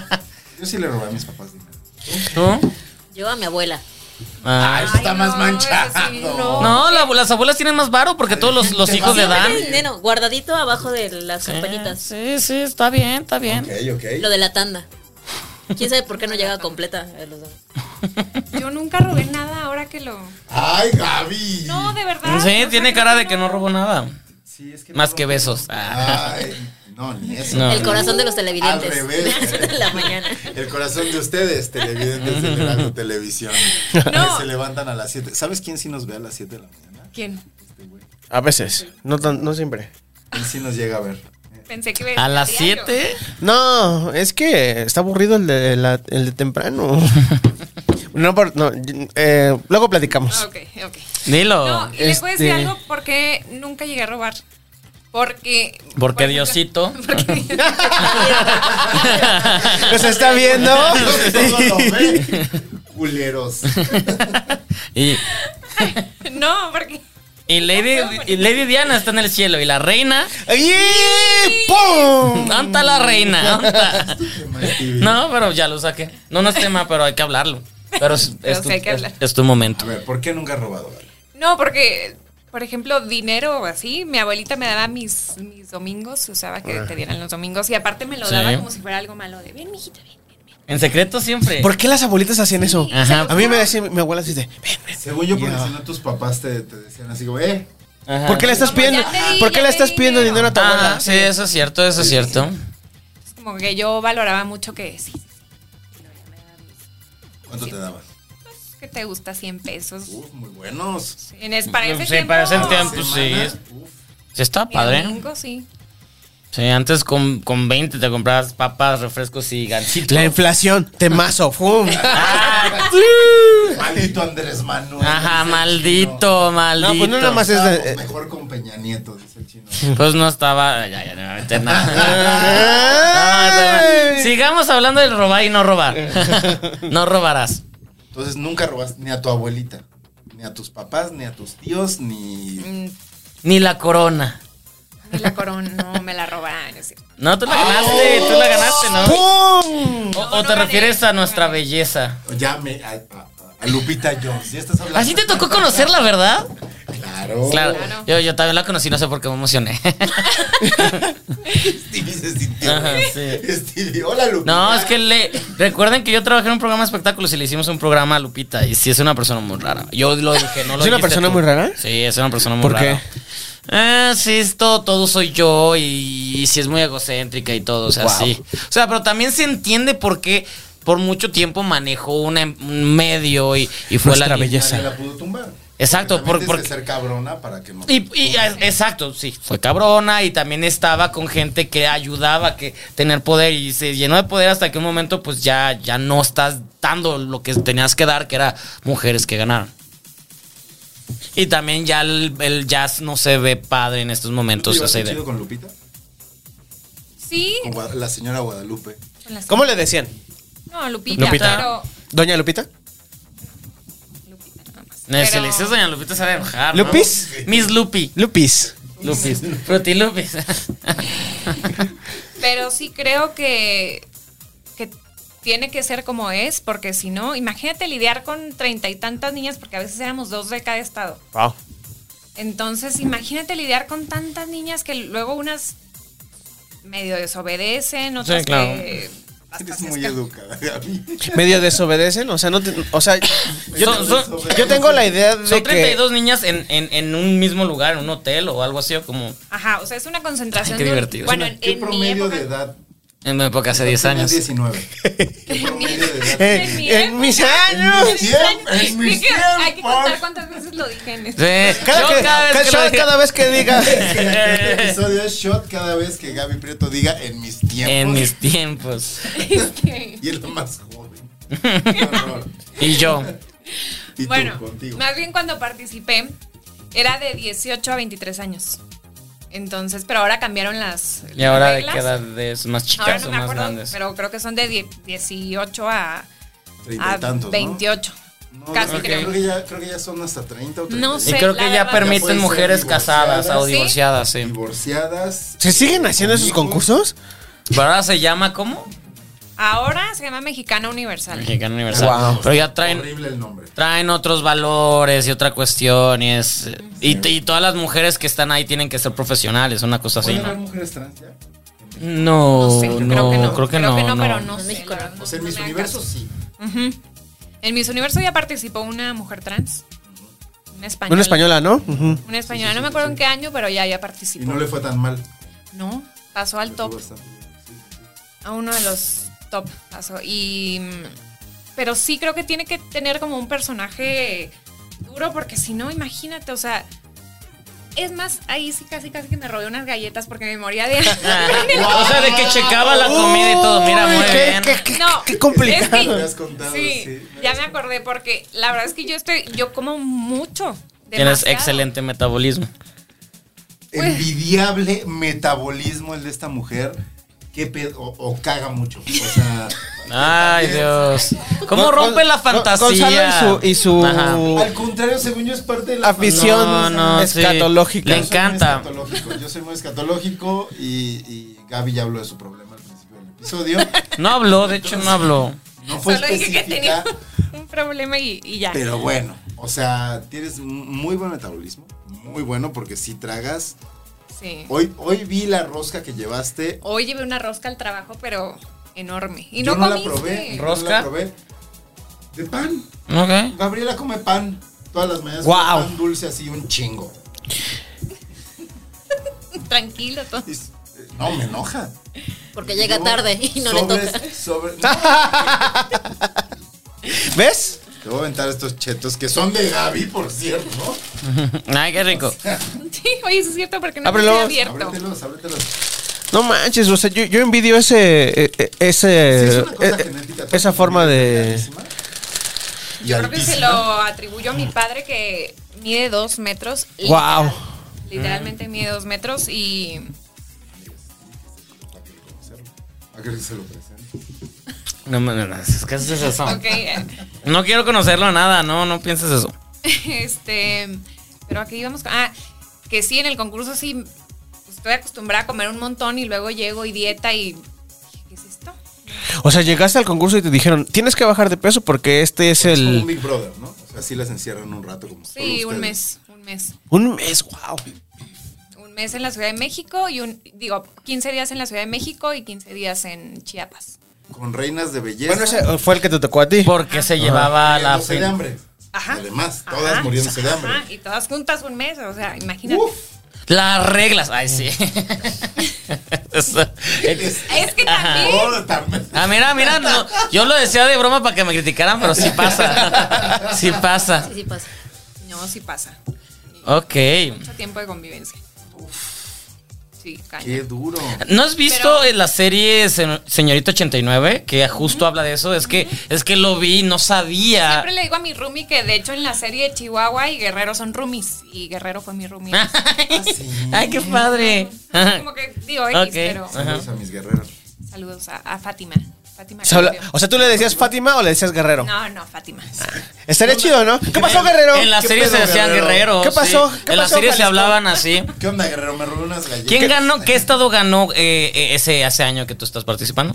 Speaker 1: Yo sí le robé a mis papás dinero.
Speaker 2: ¿Tú?
Speaker 5: Yo a mi abuela.
Speaker 2: Ay.
Speaker 1: Eso está
Speaker 4: Ay,
Speaker 1: más
Speaker 4: no,
Speaker 1: manchado.
Speaker 4: eso sí, no.
Speaker 2: No, la- las abuelas tienen más varo porque todos los, los hijos le
Speaker 5: Siempre
Speaker 2: dan.
Speaker 5: hay dinero guardadito abajo de las campanitas.
Speaker 2: Sí, sí, está bien, está bien.
Speaker 1: Ok, ok.
Speaker 5: Lo de la tanda. ¿Quién sabe por qué no llega completa? eh, los dos?
Speaker 4: Yo nunca robé nada ahora que lo.
Speaker 1: ¡Ay, Gaby!
Speaker 4: No, de verdad. o
Speaker 2: Sí,
Speaker 4: sea,
Speaker 2: tiene cara de que no robó nada.
Speaker 1: Sí, es que
Speaker 2: Más
Speaker 1: no.
Speaker 2: que besos. Ah.
Speaker 1: Ay, no, ni eso.
Speaker 2: No.
Speaker 5: El corazón de los televidentes.
Speaker 1: Al revés. eh.
Speaker 5: de la mañana.
Speaker 1: El corazón de ustedes, televidentes de Heraldo Televisión.
Speaker 4: No.
Speaker 1: Que se levantan a las 7. ¿Sabes quién sí nos ve a las 7 de la mañana?
Speaker 4: ¿Quién?
Speaker 3: A veces. No, tan, no siempre.
Speaker 1: ¿Quién sí nos llega a ver?
Speaker 4: Pensé que.
Speaker 2: A las
Speaker 4: diario.
Speaker 2: 7.
Speaker 3: No, es que está aburrido el de, la- el de temprano. no, por, no eh, luego platicamos.
Speaker 4: Ah, Ok, ok.
Speaker 2: Dilo.
Speaker 4: No, y les voy a decir
Speaker 3: este-
Speaker 4: algo porque nunca llegué a robar. Porque.
Speaker 2: Porque
Speaker 4: por ejemplo,
Speaker 2: Diosito.
Speaker 4: porque-
Speaker 1: Pues,
Speaker 3: Nos está viendo.
Speaker 1: Culeros.
Speaker 2: Y,
Speaker 4: no, porque.
Speaker 2: y Lady, y Lady Diana está en el cielo. Y la reina.
Speaker 3: ¡Y ¡Pum!
Speaker 2: ¿Dónde está la reina? ¿Dónde está? No, pero ya lo saqué. No, no es tema, pero hay que hablarlo. Pero es,
Speaker 4: Pero
Speaker 2: es tu,
Speaker 4: sí hay que
Speaker 2: es-
Speaker 4: hablar.
Speaker 2: es tu momento.
Speaker 1: ver, ¿por qué nunca has robado? Vale?
Speaker 4: No, porque. Por ejemplo, dinero o así, mi abuelita me daba mis, mis domingos, usaba que te dieran los domingos y aparte me lo
Speaker 2: Ah. Sí.
Speaker 4: daba como si fuera algo malo de, ven, mijita, ven.
Speaker 2: En secreto siempre.
Speaker 3: ¿Por qué las abuelitas hacían eso?
Speaker 2: Ajá.
Speaker 3: A mí me decía mi abuela así de, "Ven, ven".
Speaker 1: Según yo, porque si no tus papás te, te decían así como, eh.
Speaker 2: Ajá.
Speaker 3: ¿Por qué le estás
Speaker 4: Como,
Speaker 3: pidiendo?
Speaker 4: ya te di,
Speaker 3: ¿Por qué
Speaker 4: ya
Speaker 3: le
Speaker 4: te
Speaker 3: estás
Speaker 4: di
Speaker 3: pidiendo
Speaker 4: dinero.
Speaker 3: dinero a tu
Speaker 2: Ah,
Speaker 3: abuela?
Speaker 2: sí, eso es cierto, eso es cierto.
Speaker 4: Es como que yo valoraba mucho que sí,
Speaker 1: ¿Cuánto te daban?
Speaker 4: que te gusta 100 pesos.
Speaker 1: Uf, muy buenos.
Speaker 4: En es, para ese
Speaker 2: Sí,
Speaker 4: tiempo,
Speaker 2: para ese tiempo,
Speaker 4: sí,
Speaker 2: pues sí. es-
Speaker 1: Uf,
Speaker 2: Sí, está
Speaker 4: mi
Speaker 2: padre.
Speaker 4: Domingo, sí.
Speaker 2: Sí, antes con, con 20 te comprabas papas, refrescos y ganchitos.
Speaker 3: La inflación, temazo, ¡fum!
Speaker 2: Ah,
Speaker 1: maldito Andrés Manuel. dice
Speaker 2: Ajá,
Speaker 1: el
Speaker 2: maldito,
Speaker 3: No,
Speaker 2: maldito.
Speaker 3: pues no nada más
Speaker 1: chino.
Speaker 3: es
Speaker 1: Estábamos
Speaker 3: de...
Speaker 1: mejor con Peña Nieto, dice el chino.
Speaker 2: Pues no estaba. Ya, ya, no me voy a meter nada. No, no,
Speaker 3: ¡Ay!
Speaker 2: no. Sigamos hablando del robar y no robar. no robarás.
Speaker 1: Entonces nunca robas ni a tu abuelita, ni a tus papás, ni a tus tíos, ni.
Speaker 4: Mm,
Speaker 2: Ni la corona.
Speaker 4: Y la corona, no, me la robaron, es cierto.
Speaker 2: No, tú la ganaste, tú la ganaste, ¿no?
Speaker 3: ¡Pum!
Speaker 2: O, o
Speaker 4: No,
Speaker 2: te
Speaker 4: no
Speaker 2: refieres
Speaker 4: gané.
Speaker 2: a nuestra belleza.
Speaker 1: Ya me. A, a- a Lupita Jones. Ya estás hablando.
Speaker 2: Así te tocó conocerla, ¿verdad?
Speaker 1: Claro.
Speaker 2: Claro.
Speaker 4: Claro.
Speaker 2: Yo, yo también la conocí, no sé por qué me emocioné.
Speaker 1: Stevie se sintió.
Speaker 2: Ajá, sí.
Speaker 1: Stevie, hola Lupita.
Speaker 2: No, es que le. Recuerden que yo trabajé en un programa de espectáculos y le hicimos un programa a Lupita. Y sí, es una persona muy rara. Yo lo dije, no
Speaker 3: ¿Es
Speaker 2: lo
Speaker 3: una
Speaker 2: dijiste
Speaker 3: persona
Speaker 2: tú.
Speaker 3: muy rara?
Speaker 2: Sí, es una persona muy
Speaker 3: ¿Por
Speaker 2: rara.
Speaker 3: qué?
Speaker 2: Ah, sí, es todo, todo soy yo y, y sí es muy egocéntrica y todo, o sea,
Speaker 1: Wow.
Speaker 2: sí. O sea, pero también se entiende por qué por mucho tiempo manejó una em- un medio y, y fue
Speaker 3: Nuestra
Speaker 2: la li-
Speaker 3: belleza.
Speaker 1: Nadie la pudo tumbar. Porque
Speaker 2: Exacto, por-
Speaker 1: también
Speaker 2: porque-
Speaker 1: tienes que ser cabrona para que no.
Speaker 2: Y, y, ah, exacto, sí, fue cabrona y también estaba con gente que ayudaba a que tener poder y se llenó de poder hasta que un momento pues ya, ya no estás dando lo que tenías que dar, que era mujeres que ganaron. Y también ya el, el jazz no se ve padre en estos momentos.
Speaker 1: ¿Tú te llevaste
Speaker 2: esa idea.
Speaker 1: chido con Lupita?
Speaker 4: Sí.
Speaker 1: Con Guada- la señora Guadalupe.
Speaker 4: con las-
Speaker 3: ¿Cómo le decían?
Speaker 4: No, Lupita,
Speaker 2: Lupita.
Speaker 4: pero.
Speaker 3: ¿Doña Lupita?
Speaker 4: Lupita, nada más.
Speaker 2: No, Si
Speaker 4: Pero-
Speaker 2: le dices Doña Lupita se va a enojar. ¿no?
Speaker 3: ¿Lupis?
Speaker 2: Miss Lupi.
Speaker 3: Lupis.
Speaker 2: Lupis. Fruity Lupis.
Speaker 4: Pero sí creo que, que tiene que ser como es, porque si no, imagínate lidiar con treinta y tantas niñas, porque a veces éramos dos de cada estado.
Speaker 3: Wow.
Speaker 4: Entonces, imagínate lidiar con tantas niñas que luego unas medio desobedecen, otras
Speaker 2: Sí, claro.
Speaker 4: que hasta
Speaker 1: Eres
Speaker 4: se
Speaker 1: muy
Speaker 4: escapan.
Speaker 1: educada, Gaby.
Speaker 3: ¿Medio desobedecen? O sea, no te- o sea, yo,
Speaker 2: Son-
Speaker 3: te-
Speaker 2: son-
Speaker 3: yo tengo la idea de
Speaker 2: Son
Speaker 3: que
Speaker 2: 32 niñas en, en, en un mismo lugar, en un hotel o algo así, o como
Speaker 4: Ajá, o sea, es una
Speaker 2: Ay,
Speaker 4: concentración.
Speaker 2: qué
Speaker 4: de un-
Speaker 2: divertido.
Speaker 4: Bueno, en,
Speaker 1: ¿Qué
Speaker 4: en mi
Speaker 1: promedio
Speaker 4: época,
Speaker 1: de edad?
Speaker 2: en mi época hace 10
Speaker 1: Tenías
Speaker 2: años.
Speaker 1: 19. ¿Qué promedio de edad?
Speaker 3: eh,
Speaker 4: en mi
Speaker 3: en mis años.
Speaker 1: mis tiempos, en mis
Speaker 4: Dije, Hay que contar
Speaker 1: tiempos.
Speaker 4: cuántas veces lo dije en este.
Speaker 2: Sí.
Speaker 3: Cada,
Speaker 2: Yo
Speaker 3: que,
Speaker 2: cada vez
Speaker 3: cada-
Speaker 2: que lo
Speaker 3: cada-
Speaker 2: dije-
Speaker 3: cada vez que diga.
Speaker 1: Este episodio es shot cada vez que Gaby Prieto diga en mis tiempos.
Speaker 2: En mis tiempos.
Speaker 1: Y es la más joven. Qué horror.
Speaker 2: Y yo.
Speaker 1: Y
Speaker 4: bueno,
Speaker 1: tú contigo.
Speaker 4: más bien cuando participé era de 18 a 23 años. Entonces, pero ahora cambiaron las.
Speaker 2: ¿Y ahora de
Speaker 4: reglas.
Speaker 2: qué edad es? ¿Más
Speaker 4: Ahora
Speaker 2: chicas
Speaker 4: no
Speaker 2: o
Speaker 4: me
Speaker 2: más
Speaker 4: acuerdo,
Speaker 2: grandes?
Speaker 4: pero creo que son de die- 18 a,
Speaker 1: Treinta
Speaker 4: a
Speaker 1: y tantos, ¿no?
Speaker 4: 28.
Speaker 1: No,
Speaker 4: Casi
Speaker 1: creo, que-
Speaker 2: creo.
Speaker 1: creo que ya, creo que ya son hasta 30 o 30.
Speaker 4: No
Speaker 2: Y
Speaker 4: sé.
Speaker 2: creo
Speaker 4: la
Speaker 2: que ya
Speaker 4: verdad.
Speaker 1: Ya
Speaker 2: permiten
Speaker 1: pueden ser
Speaker 2: mujeres casadas o
Speaker 4: divorciadas. ¿Sí?
Speaker 2: divorciadas, sí.
Speaker 1: Divorciadas.
Speaker 3: ¿Se siguen haciendo esos concursos?
Speaker 2: Pero ahora se llama ¿cómo?
Speaker 4: Ahora se llama Mexicana Universal.
Speaker 2: Mexicano Universal.
Speaker 3: Wow.
Speaker 2: Pero ya traen
Speaker 1: Horrible el nombre.
Speaker 2: traen otros valores y otra cuestión y es y, y todas las mujeres que están ahí tienen que ser profesionales una cosa así
Speaker 1: ¿Pueden haber
Speaker 2: no
Speaker 1: mujeres trans ya?
Speaker 2: Oh, no
Speaker 4: No sé, creo que no.
Speaker 2: creo que
Speaker 4: creo
Speaker 2: no,
Speaker 4: que no,
Speaker 2: no.
Speaker 4: pero no
Speaker 5: En
Speaker 4: sé,
Speaker 5: México
Speaker 4: la
Speaker 5: no.
Speaker 4: verdad,
Speaker 1: O sea, Pues en
Speaker 4: no
Speaker 1: mis
Speaker 4: me hagas.
Speaker 1: universos sí.
Speaker 4: Ujú. En Miss Universo ya participó una mujer trans. Una española.
Speaker 3: Una española, ¿no? Ujú.
Speaker 4: Una española, no me acuerdo en qué año, pero ya, ya
Speaker 1: Y
Speaker 4: participó.
Speaker 1: no le fue tan mal.
Speaker 4: No, pasó al
Speaker 1: Le fue
Speaker 4: top,
Speaker 1: bastante bien, sí, sí, sí.
Speaker 4: a uno de los top pasó. Y mm, pero sí creo que tiene que tener como un personaje duro, porque si no, imagínate, o sea. Es más, ahí sí casi casi que me robé unas galletas porque me moría de
Speaker 2: Ah, o sea de que checaba la comida y todo mira muy
Speaker 3: Uy, qué-
Speaker 2: bien
Speaker 3: qué- qué-
Speaker 4: No,
Speaker 3: qué complicado.
Speaker 4: es que-
Speaker 1: Me has contado,
Speaker 4: sí,
Speaker 1: sí, me
Speaker 4: ya
Speaker 1: has
Speaker 4: me acordé porque la verdad es que yo estoy, yo como mucho.
Speaker 2: tienes
Speaker 4: demasiado.
Speaker 2: excelente metabolismo
Speaker 4: Pues.
Speaker 1: envidiable metabolismo el de esta mujer. Qué pedo, o, o caga mucho. O sea,
Speaker 2: Ay, Dios. ¿Cómo
Speaker 3: Gon-
Speaker 2: rompe
Speaker 3: Gon-
Speaker 2: la fantasía?
Speaker 3: Gonzalo y su, y su
Speaker 2: Ajá.
Speaker 1: al contrario, según yo es parte de la
Speaker 3: afición
Speaker 2: No, no, sí.
Speaker 3: escatológica.
Speaker 2: Le
Speaker 1: Yo soy muy
Speaker 2: encanta.
Speaker 1: escatológico, Yo soy muy escatológico y, y Gaby ya habló de su problema al principio del episodio.
Speaker 2: No habló, de hecho no habló.
Speaker 1: No fue
Speaker 4: Solo dije que
Speaker 1: específica,
Speaker 4: tenía un problema y, y ya.
Speaker 1: pero bueno, o sea, tienes m- muy buen metabolismo, muy bueno porque si tragas.
Speaker 4: Sí.
Speaker 1: Hoy, hoy vi la rosca que llevaste.
Speaker 4: Hoy llevé una rosca al trabajo, pero enorme. Y
Speaker 1: yo
Speaker 4: no,
Speaker 1: no la
Speaker 4: comiste.
Speaker 1: probé. yo No
Speaker 2: ¿Rosca?
Speaker 1: la probé. De pan.
Speaker 2: Ok.
Speaker 1: Gabriela come pan todas las mañanas.
Speaker 3: Guau.
Speaker 1: come Pan dulce así un chingo.
Speaker 4: Tranquilo, todo.
Speaker 1: Y s- eh, No, me enoja.
Speaker 5: Porque llega
Speaker 1: Yo
Speaker 5: tarde y no le
Speaker 1: sobres-
Speaker 5: toca.
Speaker 1: sobre-
Speaker 3: ¿Ves?
Speaker 1: Te voy a aventar estos chetos que son de Gaby, por cierto.
Speaker 2: Ay, qué rico.
Speaker 4: Sí, oye, eso es cierto porque no
Speaker 3: Ábrelo.
Speaker 4: está abierto.
Speaker 1: Ábretelos, ábretelos.
Speaker 3: No manches, o sea, yo, yo envidio ese, eh, eh,
Speaker 1: Sí,
Speaker 3: ese,
Speaker 1: es una cosa
Speaker 3: eh,
Speaker 1: genética.
Speaker 3: esa forma de.
Speaker 1: Grandísima. Y
Speaker 4: Yo creo que se
Speaker 1: altísima.
Speaker 4: lo atribuyo a mi padre que mide dos metros.
Speaker 3: Guau.
Speaker 4: Literalmente mide dos metros y
Speaker 1: ¿A qué se lo presento?
Speaker 2: No, no, no, no, ¿qué es eso?
Speaker 4: ok, eh,
Speaker 2: No quiero conocerlo nada, no, no pienses eso.
Speaker 4: este, pero aquí íbamos, con- ah, que sí, en el concurso sí, pues, estoy acostumbrada a comer un montón y luego llego y dieta y, ¿qué es esto?
Speaker 3: O sea, llegaste al concurso y te dijeron, tienes que bajar de peso porque este es
Speaker 1: Es como un
Speaker 3: el.
Speaker 1: Big Brother, ¿no? O sea, así las encierran un rato como
Speaker 4: Sí,
Speaker 1: solo
Speaker 4: un
Speaker 1: ustedes.
Speaker 4: mes, un mes,
Speaker 3: Un mes, wow.
Speaker 4: un mes en la Ciudad de México y un, digo, 15 días en la Ciudad de México y 15 días en Chiapas.
Speaker 1: Con reinas de belleza.
Speaker 3: Bueno, Ah, ese fue el que te tocó a ti.
Speaker 2: Porque se llevaba la
Speaker 1: muriéndose de hambre.
Speaker 4: Ajá.
Speaker 1: Además, todas
Speaker 4: Ajá,
Speaker 1: muriéndose de hambre.
Speaker 4: Ajá, y todas juntas un mes, o sea, imagínate.
Speaker 1: Uf.
Speaker 2: las reglas. Ay, sí. Eso.
Speaker 4: Es que
Speaker 2: Ajá.
Speaker 4: también.
Speaker 1: Todo tan-
Speaker 2: Ah, mira, mira, no, yo lo decía de broma para que me criticaran, pero sí pasa. Sí pasa.
Speaker 5: Sí, sí pasa.
Speaker 4: No, sí pasa.
Speaker 2: Ok.
Speaker 4: Mucho tiempo de convivencia. Sí, caña.
Speaker 1: Qué duro.
Speaker 2: ¿No has visto
Speaker 4: Pero-
Speaker 2: en la serie Se- Señorita 89? Que justo habla de eso. Es que, es que lo vi, no sabía.
Speaker 4: Siempre le digo a mi roomie que de hecho en la serie de Chihuahua y Guerrero son roomies. Y Guerrero fue mi roomie.
Speaker 2: Ah, Ay, qué padre.
Speaker 4: Ah, Como que digo X,
Speaker 2: Ok.
Speaker 4: pero
Speaker 2: Ajá.
Speaker 1: Saludos a mis guerreros.
Speaker 4: saludos a, a Fátima. Fátima
Speaker 3: O sea, habla-
Speaker 4: Carrillo.
Speaker 3: o sea, ¿tú le decías Fátima o le decías Guerrero?
Speaker 4: No, no, Fátima.
Speaker 3: Estaría chido, ¿no? ¿Qué pasó, Guerrero?
Speaker 2: En la
Speaker 3: ¿Qué
Speaker 2: serie
Speaker 3: pedo,
Speaker 2: se decían
Speaker 3: Guerrero?
Speaker 2: guerreros.
Speaker 3: ¿Qué
Speaker 2: sí.
Speaker 3: pasó? ¿Qué
Speaker 2: En la
Speaker 3: pasó,
Speaker 2: serie se
Speaker 3: Jalisco?
Speaker 2: hablaron así.
Speaker 1: ¿Qué onda, guerrero? Me robé unas galletas.
Speaker 2: ¿Quién ganó? ¿Qué estado ganó eh, eh, ese hace año que tú estás participando?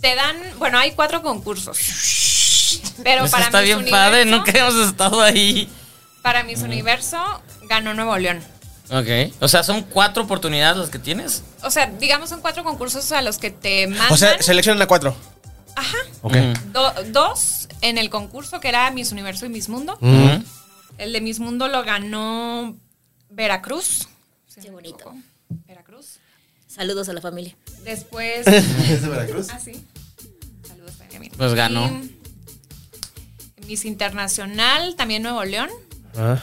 Speaker 4: Te dan, bueno, hay cuatro concursos. Pero
Speaker 2: Eso
Speaker 4: para
Speaker 2: está
Speaker 4: Miss
Speaker 2: bien
Speaker 4: Universo-
Speaker 2: padre, nunca hemos estado ahí.
Speaker 4: Para Miss Universo ganó Nuevo León.
Speaker 2: Ok. O sea, son cuatro oportunidades las que tienes.
Speaker 4: O sea, digamos son cuatro concursos a los que te mandan.
Speaker 3: O sea, seleccionan a cuatro.
Speaker 4: Ajá.
Speaker 3: Ok.
Speaker 4: Do- dos en el concurso que era Miss Universo y Miss Mundo.
Speaker 2: Ujú.
Speaker 4: El de Miss Mundo lo ganó Veracruz. si
Speaker 5: Qué
Speaker 4: no me
Speaker 5: bonito.
Speaker 4: equivoco. Veracruz.
Speaker 5: Saludos a la familia.
Speaker 4: Después.
Speaker 1: ¿Es de Veracruz?
Speaker 4: ah, sí. Saludos Tania, mira.
Speaker 2: Pues ganó.
Speaker 4: Y Miss Internacional, también Nuevo León.
Speaker 3: Ah.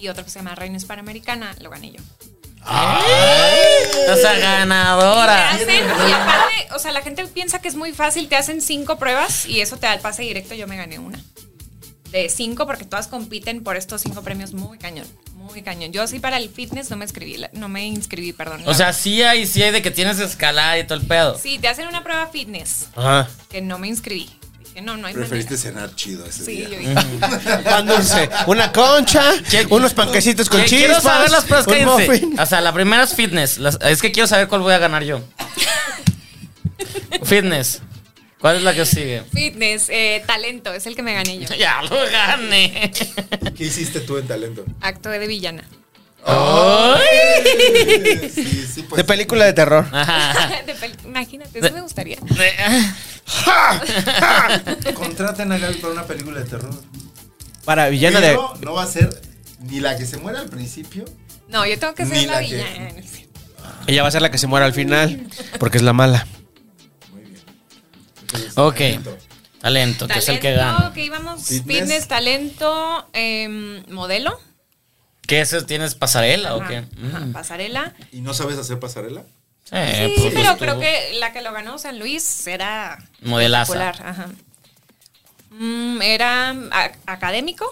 Speaker 4: Y otro que se llama Reina Hispanoamericana, lo gané yo.
Speaker 2: O sea, ganadora.
Speaker 4: Te hacen- y aparte, o sea, la gente piensa que es muy fácil, te hacen cinco pruebas y eso te da el pase directo, yo me gané una. De cinco, porque todas compiten por estos cinco premios muy cañón, muy cañón. Yo sí para el fitness no me inscribí, la- no me inscribí, perdón.
Speaker 2: O
Speaker 4: la-
Speaker 2: sea, sí hay, sí hay de que tienes escalada y todo el pedo.
Speaker 4: sí, te hacen una prueba fitness,
Speaker 3: Ajá.
Speaker 4: que no me inscribí. Dije, no, no hay
Speaker 1: Preferiste
Speaker 4: manera.
Speaker 1: cenar chido ese
Speaker 4: Sí,
Speaker 1: día.
Speaker 4: yo dije,
Speaker 3: Pan dulce, una concha,
Speaker 2: Che-
Speaker 3: unos panquecitos Pues con
Speaker 2: Que
Speaker 3: chispas.
Speaker 2: Eh, quiero saber las pruebas,
Speaker 3: un
Speaker 2: cállense.
Speaker 3: muffin.
Speaker 2: O sea, la primera es fitness. Las- es que quiero saber cuál voy a ganar yo. fitness. ¿Cuál es la que sigue?
Speaker 4: fitness, eh, talento, es el que me gané yo.
Speaker 2: Ya lo gané.
Speaker 1: ¿Qué hiciste tú en talento?
Speaker 4: Actué de villana.
Speaker 1: Sí, sí, pues.
Speaker 3: De película de terror.
Speaker 2: Ajá.
Speaker 4: De pel- Imagínate, eso me gustaría.
Speaker 1: Contraten a Gaby para una película de terror.
Speaker 3: Para villana de.
Speaker 1: Pero no va a ser ni la que se muera al principio.
Speaker 4: No, yo tengo que
Speaker 1: Ni
Speaker 4: ser
Speaker 1: la
Speaker 4: la
Speaker 1: que-
Speaker 4: villana.
Speaker 3: Ella va a ser la que se muera al final, porque es la mala.
Speaker 2: ok. Talento, que es el que gana.
Speaker 4: que íbamos,
Speaker 1: Fitness.
Speaker 4: fitness, talento, em, modelo,
Speaker 2: ¿Qué eso tienes pasarela o
Speaker 4: ajá,
Speaker 2: qué?
Speaker 4: ajá,
Speaker 2: Mm.
Speaker 4: pasarela.
Speaker 1: ¿Y no sabes hacer pasarela?
Speaker 2: Eh,
Speaker 4: sí,
Speaker 2: pues,
Speaker 4: pero
Speaker 2: estuvo
Speaker 4: creo que la que lo ganó San Luis era
Speaker 2: Modelaza.
Speaker 4: popular, ajá. Mm, era a- académico,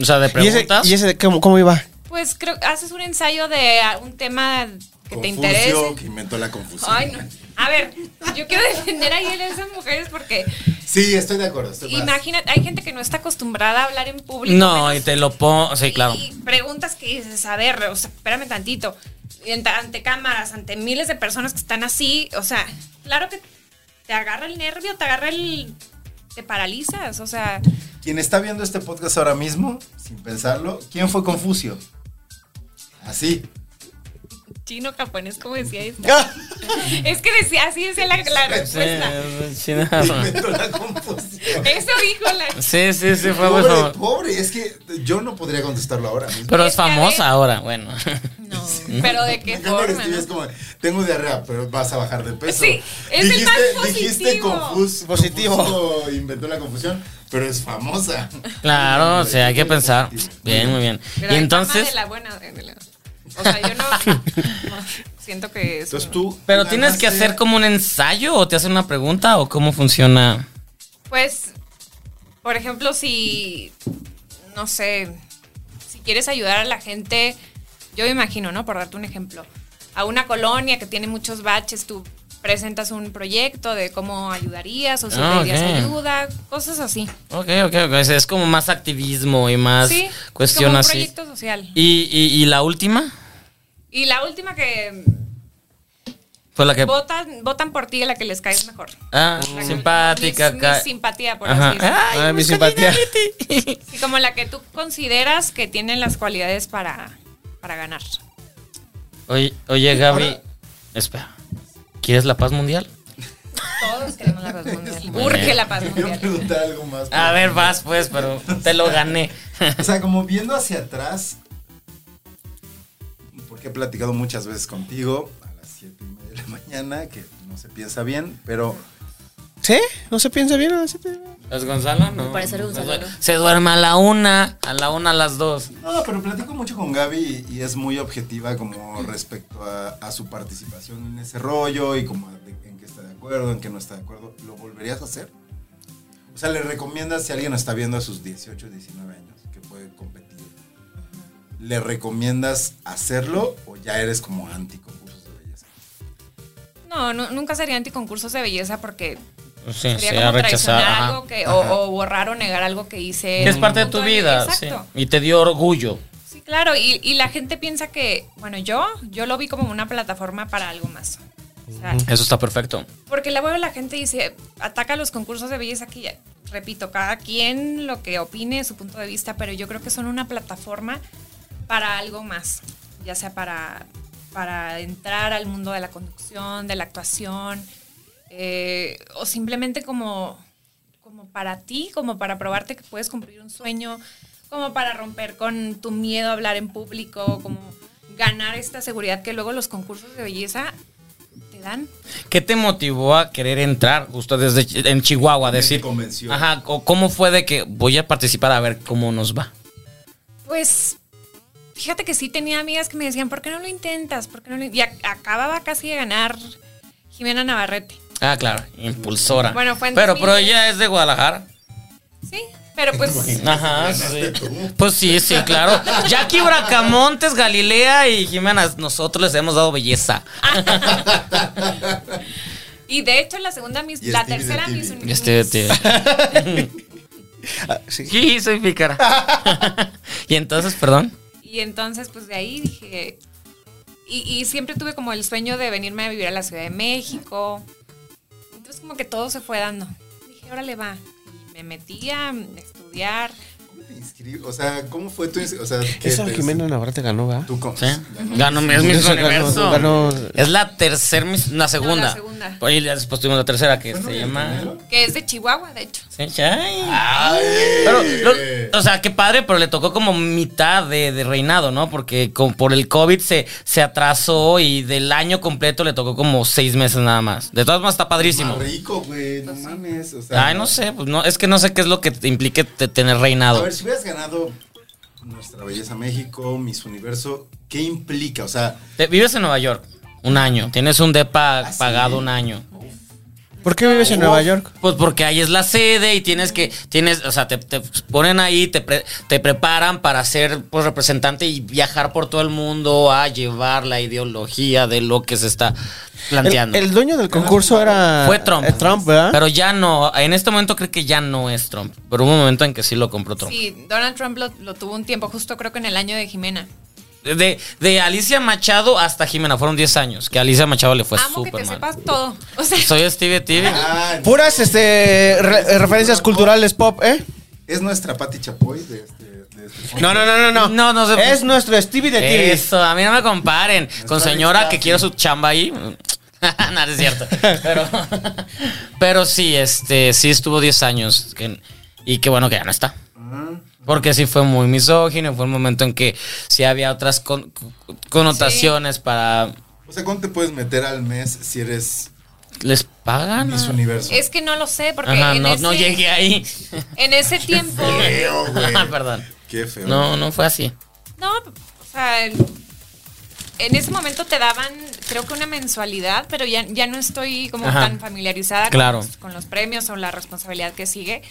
Speaker 2: O sea, de
Speaker 3: ¿Y ese,
Speaker 2: preguntas.
Speaker 3: y ese de cómo, cómo iba?
Speaker 4: Pues creo haces un ensayo de ah, un tema que te interese.
Speaker 1: que inventó la confusión.
Speaker 4: Ay, no. A ver, yo quiero defender ahí a esas mujeres porque
Speaker 1: Sí, estoy de acuerdo. estoy más.
Speaker 4: imagínate, hay gente que no está acostumbrada a hablar en público.
Speaker 2: No,
Speaker 4: menos-
Speaker 2: y te lo pongo. Sí, claro.
Speaker 4: Y preguntas que dices, a ver, o sea, espérame tantito. Y ante, ante cámaras, ante miles de personas que están así, o sea, claro que te agarra el nervio, te agarra el... te paralizas, o sea,
Speaker 1: Quien está viendo este podcast ahora mismo, sin pensarlo, ¿quién fue Confucio? Así.
Speaker 4: chino japonés, como decía
Speaker 2: Ah.
Speaker 4: esta. es que decía, así decía la, la respuesta.
Speaker 2: Eh, Sí, no.
Speaker 1: Inventó la confusión.
Speaker 4: Eso dijo la...
Speaker 2: sí, sí, sí, fue
Speaker 1: Pobre,
Speaker 2: muy famoso.
Speaker 1: pobre, es que yo no podría contestarlo ahora mismo.
Speaker 2: Pero
Speaker 4: Es
Speaker 2: es
Speaker 4: que a ver-
Speaker 2: famosa ahora, bueno.
Speaker 4: No, pero de
Speaker 1: Me
Speaker 4: qué
Speaker 1: encanta que
Speaker 4: forma,
Speaker 1: escribes
Speaker 4: ¿no?
Speaker 1: como, tengo diarrea, pero vas a bajar de peso.
Speaker 4: Sí, es el más
Speaker 1: Dijiste
Speaker 4: positivo.
Speaker 1: confus,
Speaker 3: Positivo.
Speaker 1: Confucio inventó la confusión, pero es famosa.
Speaker 2: Claro, o sea, hay que pensar.
Speaker 1: Positivo.
Speaker 2: Bien, muy bien.
Speaker 4: Pero
Speaker 2: Y
Speaker 4: hay fama
Speaker 2: entonces.
Speaker 4: de la buena, de la- o sea, yo no, no, siento que es...
Speaker 1: Entonces
Speaker 4: un-
Speaker 1: tú.
Speaker 2: Pero tienes que
Speaker 1: ganaste-
Speaker 2: hacer como un ensayo o te hacen una pregunta o cómo funciona.
Speaker 4: Pues, por ejemplo, si, no sé, si quieres ayudar a la gente, yo me imagino, ¿no? Por darte un ejemplo, a una colonia que tiene muchos baches, tú presentas un proyecto de cómo ayudarías o si
Speaker 2: Ah,
Speaker 4: pedirías
Speaker 2: ok.
Speaker 4: ayuda, cosas así.
Speaker 2: Ok, ok, ok. o sea, Es como más activismo y más
Speaker 4: sí,
Speaker 2: cuestión
Speaker 4: como un
Speaker 2: así.
Speaker 4: proyecto social. Y,
Speaker 2: ¿Y, y, y la última?
Speaker 4: la última que
Speaker 2: Fue la que.
Speaker 4: votan, votan por ti a la que les caes mejor.
Speaker 2: Ah,
Speaker 4: La que-
Speaker 2: simpática.
Speaker 4: mi- mi
Speaker 2: ca-
Speaker 4: simpatía, por
Speaker 2: Ajá.
Speaker 4: así decirlo.
Speaker 2: Ay,
Speaker 3: Ay, mi simpatía.
Speaker 2: Cardinality.
Speaker 4: Sí, como la que tú consideras que tiene las cualidades para, para ganar.
Speaker 2: Oye, oye, Gaby. Espera. ¿Quieres la paz mundial?
Speaker 4: Todos queremos la paz mundial. Urge la paz
Speaker 1: Yo
Speaker 4: mundial.
Speaker 1: preguntar algo más.
Speaker 2: A ver, vas pues, pero te lo gané.
Speaker 1: O sea, como viendo hacia atrás, porque he platicado muchas veces contigo a las 7 y media de la mañana, que no se piensa bien, pero
Speaker 3: ¿Sí? ¿No se piensa bien? ¿No se piensa bien?
Speaker 2: ¿Es Gonzalo? No.
Speaker 5: parece
Speaker 2: Se
Speaker 5: Gonzalo,
Speaker 2: duer-
Speaker 5: ¿no?
Speaker 2: Se duerme a la una, a la una, a las dos.
Speaker 1: No, pero platico mucho con Gaby y, y es muy objetiva como respecto a, a su participación en ese rollo y como de- en qué está de acuerdo, en qué no está de acuerdo. ¿Lo volverías a hacer? O sea, le recomiendas si alguien está viendo a sus 18, 19 años que puede competir. ¿Le recomiendas hacerlo o ya eres como anti concursos de belleza?
Speaker 4: No, nu- nunca sería anticoncursos de belleza porque
Speaker 2: Sí,
Speaker 4: sería
Speaker 2: se
Speaker 4: como
Speaker 2: ha rechazado.
Speaker 4: traicionar
Speaker 2: ajá.
Speaker 4: algo que, o, o borrar o negar algo que hice.
Speaker 2: Que es
Speaker 4: en
Speaker 2: parte de
Speaker 4: un
Speaker 2: tu
Speaker 4: punto mi-
Speaker 2: vida, sí.
Speaker 4: Exacto.
Speaker 2: Y te dio orgullo.
Speaker 4: Sí, claro. Y, y la gente piensa que, bueno, yo, yo lo vi como una plataforma para algo más. O sea,
Speaker 2: Eso está perfecto.
Speaker 4: Porque la hueva la gente dice, ataca los concursos de belleza que, ya- repito, cada quien lo que opine, su punto de vista, pero yo creo que son una plataforma para algo más, ya sea para, para entrar al mundo de la conducción, de la actuación, eh, o simplemente como, como para ti, como para probarte que puedes cumplir un sueño, como para romper con tu miedo a hablar en público, como ganar esta seguridad que luego los concursos de belleza te dan.
Speaker 2: ¿Qué te motivó a querer entrar justo desde Chi- en Chihuahua?
Speaker 1: ¿Qué te
Speaker 2: Decir,
Speaker 1: convenció?
Speaker 2: Ajá, o cómo fue de que voy a participar a ver cómo nos va.
Speaker 4: Pues fíjate que sí tenía amigas que me decían, ¿por qué no lo intentas? ¿Por qué no lo in-?" Y ac- acababa casi de ganar Jimena Navarrete.
Speaker 2: Ah, claro, impulsora.
Speaker 4: Bueno, fue en
Speaker 2: pero,
Speaker 4: 2010.
Speaker 2: pero ella es de Guadalajara.
Speaker 4: Sí, pero pues
Speaker 2: Ajá, sí. Pues sí, sí, claro. Jackie Bracamontes, Galilea y Jimena, nosotros les hemos dado belleza.
Speaker 4: y de hecho la segunda Miss-
Speaker 1: Y
Speaker 4: la
Speaker 1: Stevie de
Speaker 4: tercera
Speaker 1: TV.
Speaker 4: Miss
Speaker 2: Y este,
Speaker 4: Miss-
Speaker 2: te- Sí, soy pícara. y entonces, perdón.
Speaker 4: Y entonces pues de ahí dije y, y siempre tuve como el sueño de venirme a vivir a la Ciudad de México. Entonces como que todo se fue dando. Dije, órale va. Y me metí a estudiar.
Speaker 1: ¿Cómo te inscribes? O sea, ¿cómo fue tu ins- O sea, ¿qué
Speaker 3: Esa
Speaker 1: te-
Speaker 3: Jimena Navarra te ganó, ¿verdad?
Speaker 1: ¿Tú cómo?
Speaker 2: Sí. Ganó, es Miss
Speaker 3: Ganó-
Speaker 2: Universo.
Speaker 3: ganó-
Speaker 2: Es la tercera, Miss- la segunda.
Speaker 4: la segunda.
Speaker 2: Pues, Y después tuvimos la tercera que
Speaker 1: ¿Ganó
Speaker 2: se
Speaker 1: el
Speaker 2: llama.
Speaker 1: primero?
Speaker 4: Que es de Chihuahua, de hecho.
Speaker 2: Sí, ay.
Speaker 1: Ay.
Speaker 2: Pero, lo- o sea, qué padre, pero le tocó como mitad de, de reinado, ¿no? Porque con- por el COVID se, se atrasó y del año completo le tocó como seis meses nada más. De todas formas, está padrísimo.
Speaker 1: Más rico, güey, no mames. O sea,
Speaker 2: Ay, no sé, pues no, es que no sé qué es lo que te implique te- tener reinado.
Speaker 1: A ver, si hubieras ganado Nuestra Belleza México, Miss Universo, ¿qué implica? O sea,
Speaker 2: Te- vives en Nueva York un año, tienes un depa
Speaker 1: sí?
Speaker 2: pagado un año.
Speaker 3: ¿Por qué vives en Nueva York?
Speaker 2: Pues porque ahí es la sede y tienes que, tienes, o sea, te, te ponen ahí, te, pre- te preparan para ser pues, representante y viajar por todo el mundo a llevar la ideología de lo que se está
Speaker 3: El,
Speaker 2: planteando.
Speaker 3: el dueño del concurso era.
Speaker 2: Fue Trump.
Speaker 3: eh, Trump, ¿verdad?
Speaker 2: Pero ya no, en este momento creo que ya no es Trump. Pero hubo un momento en que sí lo compró Trump.
Speaker 4: Sí, Donald Trump lo, lo tuvo un tiempo, justo creo que en el año de Jimena.
Speaker 2: De, de Alicia Machado hasta Jimena, fueron 10 años, que a Alicia Machado le fue
Speaker 4: Amo que
Speaker 2: Pues súper
Speaker 4: te
Speaker 2: mal.
Speaker 4: sepas todo. O sea,
Speaker 2: Soy Stevie TV.
Speaker 1: Ah,
Speaker 3: Puras este, re- eh, referencias culturales pop, ¿eh?
Speaker 1: es nuestra Pati Chapoy de este. de este-
Speaker 3: No, no, no, no. No,
Speaker 2: No, no se-
Speaker 3: Es nuestro Stevie de TV.
Speaker 2: Eso, a mí no me comparen. Con
Speaker 1: está
Speaker 2: señora
Speaker 1: bien,
Speaker 2: que
Speaker 1: está,
Speaker 2: quiero su chamba ahí. no, no es cierto. Pero, pero sí, este, sí estuvo 10 años. que- y qué bueno que ya no está.
Speaker 1: Ah,
Speaker 2: Porque sí fue muy misógino. Fue un momento en que sí había otras con- connotaciones para.
Speaker 1: O sea, ¿cuánto te puedes meter al mes si eres
Speaker 2: ¿Les pagan?
Speaker 1: Miss Universo?
Speaker 4: es que no lo sé, porque
Speaker 2: Ajá,
Speaker 4: en,
Speaker 2: no,
Speaker 4: ese,
Speaker 2: no llegué ahí.
Speaker 4: en ese tiempo.
Speaker 1: Feo, güey.
Speaker 2: Perdón.
Speaker 1: Qué feo.
Speaker 2: No, no fue así.
Speaker 4: No, o sea, en ese momento te daban, creo que una mensualidad, pero ya, ya no estoy como
Speaker 2: Ajá.
Speaker 4: tan familiarizada con
Speaker 2: Claro.
Speaker 4: los- pues, con, los premios o la responsabilidad que sigue.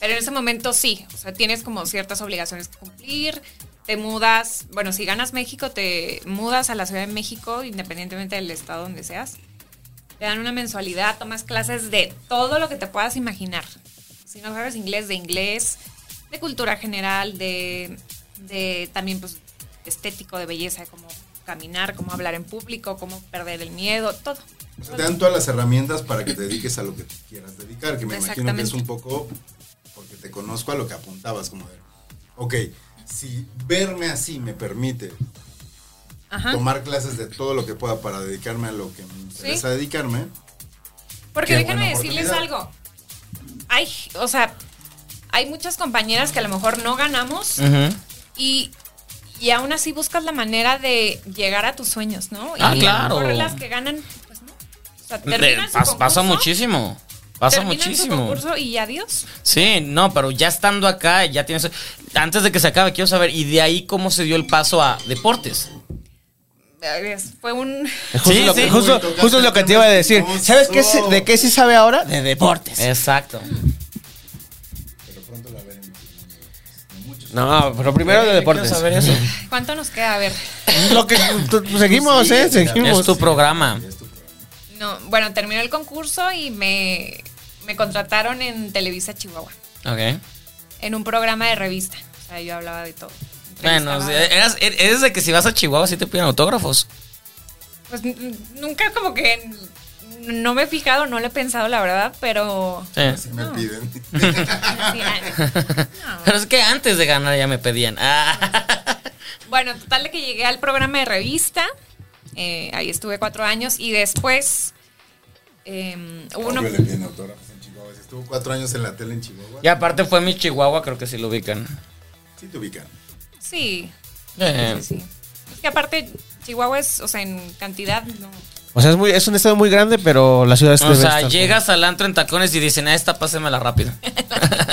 Speaker 4: Pero en ese momento sí, o sea, tienes como ciertas obligaciones que cumplir, te mudas, bueno, si ganas México, te mudas a la Ciudad de México, independientemente del estado donde seas. Te dan una mensualidad, tomas clases de todo lo que te puedas imaginar. Si no sabes inglés, de inglés, de cultura general, de, de también pues estético, de belleza, de cómo caminar, cómo hablar en público, cómo perder el miedo, todo.
Speaker 1: O sea, te dan todas las herramientas para que te dediques a lo que te quieras dedicar, que me imagino que es
Speaker 4: Exactamente.
Speaker 1: un poco, porque te conozco a lo que apuntabas, como de, ok, si verme así me permite
Speaker 4: Ajá.
Speaker 1: tomar clases de todo lo que pueda para dedicarme a lo que me interesa dedicarme,
Speaker 4: Porque
Speaker 1: Qué
Speaker 4: déjenme
Speaker 1: buena
Speaker 4: decirles
Speaker 1: oportunidad.
Speaker 4: algo. Hay, o sea, hay muchas compañeras que a lo mejor no ganamos
Speaker 2: Ujú.
Speaker 4: y, y aún así buscas la manera de llegar a tus sueños, ¿no? Y
Speaker 2: Ah,
Speaker 4: a lo
Speaker 2: claro.
Speaker 4: mejor las que ganan, pues no. O sea,
Speaker 2: De-
Speaker 4: terminan su
Speaker 2: pas- pasa
Speaker 4: concurso,
Speaker 2: muchísimo. Pasa
Speaker 4: terminan su
Speaker 2: muchísimo.
Speaker 4: concurso y adiós.
Speaker 2: Sí, no, pero ya estando acá, ya tienes. Antes de que se acabe, quiero saber, ¿y de ahí cómo se dio el paso a deportes?
Speaker 4: Eh, es- Fue un...
Speaker 3: Justo,
Speaker 2: Sí,
Speaker 3: lo,
Speaker 2: sí.
Speaker 3: justo-
Speaker 1: Uy, tocaste
Speaker 3: justo es lo que te iba a decir.
Speaker 1: temas
Speaker 3: ¿Sabes qué se-
Speaker 1: hermosos.
Speaker 3: de qué sí sabe ahora? De deportes.
Speaker 2: Exacto.
Speaker 1: pero pronto la veremos.
Speaker 3: No, pero primero de deportes.
Speaker 4: ¿Cuánto nos queda? A ver.
Speaker 3: Lo que seguimos, ¿eh? Seguimos.
Speaker 2: Es tu programa.
Speaker 4: No, bueno, terminó el concurso y me, me contrataron en Televisa Chihuahua,
Speaker 2: Ok.
Speaker 4: en un programa de revista. O sea, yo hablaba de todo.
Speaker 2: Bueno,
Speaker 4: Entrevistaba-
Speaker 2: eras- er- eres de que si vas a Chihuahua sí te piden autógrafos.
Speaker 4: Pues n- n- nunca como que n- no me he fijado, no lo he pensado, la verdad, pero.
Speaker 2: Sí.
Speaker 1: pues, Si me piden.
Speaker 4: así, ah, no.
Speaker 2: Pero es que antes de ganar ya me pedían. Ah.
Speaker 4: Bueno, total de que llegué al programa de revista. eh, ahí estuve cuatro años y después em, hubo uno.
Speaker 1: Obvio le piden autógrafos en Chihuahua. Si estuvo cuatro años en la tele en Chihuahua,
Speaker 2: Y aparte fue mi Chihuahua, creo que sí lo ubican.
Speaker 1: sí te ubican.
Speaker 4: Sí,
Speaker 2: Eh,
Speaker 4: sí, sí. Es que aparte, Chihuahua es, o sea, en cantidad, no.
Speaker 3: O sea, es, muy, es un estado muy grande, pero la ciudad es
Speaker 2: O sea, llegas al antro en tacones y dicen, a esta pásemela rápido.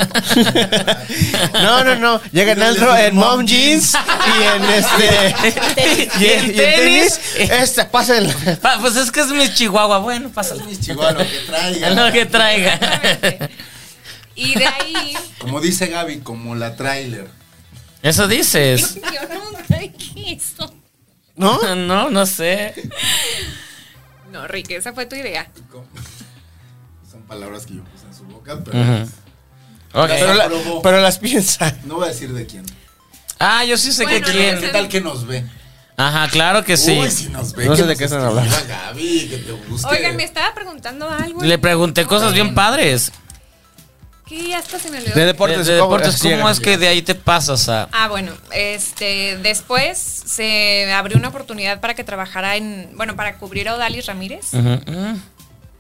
Speaker 3: No, no, no. Llega en antro en mom jeans y en este. y, en, y en tenis. Esta, pásenla.
Speaker 2: Pa- pues es que es mi Chihuahua. Bueno, pásala.
Speaker 1: Mis Chihuahua, lo que
Speaker 2: Es lo
Speaker 1: traigan.
Speaker 2: que traiga.
Speaker 4: Exactamente. Y de ahí.
Speaker 1: Como dice Gaby, como la trailer.
Speaker 2: Eso dices.
Speaker 4: Yo nunca dije eso.
Speaker 3: ¿No?
Speaker 2: No, no sé.
Speaker 4: No, Rick, esa fue tu idea.
Speaker 1: Com- Son palabras que yo puse en su boca, pero
Speaker 2: Ujú. Ok.
Speaker 3: Pero, la-
Speaker 1: Aprobó.
Speaker 3: pero las piensa.
Speaker 1: no voy a decir de quién.
Speaker 2: Ah, yo sí sé
Speaker 4: Bueno,
Speaker 2: que
Speaker 4: no
Speaker 2: quién.
Speaker 4: sé.
Speaker 1: ¿Qué tal que nos ve?
Speaker 2: Ajá, claro que sí.
Speaker 1: Uy, si nos ve.
Speaker 3: No sé
Speaker 1: que
Speaker 3: de
Speaker 1: nos
Speaker 3: qué están
Speaker 1: escriba,
Speaker 3: hablando.
Speaker 1: Gaby, que te busque.
Speaker 4: Oigan, me estaba preguntando algo.
Speaker 2: Le pregunté cosas bien padres.
Speaker 4: Que hasta se me olvidó.
Speaker 3: De deportes.
Speaker 2: De, de deportes,
Speaker 3: así
Speaker 2: ¿cómo
Speaker 3: llegan?
Speaker 2: es que de ahí te pasas a...?
Speaker 4: Ah, bueno, este, después se abrió una oportunidad para que trabajara en, bueno, para cubrir a Odalis Ramírez
Speaker 2: Ujú, mm.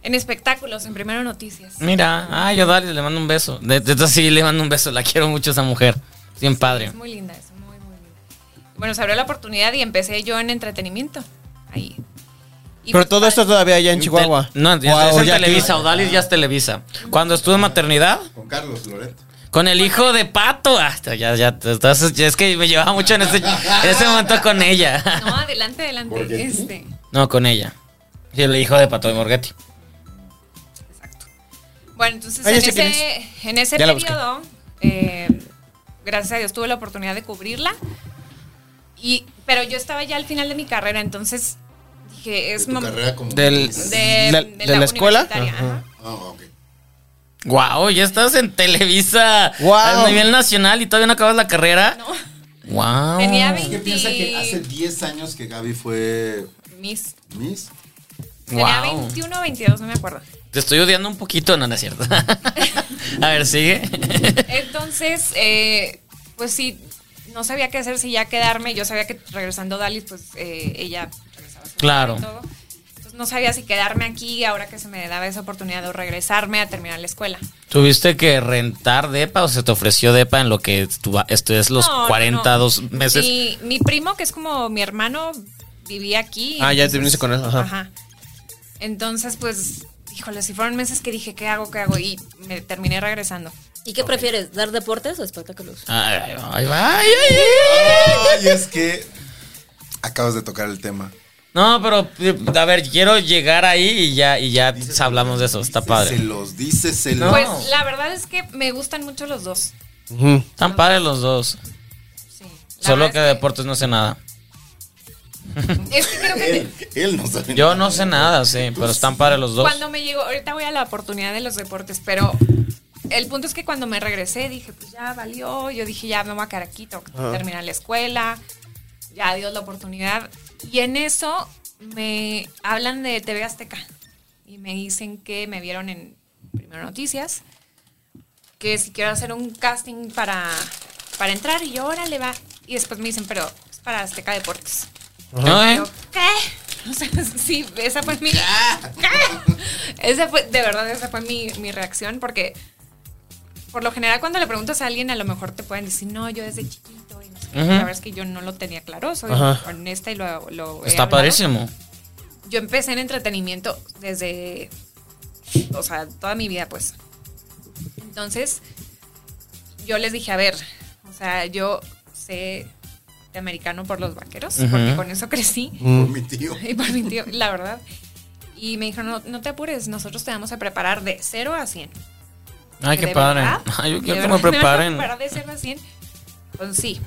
Speaker 4: en espectáculos, en Primero Noticias.
Speaker 2: Mira, ah, yo Dali le mando un beso. De, de- de- sí, le mando un beso. La quiero mucho a esa mujer. Bien padre.
Speaker 4: Es muy linda, es muy, muy linda. Bueno, se abrió la oportunidad y empecé yo en entretenimiento, ahí. Y
Speaker 3: Pero
Speaker 4: pues,
Speaker 3: todo
Speaker 4: para-
Speaker 3: esto todavía allá en Chihuahua.
Speaker 2: Te- no, ya,
Speaker 3: O-
Speaker 2: es
Speaker 3: o
Speaker 2: en
Speaker 3: ya aquí.
Speaker 2: Televisa. Odalis ya es Televisa. Cuando estuve en maternidad,
Speaker 1: Con Carlos Loreto.
Speaker 2: con el hijo de Pato. Ah, ya, ya, entonces, ya es que me llevaba mucho en, este, en ese momento con ella.
Speaker 4: No, adelante, adelante.
Speaker 1: Porque-
Speaker 4: Este,
Speaker 2: No, con ella. Sí, el hijo de Pato de Morghetti.
Speaker 4: Bueno, entonces
Speaker 3: Ah, ya
Speaker 4: en,
Speaker 3: sé quién
Speaker 4: ese, en ese
Speaker 3: Ya la busqué.
Speaker 4: periodo, eh, gracias a Dios, tuve la oportunidad de cubrirla. Y, pero yo estaba ya al final de mi carrera, entonces dije, es
Speaker 1: tu
Speaker 4: mom-
Speaker 1: carrera como
Speaker 3: Del-
Speaker 4: de,
Speaker 3: ¿La-
Speaker 4: de
Speaker 3: de la escuela?
Speaker 4: universitaria,
Speaker 3: Ajá.
Speaker 4: ajá.
Speaker 1: Ah, ok.
Speaker 2: Wow, ya estás en Televisa
Speaker 3: Guau.
Speaker 2: a nivel nacional y todavía no acabas la carrera. Wow.
Speaker 4: Tenía
Speaker 1: Es
Speaker 4: 20
Speaker 1: que piensa que hace 10 años que Gaby fue
Speaker 4: mis-
Speaker 1: Miss.
Speaker 4: Tenía
Speaker 2: Wow.
Speaker 4: 21 o 22, no me acuerdo.
Speaker 2: Te estoy odiando un poquito, no, no es cierto. a ver, sigue.
Speaker 4: Entonces, eh, pues sí, no sabía qué hacer, si ya quedarme. Yo sabía que regresando Dalis, pues eh, ella regresaba. a su
Speaker 2: Claro.
Speaker 4: casa y todo. Entonces no sabía si quedarme aquí ahora que se me daba esa oportunidad o regresarme a terminar la escuela.
Speaker 2: ¿Tuviste que rentar depa o se te ofreció depa en lo que tú estudias los
Speaker 4: No, no,
Speaker 2: 40,
Speaker 4: no.
Speaker 2: dos meses?
Speaker 4: Mi, mi primo, que es como mi hermano, vivía aquí.
Speaker 3: Ah, ya
Speaker 4: entonces-
Speaker 3: te viniste con él, ajá.
Speaker 4: Entonces, pues, híjole, si fueron meses que dije, ¿qué hago? ¿Qué hago? Y me terminé regresando.
Speaker 5: ¿Y qué prefieres? ¿Dar deportes o espectáculos?
Speaker 2: Ay, ay, ay, ay, ay.
Speaker 1: Ay, es que acabas de tocar el tema.
Speaker 2: No, pero eh, a ver, quiero llegar ahí y ya, y ya hablamos de eso. Está
Speaker 1: Se
Speaker 2: padre.
Speaker 1: los dice, se los.
Speaker 2: No.
Speaker 4: Pues la verdad es que me gustan mucho los dos.
Speaker 3: Ujú.
Speaker 2: Están padres los dos.
Speaker 4: Sí. La
Speaker 2: Solo
Speaker 4: verdad
Speaker 2: que
Speaker 4: es
Speaker 2: de deportes no sé nada.
Speaker 4: Es que creo que
Speaker 1: Él, él no sabe.
Speaker 2: Yo no sé nada, sí, pero están padres los dos.
Speaker 4: cuando me llegó, ahorita voy a la oportunidad de los deportes, pero el punto es que cuando me regresé dije, pues ya valió, yo dije, ya me voy a quedar aquí, tengo que terminar la escuela, ya dio la oportunidad. Y en eso me hablan de TV Azteca y me dicen que me vieron en Primero Noticias, que si quiero hacer un casting para, para entrar y yo, órale, va. Y después me dicen, pero es para Azteca Deportes.
Speaker 2: No, ¿eh?
Speaker 4: Yo, ¿Qué? O sea, sí, esa fue mi. ¿Qué? Esa fue, de verdad, esa fue mi, mi reacción, porque por lo general, cuando le preguntas a alguien, a lo mejor te pueden decir, no, yo desde chiquito. Y no sé qué".
Speaker 2: Ujú.
Speaker 4: La verdad es que yo no lo tenía claro, soy
Speaker 3: Ajá.
Speaker 4: honesta y lo. lo he
Speaker 2: Está
Speaker 4: hablado.
Speaker 2: padrísimo.
Speaker 4: Yo empecé en entretenimiento desde. O sea, toda mi vida, pues. Entonces, yo les dije, a ver, o sea, yo sé de americano por los vaqueros, porque
Speaker 2: Ujú.
Speaker 4: con eso crecí.
Speaker 1: Por mi tío.
Speaker 4: Y por mi tío, la verdad. Y me dijo, no, no te apures, nosotros te vamos a preparar de 0 a 100.
Speaker 2: Ay, qué
Speaker 4: ¿De
Speaker 2: padre.
Speaker 4: verdad?
Speaker 2: Ay, yo quiero
Speaker 4: ¿De
Speaker 2: que
Speaker 4: verdad
Speaker 2: me
Speaker 4: van a
Speaker 2: preparen.
Speaker 4: preparar de 0 a 100? Pues sí.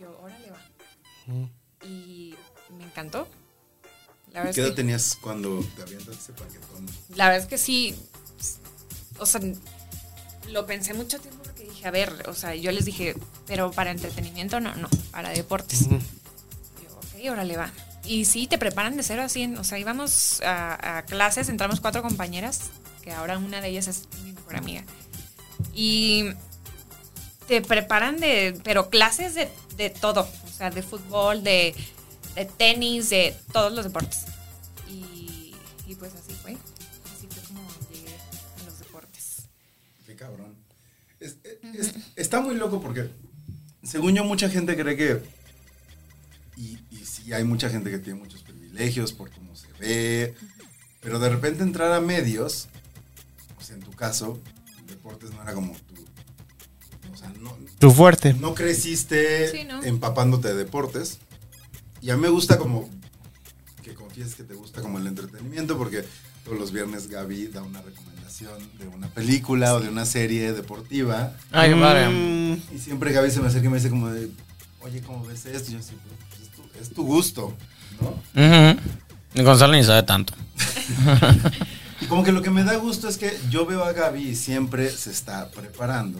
Speaker 4: Yo, órale, va. Y me encantó. La
Speaker 1: ¿Qué
Speaker 4: verdad,
Speaker 1: edad
Speaker 4: es que,
Speaker 1: tenías cuando te avientas ese paquetón?
Speaker 4: la verdad es que sí. O sea, lo pensé mucho tiempo porque dije, a ver, o sea, yo les dije, pero para entretenimiento no, no, para deportes. Yo, ok, órale va. Y sí, te preparan de cero a 100. O sea, íbamos a, a clases, entramos cuatro compañeras, que ahora una de ellas es mi mejor amiga. Y te preparan de, pero clases de, de todo. O sea, de fútbol, de, de tenis, de todos los deportes. Y, y pues así fue. Así fue como llegué a los deportes.
Speaker 1: Qué cabrón. Es- es- está muy loco porque, según yo, mucha gente cree que. Y, y sí, hay mucha gente que tiene muchos privilegios por cómo se ve. Pero de repente entrar a medios, pues en tu caso, deportes no era como tú. O sea, no,
Speaker 3: Tu fuerte.
Speaker 1: no creciste
Speaker 4: Sí, ¿no?
Speaker 1: empapándote de deportes. Y a mí me gusta como que confieses que te gusta como el entretenimiento, porque todos los viernes Gaby da una recomendación de una película o de una serie deportiva.
Speaker 2: Ay, qué padre.
Speaker 3: Mm,
Speaker 1: Y siempre Gaby se me acerca y me dice como de, oye, ¿cómo ves esto? Y yo así, "Pues es tu, es tu gusto, ¿no?
Speaker 2: Ujú. Gonzalo ni sabe tanto.
Speaker 1: Y como que lo que me da gusto es que yo veo a Gaby y siempre se está preparando.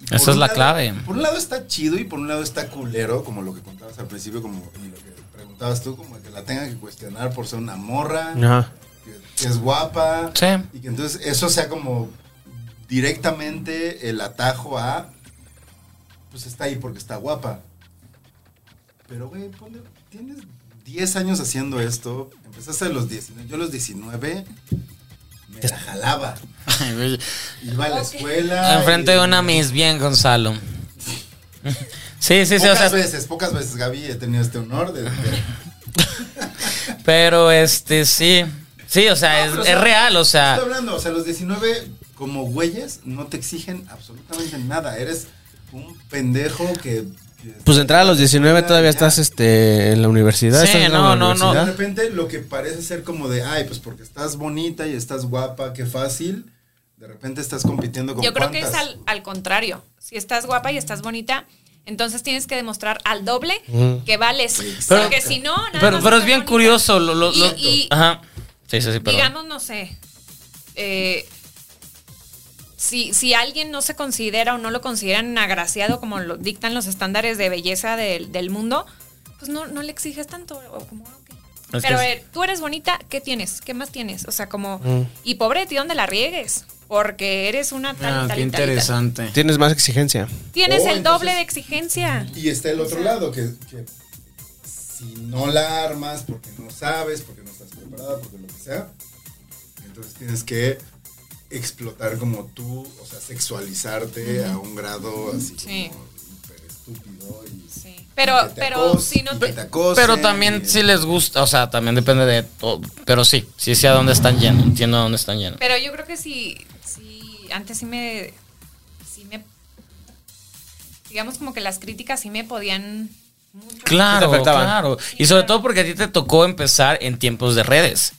Speaker 1: Y por
Speaker 2: Esa es
Speaker 1: un
Speaker 2: la
Speaker 1: lado-
Speaker 2: clave.
Speaker 1: Por un lado está chido y por un lado está culero, como lo que contabas al principio, como y lo que preguntabas tú, como que la tenga que cuestionar por ser una morra,
Speaker 3: Ajá.
Speaker 1: que, que es guapa.
Speaker 2: Sí.
Speaker 1: Y que entonces eso sea como directamente el atajo a, pues está ahí porque está guapa. Pero, güey, ponle- tienes 10 años haciendo esto, empezaste a los 19, yo a los 19 me la jalaba.
Speaker 2: Ay, güey.
Speaker 1: Iba a la
Speaker 4: Ok.
Speaker 1: escuela.
Speaker 2: Enfrente
Speaker 1: y-
Speaker 2: de una Miss, bien, Gonzalo. Sí, sí, sí, o
Speaker 1: Pocas
Speaker 2: sea,
Speaker 1: veces, pocas veces, Gaby, he tenido este honor de... de-
Speaker 2: pero este, sí. Sí, o sea, es,
Speaker 1: pero, o
Speaker 2: es
Speaker 1: sea,
Speaker 2: real, o sea.
Speaker 1: Estoy hablando, o sea, los 19 como güeyes no te exigen absolutamente nada. Eres un pendejo que
Speaker 3: Pues de entrar a los 19 todavía estás este, en la universidad.
Speaker 2: Sí,
Speaker 3: estás en la
Speaker 2: no, no, no.
Speaker 1: De
Speaker 3: universidad.
Speaker 1: repente lo que parece ser como de, ay, pues porque estás bonita y estás guapa, qué fácil. De repente estás compitiendo con
Speaker 4: Yo creo que es
Speaker 1: cuántas.
Speaker 4: al, al contrario. Si estás guapa y estás bonita, entonces tienes que demostrar al doble que vales.
Speaker 2: Pero-
Speaker 4: Porque si no, nada
Speaker 2: Pero,
Speaker 4: más
Speaker 2: pero es
Speaker 4: estás
Speaker 2: bien
Speaker 4: bonita.
Speaker 2: curioso. Lo, lo-
Speaker 4: Y-
Speaker 2: lo-
Speaker 4: y-
Speaker 2: ajá. Sí, sí, sí, perdón.
Speaker 4: Digamos, no sé. eh, si, si alguien no se considera o no lo consideran agraciado como lo dictan los estándares de belleza del, del mundo, pues no, no le exiges tanto. o como, ok.
Speaker 2: Es
Speaker 4: Pero
Speaker 2: que es-
Speaker 4: eh, tú eres bonita, ¿qué tienes? ¿Qué más tienes? O sea, como,
Speaker 2: Mm.
Speaker 4: y pobre de ti, ¿dónde la riegues? Porque eres una tal,
Speaker 7: Ah, qué
Speaker 4: y tal, y tal, y tal.
Speaker 7: interesante.
Speaker 3: Tienes más exigencia.
Speaker 4: Tienes
Speaker 1: Oh,
Speaker 4: el doble
Speaker 1: entonces-
Speaker 4: de exigencia.
Speaker 1: Y está el otro lado, que, que si no la armas porque no sabes, porque no estás preparada, porque lo que sea, entonces tienes que explotar como tú, o sea, sexualizarte a un grado así
Speaker 4: Sí.
Speaker 1: como hiper estúpido y
Speaker 4: Sí. Pero,
Speaker 1: que te
Speaker 4: pero
Speaker 1: acos-
Speaker 4: si no
Speaker 1: y
Speaker 4: te.
Speaker 1: que te acosen
Speaker 2: Pero también
Speaker 1: y-
Speaker 2: si les gusta, o sea, también depende de todo. Pero sí, sí sé a dónde están yendo, entiendo a dónde están yendo.
Speaker 4: Pero yo creo que sí, sí, antes sí me, sí me, digamos como que las críticas sí me podían mucho.
Speaker 3: Sí te
Speaker 2: Claro,
Speaker 3: afectaban.
Speaker 2: claro. Y sobre todo porque a ti te tocó empezar en tiempos de redes.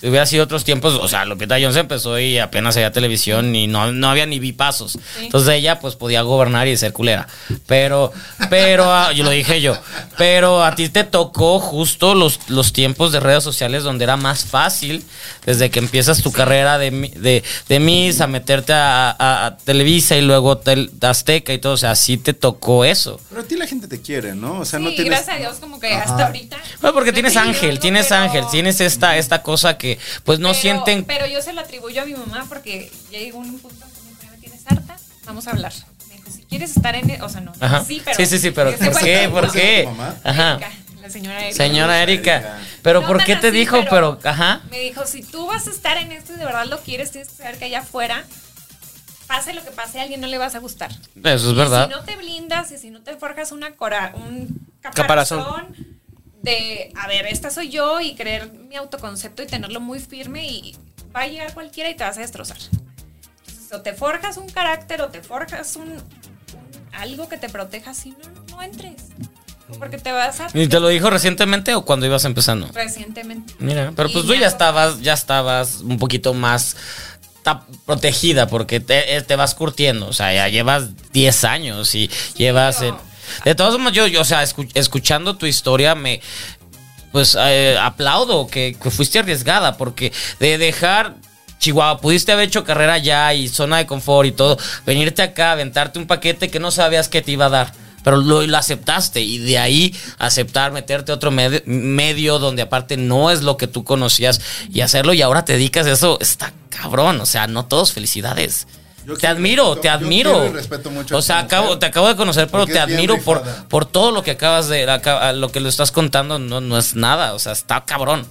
Speaker 2: Si hubiera sido otros tiempos, o sea, Lupita Jones empezó y apenas había televisión y no, no había ni bipasos. Entonces ella pues podía gobernar y ser culera. Pero, pero, ah, yo lo dije yo, pero a ti te tocó justo los, los tiempos de redes sociales donde era más fácil desde que empiezas tu carrera de, mi- de, de Miss a meterte a, a- a Televisa y luego tel- Azteca y todo. O sea, sí te tocó eso.
Speaker 1: Pero a ti la gente te quiere, ¿no? O sea,
Speaker 4: sí,
Speaker 1: no tienes...
Speaker 4: gracias a Dios como que hasta ahorita.
Speaker 2: Bueno, porque
Speaker 4: no
Speaker 2: tienes
Speaker 4: te
Speaker 2: ángel,
Speaker 4: digo,
Speaker 2: tienes
Speaker 4: pero-
Speaker 2: ángel, tienes esta, esta cosa que pues no
Speaker 4: pero-
Speaker 2: sienten.
Speaker 4: Pero yo se lo atribuyo a mi mamá porque ya llegó un punto en que me dijo, "Ya me tienes harta, vamos a hablar. Me dijo, si quieres estar en, e-". o sea, no,
Speaker 2: Ajá.
Speaker 4: sí, pero.
Speaker 2: sí, sí, sí, pero
Speaker 4: que se
Speaker 2: ¿por
Speaker 4: cuente,
Speaker 2: qué?
Speaker 4: ¿no?
Speaker 2: ¿Por qué?
Speaker 1: ¿Tu mamá?
Speaker 2: Ajá.
Speaker 4: Erika, La señora Erika.
Speaker 2: Señora Erika.
Speaker 1: Erika.
Speaker 2: Pero
Speaker 4: No
Speaker 2: ¿por
Speaker 4: tan
Speaker 2: qué te
Speaker 4: así,
Speaker 2: dijo? Pero, ajá.
Speaker 4: Me dijo, si tú vas a estar en esto y de verdad lo quieres, tienes que saber que allá afuera, pase lo que pase, a alguien no le vas a gustar.
Speaker 2: Eso es
Speaker 4: Y
Speaker 2: verdad.
Speaker 4: si no te blindas y si no te forjas una cora, un
Speaker 3: Caparazón.
Speaker 4: caparazón, de, a ver, esta soy yo y creer mi autoconcepto y tenerlo muy firme y va a llegar cualquiera y te vas a destrozar. Entonces, o te forjas un carácter o te forjas un, un algo que te proteja, si no, no entres. Porque te vas a...
Speaker 2: ¿Y te lo dijo recientemente o cuando ibas empezando?
Speaker 4: Recientemente.
Speaker 2: Mira, pero
Speaker 4: Y
Speaker 2: pues tú
Speaker 4: me
Speaker 2: ya
Speaker 4: acuerdo-
Speaker 2: estabas, ya estabas un poquito más ta- protegida porque te, eh, te vas curtiendo, o sea, ya llevas 10 años y llevas...
Speaker 4: pero-
Speaker 2: el- de todos modos, yo, yo, o sea, escu- escuchando tu historia me... Pues eh, aplaudo que, que fuiste arriesgada porque de dejar... Chihuahua, pudiste haber hecho carrera allá y zona de confort y todo. Venirte acá, aventarte un paquete que no sabías que te iba a dar. Pero lo, lo aceptaste y de ahí aceptar meterte a otro med- medio donde aparte no es lo que tú conocías y hacerlo y ahora te dedicas a eso, está cabrón, o sea, no todos, felicidades.
Speaker 1: Yo
Speaker 2: te
Speaker 1: quiero-
Speaker 2: admiro,
Speaker 1: yo-
Speaker 2: te
Speaker 1: yo
Speaker 2: admiro.
Speaker 1: quiero y respeto mucho a
Speaker 2: o sea,
Speaker 1: esta mujer,
Speaker 2: acabo, te acabo de conocer, pero
Speaker 1: porque
Speaker 2: te
Speaker 1: es bien
Speaker 2: admiro por,
Speaker 1: rifada.
Speaker 2: por todo lo que acabas de, acá- a lo que lo estás contando, no, no es nada, o sea, está cabrón.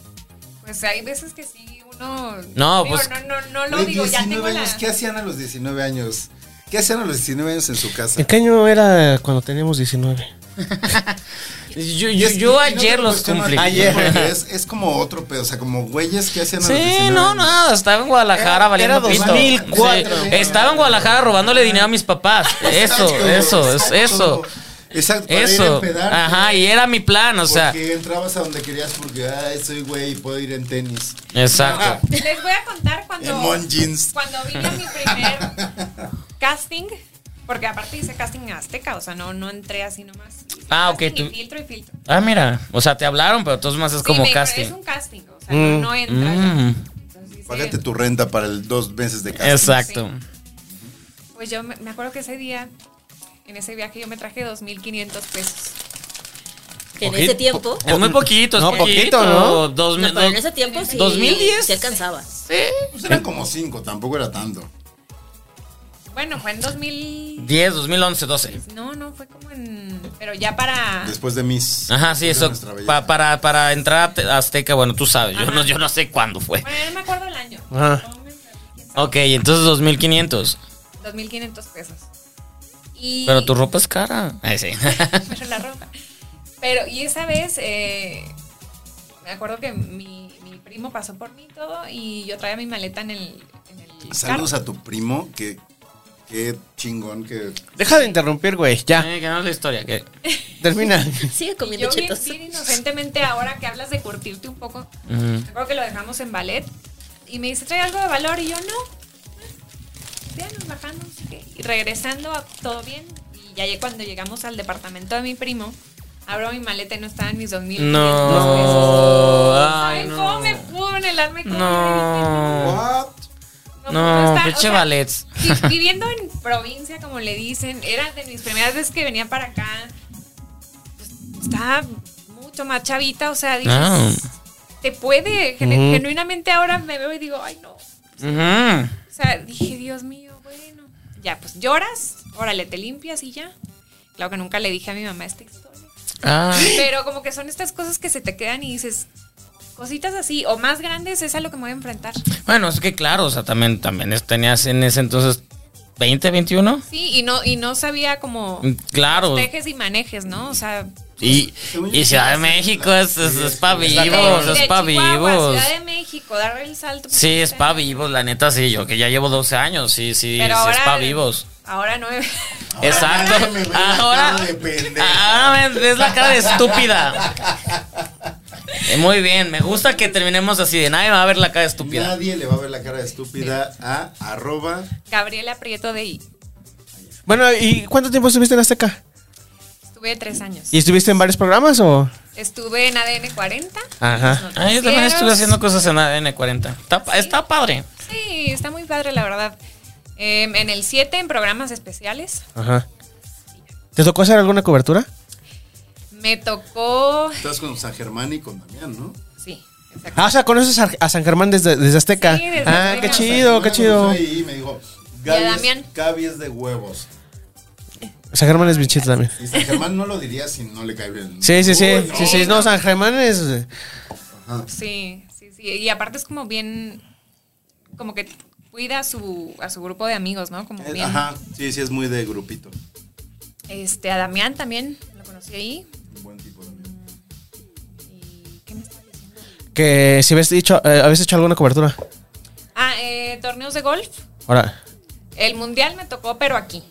Speaker 4: Pues hay veces que sí, uno...
Speaker 2: No,
Speaker 4: digo,
Speaker 2: pues-
Speaker 4: No, no, no lo
Speaker 1: Oye,
Speaker 4: digo, ya
Speaker 1: 19
Speaker 4: tengo la...
Speaker 1: años, ¿qué hacían a los 19 años? ¿Qué hacían a los 19 años en su casa?
Speaker 3: ¿En qué año era cuando teníamos 19?
Speaker 2: Yo,
Speaker 1: Y
Speaker 2: yo,
Speaker 1: es- y-
Speaker 2: yo
Speaker 1: y no
Speaker 2: ayer
Speaker 1: te lo
Speaker 2: los
Speaker 1: cuestiono
Speaker 2: cumplí.
Speaker 1: aquí, porque Es, es como otro pedo, o sea, como güeyes que hacían a los
Speaker 2: Sí,
Speaker 1: 19
Speaker 2: no,
Speaker 1: años.
Speaker 2: nada, estaba en Guadalajara
Speaker 3: Era-
Speaker 2: valiendo
Speaker 3: era
Speaker 2: pito.
Speaker 3: 2004.
Speaker 2: Sí, estaba en Guadalajara robándole dinero a mis papás. Eso,
Speaker 1: Exacto,
Speaker 2: eso, es
Speaker 1: exacto.
Speaker 2: eso.
Speaker 1: Exacto, para ir a
Speaker 2: Eso.
Speaker 1: empedarte,
Speaker 2: Ajá, y era mi plan, o sea.
Speaker 1: Porque entrabas a donde querías porque, ah, soy güey y puedo ir en tenis.
Speaker 2: Exacto.
Speaker 4: Les voy a contar
Speaker 1: En
Speaker 4: cuando...
Speaker 1: mon jeans.
Speaker 4: Cuando vine a mi primer casting, porque aparte hice casting en Azteca, o sea, no, no entré así nomás. Hice
Speaker 2: Ah, ok,
Speaker 4: casting y
Speaker 2: tú-
Speaker 4: filtro y filtro.
Speaker 2: Ah, mira. O sea, te hablaron, pero todos más es
Speaker 4: Sí,
Speaker 2: como
Speaker 4: me-
Speaker 2: casting.
Speaker 4: Es un casting, o sea, no, no entra.
Speaker 2: Mm,
Speaker 4: Entonces, hice-
Speaker 1: Págate tu renta para el dos meses de casa.
Speaker 2: Exacto.
Speaker 4: Pues yo me, me acuerdo que ese día, en ese viaje, yo me traje 2.500 pesos.
Speaker 5: Que en ese tiempo.
Speaker 2: Es muy poquito, es
Speaker 3: No,
Speaker 2: poquito,
Speaker 3: poquito, ¿no?
Speaker 2: Dos mil-
Speaker 5: No, pero en ese tiempo sí.
Speaker 2: 2010.
Speaker 5: Se alcanzaba.
Speaker 1: Pues eran como cinco, tampoco era tanto.
Speaker 4: Bueno, fue en 2000.
Speaker 2: 10, 2011, 12.
Speaker 4: No, no, fue como en. Pero ya para.
Speaker 1: Después de mis.
Speaker 2: Ajá, sí,
Speaker 1: después de
Speaker 2: eso.
Speaker 1: nuestra belleza.
Speaker 2: pa- para, para entrar a Te- Azteca, bueno, tú sabes. Yo no, yo no sé cuándo fue.
Speaker 4: Bueno, no me acuerdo el año.
Speaker 2: Ah.
Speaker 3: Ajá.
Speaker 2: Ok, entonces 2500.
Speaker 4: 2.500 pesos. Y
Speaker 2: Pero tu ropa es cara. Ay, sí.
Speaker 4: pero la ropa. Pero, y esa vez, eh, me acuerdo que mi, mi primo pasó por mí y todo, y yo traía mi maleta en el, en el
Speaker 1: Saludos
Speaker 4: carro.
Speaker 1: a tu primo que Qué chingón que.
Speaker 3: Deja de interrumpir, güey. Ya,
Speaker 2: Eh, que no es la historia. Que...
Speaker 3: termina.
Speaker 5: Sigue
Speaker 4: Y
Speaker 5: comiendo
Speaker 4: yo bien,
Speaker 5: chetos.
Speaker 4: bien inocentemente ahora que hablas de curtirte un poco, creo que lo dejamos en ballet y me dice, trae algo de valor y yo no. Ya nos bajamos no sé qué". y regresando a- todo bien y ya lle- cuando llegamos al departamento de mi primo, abro mi maleta y no estaban mis dos mil.
Speaker 2: No,
Speaker 4: quinientos pesos.
Speaker 2: ay,
Speaker 4: ¿Saben
Speaker 2: no.
Speaker 4: cómo me pudo en el alma? y cómo
Speaker 2: No.
Speaker 1: What?
Speaker 4: me-
Speaker 2: No,
Speaker 4: está- o
Speaker 2: pinche
Speaker 4: sea,
Speaker 2: ballets.
Speaker 4: vi- Viviendo en provincia, como le dicen, era de mis primeras veces que venía para acá. Pues, estaba mucho más chavita, o sea, dices,
Speaker 2: Ah.
Speaker 4: te puede. Genu- Genuinamente ahora me veo y digo, ay, no. O
Speaker 2: Ujú.
Speaker 4: sea, dije, Dios mío, bueno. Ya, pues lloras, órale, te limpias y ya. Claro que nunca le dije a mi mamá esta historia.
Speaker 2: Ah.
Speaker 4: Pero como que son estas cosas que se te quedan y dices, cositas así, o más grandes, es a lo que me voy a enfrentar.
Speaker 2: Bueno, es que claro, o sea, también, también es- tenías en ese entonces 20, 21.
Speaker 4: Sí, y no, y no sabía como
Speaker 2: Mm, Claro.
Speaker 4: tejes y manejes, ¿no? O sea,
Speaker 2: Y, y Ciudad de México es, es, es pa' vivos,
Speaker 4: de
Speaker 2: es pa'
Speaker 4: Chihuahua,
Speaker 2: vivos.
Speaker 4: Ciudad de México, dar el salto. pues,
Speaker 2: Sí,
Speaker 4: no
Speaker 2: es
Speaker 4: sé.
Speaker 2: pa' vivos, la neta, sí, yo que ya llevo 12 años, sí, sí,
Speaker 4: Pero
Speaker 2: sí, es
Speaker 4: ahora-
Speaker 2: pa' vivos.
Speaker 4: Ahora no es-
Speaker 2: Exacto.
Speaker 1: Ahora me ve la
Speaker 2: Ahora,
Speaker 1: cara de pendeja.
Speaker 2: ahora me- ves la cara de estúpida. Eh, Muy bien, me gusta que terminemos así de nadie me va a ver la cara de estúpida.
Speaker 1: Nadie le va a ver la cara de estúpida a arroba.
Speaker 4: Gabriela Prieto de I.
Speaker 3: Bueno, ¿y cuánto tiempo estuviste en Azteca?
Speaker 4: Estuve tres años.
Speaker 3: ¿Y estuviste en varios programas o...?
Speaker 4: Estuve en ADN 40.
Speaker 3: Ajá.
Speaker 2: Ah, yo también estuve haciendo cosas en ADN 40. Está, pa- está padre.
Speaker 4: Sí, está muy padre, la verdad. Eh, en el 7, en programas especiales,
Speaker 3: Ajá. ¿Te tocó hacer alguna cobertura?
Speaker 4: me tocó.
Speaker 1: Estás con San Germán y con Damián, ¿no?
Speaker 4: Sí, exacto.
Speaker 3: Ah, o sea, conoces a, a San Germán desde, desde Azteca.
Speaker 4: Sí, desde
Speaker 3: ah,
Speaker 4: Azteca.
Speaker 3: qué chido, qué chido.
Speaker 1: Y me dijo,
Speaker 4: Y a
Speaker 1: Gaby
Speaker 4: Damián.
Speaker 1: es, Gaby es de huevos.
Speaker 3: San Germán es bien chido también.
Speaker 1: Y San Germán no lo diría si no le cae bien.
Speaker 3: Sí, sí, sí.
Speaker 1: Uy, no.
Speaker 3: sí, sí. No, San Germán es.
Speaker 4: Sí, sí, sí. Y aparte es como bien. Como que cuida a su, a su grupo de amigos, ¿no? Como
Speaker 1: Eh,
Speaker 4: bien.
Speaker 1: Ajá, sí, sí, es muy de grupito.
Speaker 4: Este, a Damián también lo conocí ahí.
Speaker 1: Un buen tipo Damián.
Speaker 4: ¿Y qué me estaba diciendo?
Speaker 3: Que si habías, dicho, eh, habías hecho alguna cobertura.
Speaker 4: Ah, eh, torneos de golf.
Speaker 3: Ahora,
Speaker 4: El mundial me tocó, pero aquí.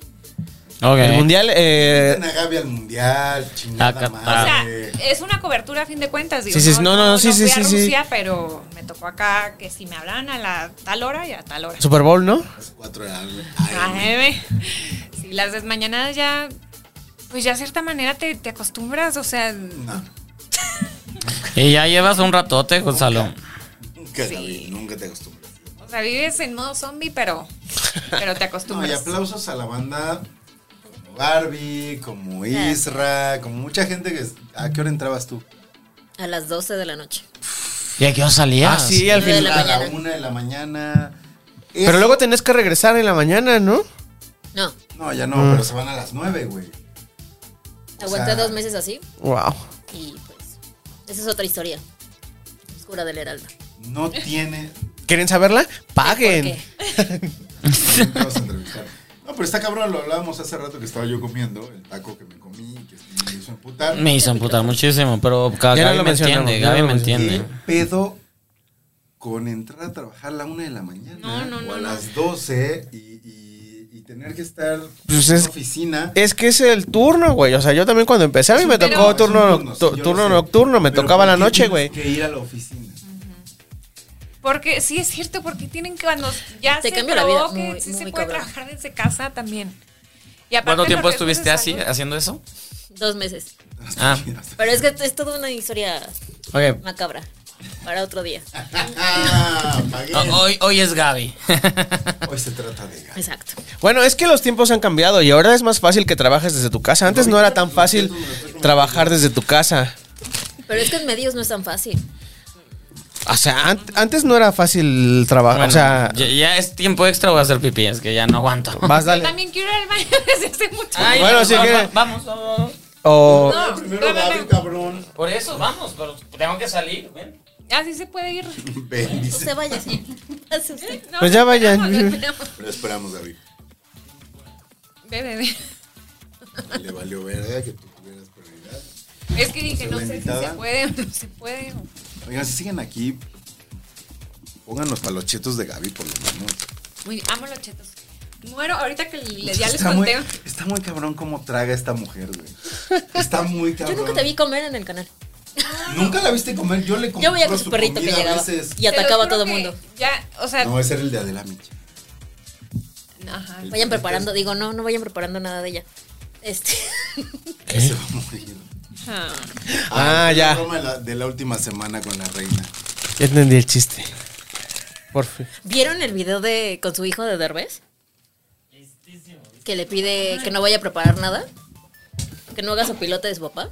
Speaker 3: el mundial. eh,
Speaker 1: Meten a Gaby al mundial, chingada
Speaker 2: Taca,
Speaker 4: O sea,
Speaker 1: madre.
Speaker 4: es una cobertura a fin de cuentas. Digo,
Speaker 3: Ah, Sí, sí, no, no, sí, sí,
Speaker 4: fui a
Speaker 3: sí, sí.
Speaker 4: Rusia, pero me tocó acá que si me hablaban a la tal hora y a tal hora.
Speaker 3: Super Bowl, ¿no?
Speaker 1: Las cuatro de la- Ay,
Speaker 4: Ay, me- sí, las desmañanadas ya, pues ya de cierta manera te, te acostumbras, o sea,
Speaker 1: no.
Speaker 2: Y ya llevas un ratote, Gonzalo.
Speaker 1: Nunca, Gaby, nunca te acostumbras.
Speaker 4: o sea, vives en modo zombie, pero, pero te
Speaker 1: No, y
Speaker 4: acostumbras.
Speaker 1: aplausos a la banda como Barbie, como Isra, como mucha gente que... es- ¿A qué hora entrabas tú?
Speaker 5: A las 12 de la noche.
Speaker 2: ¿Y a qué hora salías?
Speaker 3: Ah, sí, al
Speaker 5: Nueve de
Speaker 3: final.
Speaker 5: la
Speaker 1: a la
Speaker 5: mañana.
Speaker 1: una de la mañana. Es-
Speaker 3: Pero luego tenés que regresar en la mañana, ¿no?
Speaker 5: No,
Speaker 1: No, ya no,
Speaker 3: Mm.
Speaker 1: pero se van a las nueve, güey. O
Speaker 5: aguanté
Speaker 1: sea-
Speaker 5: dos meses así
Speaker 3: Wow.
Speaker 5: y pues. Esa es otra historia. Oscura del Heraldo.
Speaker 1: No tiene...
Speaker 3: ¿Quieren saberla?
Speaker 5: ¿Por
Speaker 3: Paguen.
Speaker 5: qué?
Speaker 1: no te vas a entrevistar. No, pero está cabrón, lo hablábamos hace rato que estaba yo comiendo, el taco que me comí, que este, me hizo emputar.
Speaker 2: Me hizo emputar muchísimo, pero Gaby
Speaker 3: Ya no lo
Speaker 2: me
Speaker 3: mencionamos,
Speaker 2: entiende,
Speaker 3: ya no
Speaker 2: Gaby
Speaker 3: lo
Speaker 2: me
Speaker 1: ¿Qué
Speaker 2: entiende.
Speaker 1: pedo con entrar a trabajar a la una de la mañana
Speaker 4: No, no,
Speaker 1: o
Speaker 4: no,
Speaker 1: a
Speaker 4: no.
Speaker 1: las 12 y, y- y tener que estar
Speaker 3: Pues
Speaker 1: en
Speaker 3: es-
Speaker 1: la oficina?
Speaker 3: Es que es el turno, güey. O sea, yo también cuando empecé a mí me
Speaker 4: Pero-
Speaker 3: tocó
Speaker 1: Es un
Speaker 3: turno,
Speaker 1: turno, sí,
Speaker 3: tu-
Speaker 1: yo lo
Speaker 3: turno
Speaker 1: sé.
Speaker 3: nocturno. Me
Speaker 1: Pero
Speaker 3: tocaba
Speaker 1: ¿por
Speaker 3: la
Speaker 1: qué
Speaker 3: noche,
Speaker 1: tienes
Speaker 3: güey.
Speaker 1: que ir a la oficina.
Speaker 4: Porque sí es cierto, porque tienen que cuando ya
Speaker 5: Te
Speaker 4: se
Speaker 5: cambia la vida,
Speaker 4: probó que
Speaker 5: muy-
Speaker 4: sí se
Speaker 5: muy
Speaker 4: puede
Speaker 5: cabrón.
Speaker 4: trabajar desde casa también. Y aparte
Speaker 2: ¿Cuánto
Speaker 4: por
Speaker 2: tiempo
Speaker 4: razones
Speaker 2: estuviste
Speaker 4: de
Speaker 2: así,
Speaker 4: salud.
Speaker 2: haciendo eso?
Speaker 5: Dos meses.
Speaker 2: Ah,
Speaker 5: Pero es que es toda una historia
Speaker 2: ok.
Speaker 5: macabra. Para otro día.
Speaker 1: Ah, pagué.
Speaker 2: O- Hoy, hoy es Gaby.
Speaker 1: Hoy se trata de gato.
Speaker 5: Exacto.
Speaker 3: Bueno, es que los tiempos han cambiado y ahora es más fácil que trabajes desde tu casa. Antes no era tan fácil trabajar desde tu casa.
Speaker 5: Pero es que en medios no es tan fácil.
Speaker 3: O sea, an- antes no era fácil trabajar. O
Speaker 2: Bueno,
Speaker 3: sea,
Speaker 2: ya, ya es tiempo extra, voy a hacer pipí, es que ya no aguanto.
Speaker 3: vas,
Speaker 4: Yo
Speaker 3: dale.
Speaker 4: También quiero ir al baño desde hace mucho
Speaker 2: Ay,
Speaker 3: Bueno,
Speaker 2: no,
Speaker 3: si
Speaker 2: va-
Speaker 3: quieres.
Speaker 2: va- Vamos, vamos, vamos.
Speaker 3: O,
Speaker 4: No,
Speaker 1: Ah, Primero
Speaker 4: no, no,
Speaker 1: Gaby,
Speaker 4: no.
Speaker 1: cabrón.
Speaker 2: Por eso, vamos, pero tengo que salir, ven.
Speaker 4: Así se puede ir.
Speaker 1: Ven, dice.
Speaker 5: Usted vaya. sí. Pase usted.
Speaker 4: No,
Speaker 3: Pues ya
Speaker 4: no
Speaker 3: vayan.
Speaker 4: esperamos, no esperamos.
Speaker 1: Pero esperamos, Gaby.
Speaker 4: Ve, ve, ve.
Speaker 1: Le valió verga que tú tuvieras prioridad.
Speaker 4: Es que dije, no
Speaker 1: ¿La
Speaker 4: sé si se
Speaker 1: invitada?
Speaker 4: puede o no se puede.
Speaker 1: Oigan, si siguen aquí, pónganos para los chetos de Gaby por lo menos.
Speaker 4: Muy, amo los chetos. muero ahorita que le, ya les
Speaker 1: Está muy,
Speaker 4: conté.
Speaker 1: está muy cabrón cómo traga esta mujer, güey. Está muy
Speaker 5: Yo
Speaker 1: cabrón.
Speaker 5: nunca te vi comer en el canal.
Speaker 1: Nunca la viste comer. Yo le compré
Speaker 5: Yo veía con su perrito que
Speaker 1: comida a
Speaker 5: llegaba
Speaker 1: veces.
Speaker 5: y
Speaker 4: Te lo
Speaker 5: atacaba a
Speaker 4: juro
Speaker 5: todo el
Speaker 4: que
Speaker 5: mundo.
Speaker 4: Ya, o sea,
Speaker 1: No, ese era el de Adela Micha.
Speaker 4: ajá.
Speaker 5: Vayan preparando, digo, no, no vayan preparando nada de ella. Este.
Speaker 1: Ese va a morir.
Speaker 4: Ah.
Speaker 3: Ah,
Speaker 1: fue
Speaker 3: ya.
Speaker 1: La broma de la, de la última semana con la reina.
Speaker 3: Ya entendí el chiste. Por fin.
Speaker 5: ¿Vieron el video de con su hijo de Derbez? Que le pide que no vaya a preparar nada. Que no haga su pilote de su papá.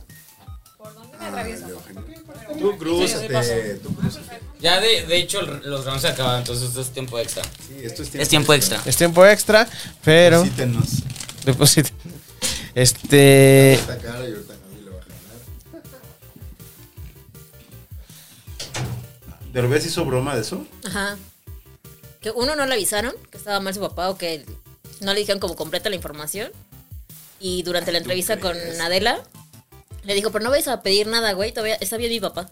Speaker 1: Ah, Tú cruzate. Tú crúzate.
Speaker 2: Ya de, de hecho el- los rounds se acaban, entonces esto es tiempo extra.
Speaker 1: Sí, esto es tiempo,
Speaker 2: Es tiempo extra.
Speaker 3: Es tiempo extra, pero.
Speaker 1: Visítenos.
Speaker 3: Deposite. Este.
Speaker 1: Esta cara y ahorita Gaby le va a ganar. ¿Derbez hizo broma de eso?
Speaker 5: Ajá. Que uno no le avisaron que estaba mal su papá o que no le dijeron como completa la información. Y durante la entrevista con Adela, le dijo, pero no vais a pedir nada, güey, todavía está bien mi papá.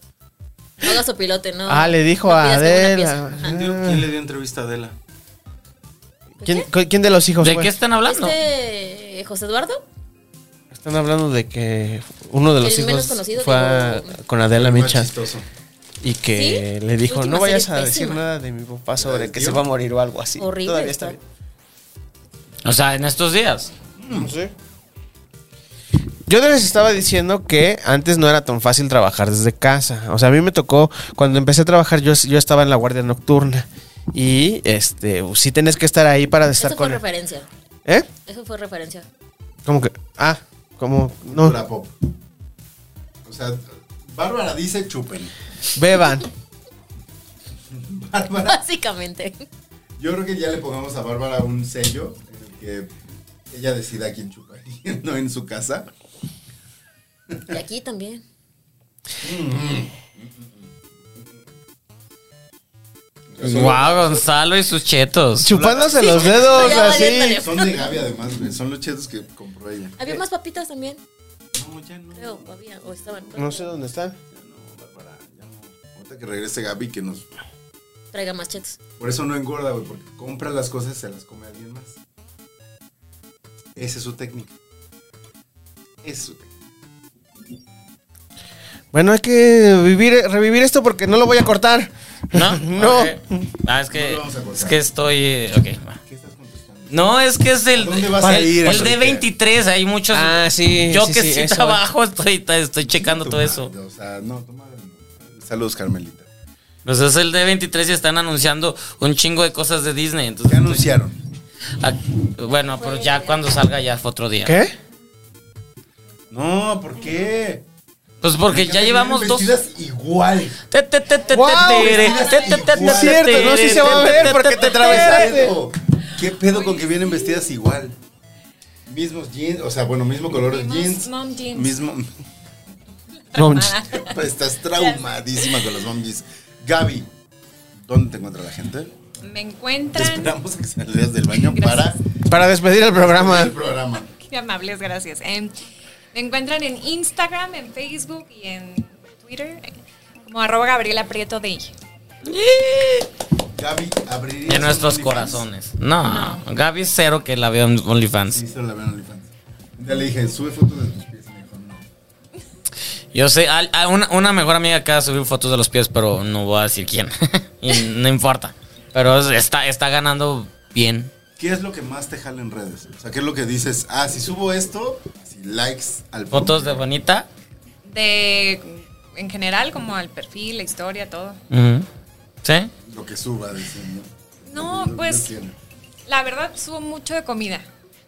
Speaker 5: No hagas su pilote, ¿no?
Speaker 3: Ah, le dijo
Speaker 5: no
Speaker 3: a
Speaker 5: pidas como una
Speaker 3: Adela.
Speaker 5: pieza".
Speaker 3: Ah.
Speaker 1: Digo, ¿Quién le dio entrevista a Adela?
Speaker 3: ¿Quién, cu- quién de los hijos
Speaker 2: ¿De
Speaker 3: fue?
Speaker 2: qué están hablando?
Speaker 5: Este José Eduardo,
Speaker 3: Están hablando de que uno de los
Speaker 5: El menos
Speaker 3: hijos
Speaker 5: conocido,
Speaker 3: fue a-
Speaker 5: digo,
Speaker 3: con Adela
Speaker 1: Más
Speaker 3: Micha
Speaker 1: chistoso.
Speaker 3: y que
Speaker 5: ¿Sí?
Speaker 3: le dijo,
Speaker 5: Última
Speaker 3: no vayas a
Speaker 5: serie
Speaker 3: decir
Speaker 5: pésima".
Speaker 3: nada de mi papá sobre
Speaker 1: del
Speaker 3: que
Speaker 1: tío?
Speaker 3: se va a morir o algo así.
Speaker 5: horrible.
Speaker 3: Todavía está bien.
Speaker 5: está.
Speaker 2: O sea, en estos días.
Speaker 3: Yo les estaba diciendo que antes no era tan fácil trabajar desde casa. O sea, a mí me tocó, cuando empecé a trabajar, yo, yo estaba en la guardia nocturna. Y este, sí tenés que estar ahí para estar
Speaker 5: Eso fue
Speaker 3: con.
Speaker 5: referencia.
Speaker 3: ¿Eh?
Speaker 5: Eso fue referencia.
Speaker 3: ¿Cómo que? Ah, como. No.
Speaker 1: Cultura pop. O sea, Bárbara dice chupen.
Speaker 3: Beban.
Speaker 1: Bárbara.
Speaker 5: Básicamente.
Speaker 1: Yo creo que ya le pongamos a Bárbara un sello en el que ella decida quién chupa y quién no en su casa.
Speaker 5: Y aquí también.
Speaker 2: Wow, Gonzalo y sus chetos.
Speaker 3: Chupándose los dedos,
Speaker 5: Ya
Speaker 3: así.
Speaker 5: valiéndole.
Speaker 1: Son de Gaby además, güey. Son los chetos que compró ella.
Speaker 5: Había más papitas también,
Speaker 1: No, ya no.
Speaker 5: creo, o había, o estaban.
Speaker 3: No sé dónde están.
Speaker 1: Ya no, Bárbara, ya no. Ahorita que regrese Gaby que nos...
Speaker 5: Traiga más chetos.
Speaker 1: Por eso no engorda, güey, porque compra las cosas y se las come alguien más. Esa es su técnica. Esa es su técnica.
Speaker 3: Bueno, hay que vivir, revivir esto porque no lo voy a cortar.
Speaker 2: ¿No?
Speaker 3: No.
Speaker 2: Ok. Ah, es que,
Speaker 1: No lo vamos a cortar.
Speaker 2: es que estoy. eh, Ok, va.
Speaker 1: ¿Qué estás contestando?
Speaker 2: No, es que es el.
Speaker 1: ¿Dónde vas a
Speaker 2: el,
Speaker 1: ir,
Speaker 2: El
Speaker 1: Enrique?
Speaker 2: D23, hay muchos.
Speaker 3: Ah, sí,
Speaker 2: Yo
Speaker 3: sí,
Speaker 2: que
Speaker 3: sí,
Speaker 2: sí,
Speaker 3: eso,
Speaker 2: trabajo, estoy, estoy checando
Speaker 1: Tu
Speaker 2: todo eso.
Speaker 1: madre, O sea, no, tu madre no. Saludos, Carmelita.
Speaker 2: Pues es el D23 y están anunciando un chingo de cosas de Disney.
Speaker 1: ¿Qué
Speaker 2: Entonces,
Speaker 1: anunciaron?
Speaker 2: ah, bueno, pero ya cuando salga ya fue otro día.
Speaker 3: ¿Qué?
Speaker 1: No, ¿por qué?
Speaker 2: Pues porque ya
Speaker 1: Venían
Speaker 2: llevamos dos.
Speaker 1: vestidas igual.
Speaker 2: Te, te, te, te,
Speaker 3: Wow,
Speaker 2: te, te,
Speaker 1: vestidas
Speaker 2: te, te, te,
Speaker 1: igual.
Speaker 2: te,
Speaker 3: Cierto,
Speaker 2: te,
Speaker 3: no sé si se va a
Speaker 2: te,
Speaker 3: ver
Speaker 2: te,
Speaker 3: porque
Speaker 2: te,
Speaker 3: te
Speaker 2: te,
Speaker 3: atravesaste.
Speaker 2: te.
Speaker 1: pedo? ¿Qué pedo con que vienen vestidas igual? Mismos jeans, o sea, bueno, mismo color de
Speaker 4: Mismos
Speaker 1: jeans.
Speaker 4: mom jeans.
Speaker 1: Mismo. Estás traumadísima con los mom jeans. Gaby, ¿dónde te encuentra la gente?
Speaker 4: Me
Speaker 1: Te
Speaker 4: encuentran.
Speaker 1: esperamos a que salgas del baño para
Speaker 3: Para despedir el programa.
Speaker 1: el programa.
Speaker 4: Qué amables, gracias. Em, me encuentran en Instagram, en Facebook y en Twitter eh, como arroba Gabriela Prieto de
Speaker 1: Gaby, abrirías.
Speaker 2: De
Speaker 1: un
Speaker 2: nuestros
Speaker 1: OnlyFans?
Speaker 2: corazones. No, Gaby es cero que la veo en OnlyFans.
Speaker 1: Sí, solo la veo en OnlyFans. Ya le dije, sube fotos de tus pies. y Me dijo, no.
Speaker 2: Yo sé, al- a una, una mejor amiga acaba de subir fotos de los pies, pero no voy a decir quién. Y no importa. Pero es- está, está ganando bien.
Speaker 1: ¿Qué es lo que más te jala en redes? O sea, ¿qué es lo que dices? Ah, si subo esto, si likes al
Speaker 2: Fotos de Bonita.
Speaker 4: De, en general, como al perfil, la historia, todo.
Speaker 2: Ujú. ¿Sí?
Speaker 1: Lo que suba, dicen,
Speaker 4: No,
Speaker 1: Lo que- lo
Speaker 4: pues-
Speaker 1: que quiera.
Speaker 4: La verdad, subo mucho de comida.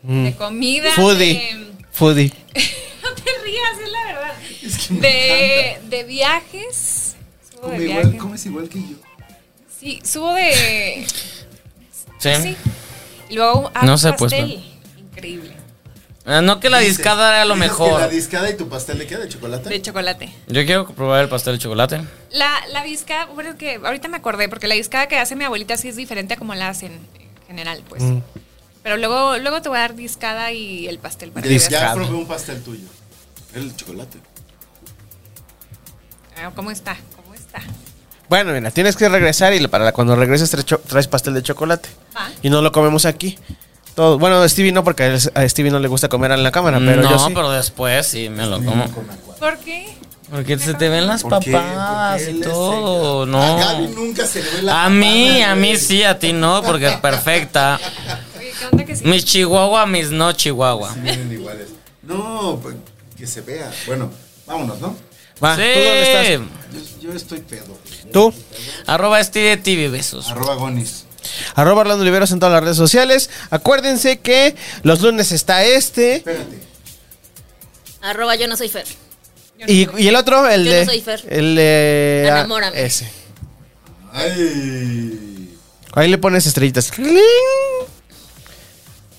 Speaker 4: De comida.
Speaker 3: Foodie.
Speaker 4: de-
Speaker 3: Foodie.
Speaker 4: no te rías, es la verdad.
Speaker 1: Es que me
Speaker 4: De, de viajes. Subo
Speaker 1: Come
Speaker 4: de
Speaker 1: igual-
Speaker 4: viajes.
Speaker 1: comes igual que yo.
Speaker 4: Sí, subo de. pues
Speaker 2: ¿Sí?
Speaker 4: Sí. Y luego hago
Speaker 2: No
Speaker 4: un
Speaker 2: sé, pues,
Speaker 4: pastel. Increíble.
Speaker 2: Eh, No que la
Speaker 1: Dices-
Speaker 2: discada era lo
Speaker 1: dices que
Speaker 2: mejor.
Speaker 1: La discada y tu pastel le queda de chocolate.
Speaker 4: De chocolate.
Speaker 2: Yo quiero probar el pastel de chocolate.
Speaker 4: La, la discada, bueno, que ahorita me acordé, porque la discada que hace mi abuelita sí es diferente a como la hacen en general, pues. Pero luego, luego te voy a dar discada y el pastel para que veas.
Speaker 1: ya probé un pastel tuyo. Era el chocolate.
Speaker 4: Ah, ¿Cómo está? ¿Cómo está?
Speaker 3: Bueno, mira, tienes que regresar y para cuando regreses traes, cho- traes pastel de chocolate.
Speaker 4: Ah.
Speaker 3: Y no lo comemos aquí. Todo. Bueno, Stevie no, porque a Stevie no le gusta comer en la cámara, pero yo
Speaker 2: no,
Speaker 3: sí.
Speaker 2: pero después sí me lo como.
Speaker 4: ¿Por qué?
Speaker 2: Porque se te ven las
Speaker 1: ¿Por qué?
Speaker 2: papadas
Speaker 1: ¿Por qué
Speaker 2: y
Speaker 1: le
Speaker 2: todo,
Speaker 1: se-
Speaker 2: no.
Speaker 1: A Gaby nunca se le ve la
Speaker 2: A mí,
Speaker 1: papada,
Speaker 2: a mí
Speaker 1: güey.
Speaker 2: sí, a ti no, porque es perfecta.
Speaker 4: Oye, ¿qué onda que sí?
Speaker 2: Mis chihuahua, mis no chihuahua.
Speaker 1: Sí, vienen iguales. No, pues, que se vea. Bueno, vámonos, ¿no?
Speaker 3: Va,
Speaker 2: sí.
Speaker 3: ¿tú dónde estás?
Speaker 1: Yo, yo estoy pedo.
Speaker 3: Tú.
Speaker 2: Arroba este de TV, besos.
Speaker 1: Arroba Gonis.
Speaker 3: Arroba Orlando Oliveros en todas las redes sociales. Acuérdense que los lunes está este.
Speaker 1: Espérate.
Speaker 5: Arroba yo no soy Fer.
Speaker 3: Y, y el otro, el
Speaker 5: Yo
Speaker 3: de.
Speaker 5: no soy Fer.
Speaker 3: El de. ah,
Speaker 5: Enamórame.
Speaker 3: Ese.
Speaker 1: Ay.
Speaker 3: Ahí le pones estrellitas. ¡Cling!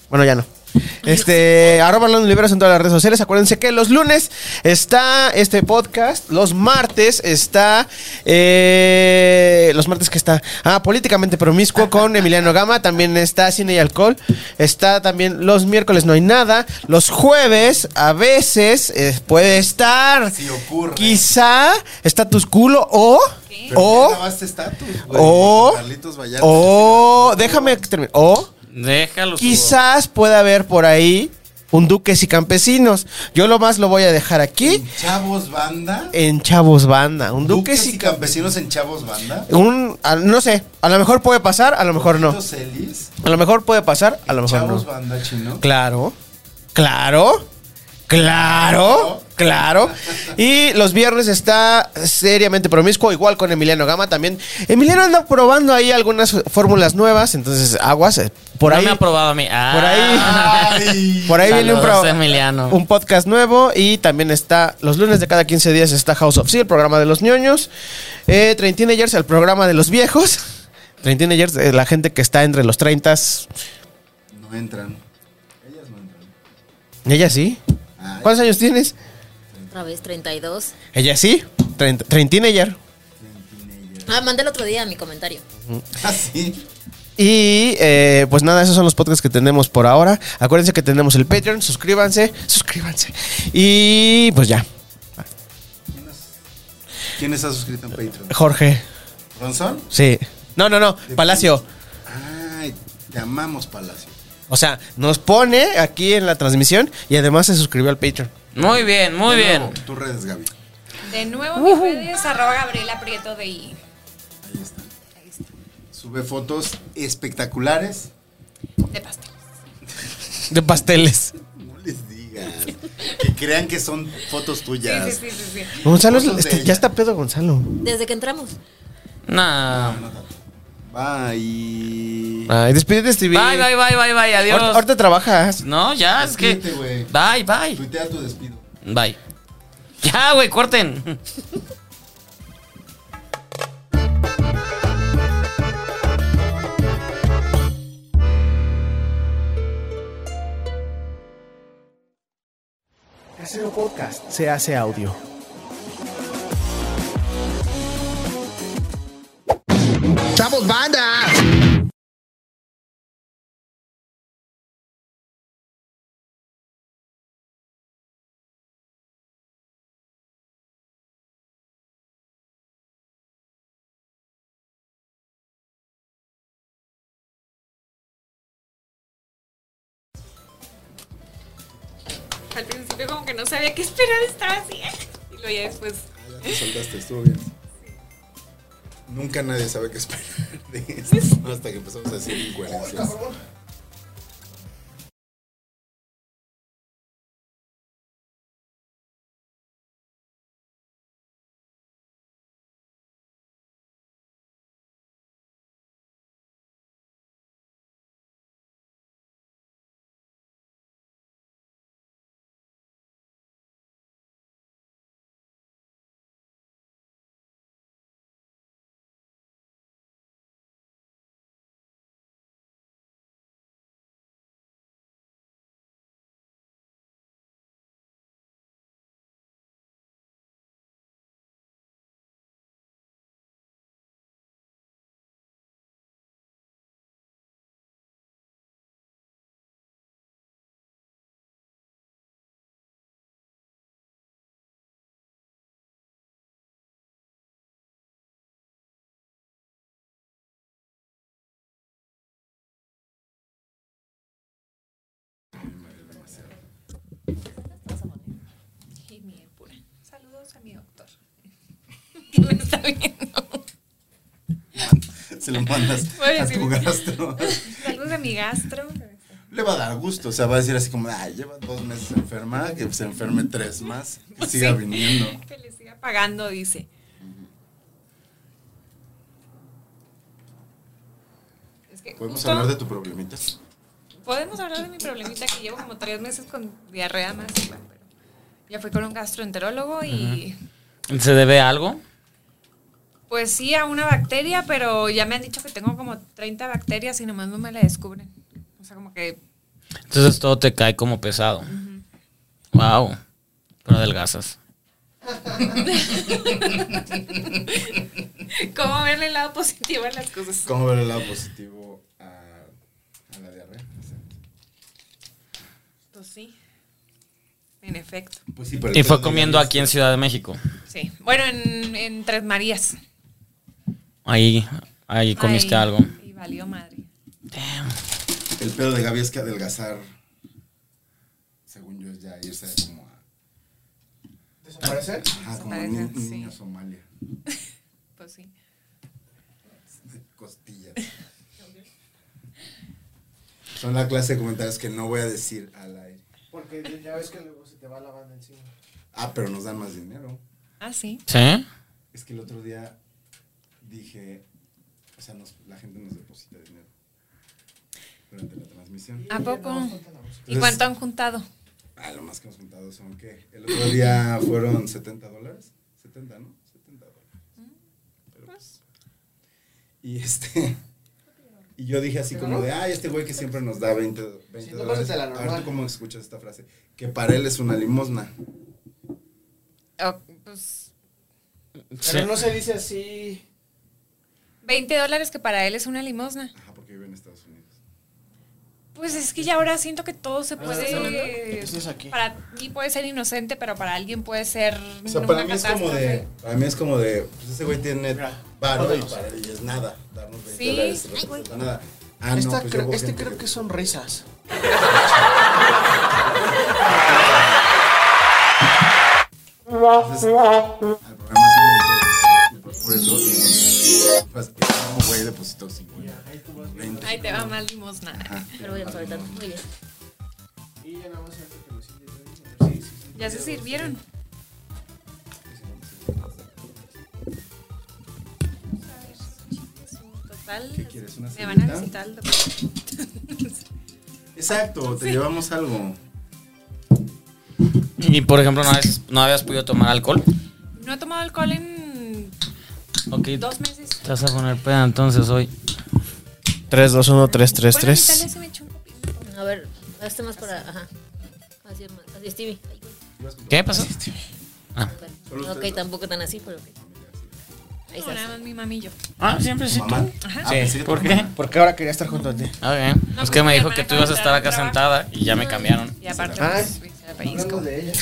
Speaker 3: Bueno, ya no. Este, arroba Orlando Oliveros en todas las redes sociales. Acuérdense que los lunes está este podcast. Los martes está. eh, los martes que está. Ah, políticamente promiscuo con Emiliano Gama. También está Cine y Alcohol. Está también los miércoles no hay nada. Los jueves a veces eh, puede estar.
Speaker 1: Si ocurre.
Speaker 3: Quizá está tus culo o.
Speaker 1: Pero
Speaker 3: O.
Speaker 1: ya grabaste estatus, güey.
Speaker 3: O.
Speaker 1: Carlitos Vallarta.
Speaker 3: O. Déjame terminar. O.
Speaker 2: Déjalo.
Speaker 3: Quizás pueda haber por ahí un Duques y Campesinos. Yo lo más lo voy a dejar aquí
Speaker 1: Chavos Banda.
Speaker 3: en Chavos Banda. Un Duques y Campesinos.
Speaker 1: Campesinos en Chavos Banda.
Speaker 3: Un, a- no sé, a lo mejor puede pasar, a lo mejor no.
Speaker 1: Carlitos Celis.
Speaker 3: A lo mejor puede pasar, a lo mejor
Speaker 1: Chavos
Speaker 3: no.
Speaker 1: Banda chino.
Speaker 3: Claro, claro, claro, claro. Y los viernes está seriamente promiscuo, igual con Emiliano Gama también. Emiliano anda probando ahí algunas fórmulas nuevas, entonces aguas. eh, Por
Speaker 2: no
Speaker 3: ahí
Speaker 2: me ha probado a mí. Ah.
Speaker 3: Por ahí.
Speaker 1: Ay.
Speaker 3: Por ahí viene un,
Speaker 2: Saludos,
Speaker 3: pro-
Speaker 2: Emiliano.
Speaker 3: un podcast nuevo y también está los lunes de cada 15 días está House of Sea, el programa de los ñoños. Eh, Train Teenagers, el programa de los viejos. Train Teenagers, eh, la gente que está entre los 30.
Speaker 1: No entran. Ellas no entran.
Speaker 3: Ella sí.
Speaker 1: Ay.
Speaker 3: ¿Cuántos años tienes?
Speaker 5: Otra vez, 32.
Speaker 3: Ella sí. Train, Train Teenager.
Speaker 5: Ah, mandé el otro día mi comentario.
Speaker 1: Ah, sí.
Speaker 3: Y eh, pues nada, esos son los podcasts que tenemos por ahora. Acuérdense que tenemos el Patreon, suscríbanse, suscríbanse. Y pues ya,
Speaker 1: ¿Quién está suscrito en Patreon?
Speaker 3: Jorge,
Speaker 1: ¿Ronson?
Speaker 3: sí. No, no, no, Palacio.
Speaker 1: Ay, te amamos, Palacio.
Speaker 3: O sea, nos pone aquí en la transmisión y además se suscribió al Patreon.
Speaker 2: Muy bien, muy
Speaker 1: De
Speaker 2: bien.
Speaker 1: nuevo, Tus redes, Gaby.
Speaker 4: De nuevo, mi redes arroba Gabriela Prieto de I.
Speaker 1: Ahí está. Sube fotos espectaculares.
Speaker 4: De pasteles.
Speaker 3: De pasteles.
Speaker 1: No les digas. Que crean que son fotos tuyas.
Speaker 4: Sí, sí, sí, sí, sí.
Speaker 3: Gonzalo,
Speaker 1: Fotos de
Speaker 3: este,
Speaker 1: ella.
Speaker 3: ya está pedo Gonzalo.
Speaker 5: Desde que entramos.
Speaker 2: Nah.
Speaker 1: Ah, Bye.
Speaker 3: Ay, despídete, Stevie.
Speaker 2: Bye, bye, bye, bye, bye. Adiós.
Speaker 3: Ahorita, ahorita trabajas.
Speaker 2: No, ya, es que.
Speaker 1: Despídete, güey.
Speaker 2: Bye, bye.
Speaker 1: Tuitea tu despido.
Speaker 2: Bye. Ya, güey, corten.
Speaker 3: Casero Podcast se hace audio. ¡Chavos, banda!
Speaker 4: Al principio como que no sabía qué esperar, estaba así. eh. Y luego ya después,
Speaker 1: Ya te soltaste, estuvo bien. Nunca nadie sabe qué esperar de esto. Hasta que empezamos a decir incoherencias.
Speaker 4: Oh, Y miel pura. Saludos a mi doctor. Que me está viendo.
Speaker 1: Se lo mandas
Speaker 4: Voy a
Speaker 1: a tu
Speaker 4: decir-
Speaker 1: gastro.
Speaker 4: Saludos a mi gastro.
Speaker 1: Le va a dar gusto, o sea, va a decir así como, ay, lleva dos meses enferma, que se enferme tres más, que siga
Speaker 4: Sí.
Speaker 1: viniendo.
Speaker 4: Que le siga pagando, dice. Es que
Speaker 1: ¿Podemos
Speaker 4: justo-
Speaker 1: hablar de tu problemita?
Speaker 4: Podemos hablar de mi problemita que llevo como tres meses con diarrea más. pero ya fui con un gastroenterólogo y
Speaker 2: ¿Se debe a algo?
Speaker 4: pues sí a una bacteria, pero ya me han dicho que tengo como 30 bacterias y nomás no me la descubren. O sea, como que
Speaker 2: Entonces todo te cae como pesado. Wow. Pero adelgazas.
Speaker 4: ¿Cómo verle el lado positivo a las cosas?
Speaker 1: ¿Cómo ver el lado positivo a, a la diarrea?
Speaker 4: Pues sí. En efecto.
Speaker 1: Pues sí, pero
Speaker 2: Y fue comiendo aquí en Ciudad de México.
Speaker 4: Sí. Bueno, en, en Tres Marías.
Speaker 2: Ahí, ahí comiste
Speaker 4: Ay,
Speaker 2: algo.
Speaker 4: Y valió madre.
Speaker 1: El pedo de Gaby es que adelgazar, según yo, es ya irse como a...
Speaker 3: ¿Desaparecer?
Speaker 1: Ajá, como
Speaker 4: Parece,
Speaker 1: un
Speaker 4: sí.
Speaker 1: niño somalia.
Speaker 4: Pues sí.
Speaker 1: Costillas. Son la clase de comentarios que no voy a decir al aire.
Speaker 3: Porque ya ves que luego se te va la banda encima.
Speaker 1: Ah, pero nos dan más dinero.
Speaker 4: Ah, sí.
Speaker 2: ¿Sí?
Speaker 1: Es que el otro día dije, o sea, nos- la gente nos deposita dinero durante la transmisión.
Speaker 4: ¿A poco? Ah, pues, ¿Y
Speaker 1: Entonces,
Speaker 4: cuánto han juntado?
Speaker 1: Ah, lo más que hemos juntado son que el otro día fueron 70 dólares. 70, ¿no? 70 dólares. Pero, pues, y este. Y yo dije así como de, ay, este güey que siempre nos da 20, do- 20
Speaker 3: Sí, pues, tú
Speaker 1: dólares.
Speaker 3: cómetela
Speaker 1: A ver,
Speaker 3: normal.
Speaker 1: ¿tú cómo escuchas esta frase? Que para él es una limosna.
Speaker 4: Oh, pues,
Speaker 2: Sí.
Speaker 3: Pero no se dice así.
Speaker 4: 20 dólares que para él es una limosna.
Speaker 1: Ajá, porque vive en Estados Unidos.
Speaker 4: Pues es que ya ahora siento que todo se
Speaker 3: Ah, ¿estás hablando?
Speaker 4: puede... eh,
Speaker 3: Pues es aquí.
Speaker 4: Para mí puede ser inocente, pero para alguien puede ser
Speaker 1: O sea,
Speaker 4: una
Speaker 1: para mí es como
Speaker 4: catástrofe.
Speaker 1: de, para mí es como de, pues ese güey tiene
Speaker 3: Mira,
Speaker 1: varo y
Speaker 3: jóvenes.
Speaker 1: para él es nada. Darnos 20
Speaker 4: Sí.
Speaker 1: dólares no representa nada. Ah, no,
Speaker 3: Esta
Speaker 1: pues yo
Speaker 3: creo-
Speaker 1: voy
Speaker 3: este
Speaker 1: gente
Speaker 3: creo que son risas.
Speaker 1: Entonces, al programa siguiente, por eso, y, pues, un güey depositó 50. 20.
Speaker 4: Ahí te va más limosna.
Speaker 5: Pero voy a pasar tanto. Muy bien.
Speaker 3: Y ya nada más ahorita que lo sientes, sí, sí, sí.
Speaker 4: Ya se sirvieron. Total,
Speaker 1: ¿Qué quieres, ¿Ah? una
Speaker 4: me van a
Speaker 1: servilleta?
Speaker 4: visitar el doctor.
Speaker 1: Exacto, te llevamos algo.
Speaker 2: Y por ejemplo, ¿no, habías- no habías podido tomar alcohol.
Speaker 4: No he tomado alcohol en
Speaker 2: Ok.
Speaker 4: dos meses.
Speaker 2: Te vas a poner peda entonces hoy.
Speaker 3: 3, 2, 1, 3, 3,
Speaker 4: Bueno, en Italia sí me eché un copito.
Speaker 5: A ver, este más para. Ajá. Así, hermano. así Stevie. Ay, güey.
Speaker 2: ¿Qué pasó?
Speaker 1: Solo
Speaker 5: Ok,
Speaker 1: ustedes.
Speaker 5: tampoco tan así, pero ok. Ahí
Speaker 4: No, nada
Speaker 5: está.
Speaker 4: más mi mamillo.
Speaker 2: Ah, siempre sí.
Speaker 1: Mamá.
Speaker 4: Ajá.
Speaker 1: Ah, pensé que
Speaker 2: ¿Por
Speaker 1: tu
Speaker 2: qué?
Speaker 1: mamá.
Speaker 3: Porque ahora quería estar junto a ti.
Speaker 2: Ah, Ok.
Speaker 4: No,
Speaker 2: es
Speaker 4: pues,
Speaker 2: que me
Speaker 4: mi
Speaker 2: dijo
Speaker 4: hermana
Speaker 2: que tú
Speaker 4: acaba
Speaker 2: ibas a
Speaker 4: de
Speaker 2: estar acá
Speaker 4: entrar al
Speaker 2: sentada y ya me cambiaron.
Speaker 4: Y aparte,
Speaker 3: Ah.
Speaker 4: pues, viste a pellizco.
Speaker 3: de ella.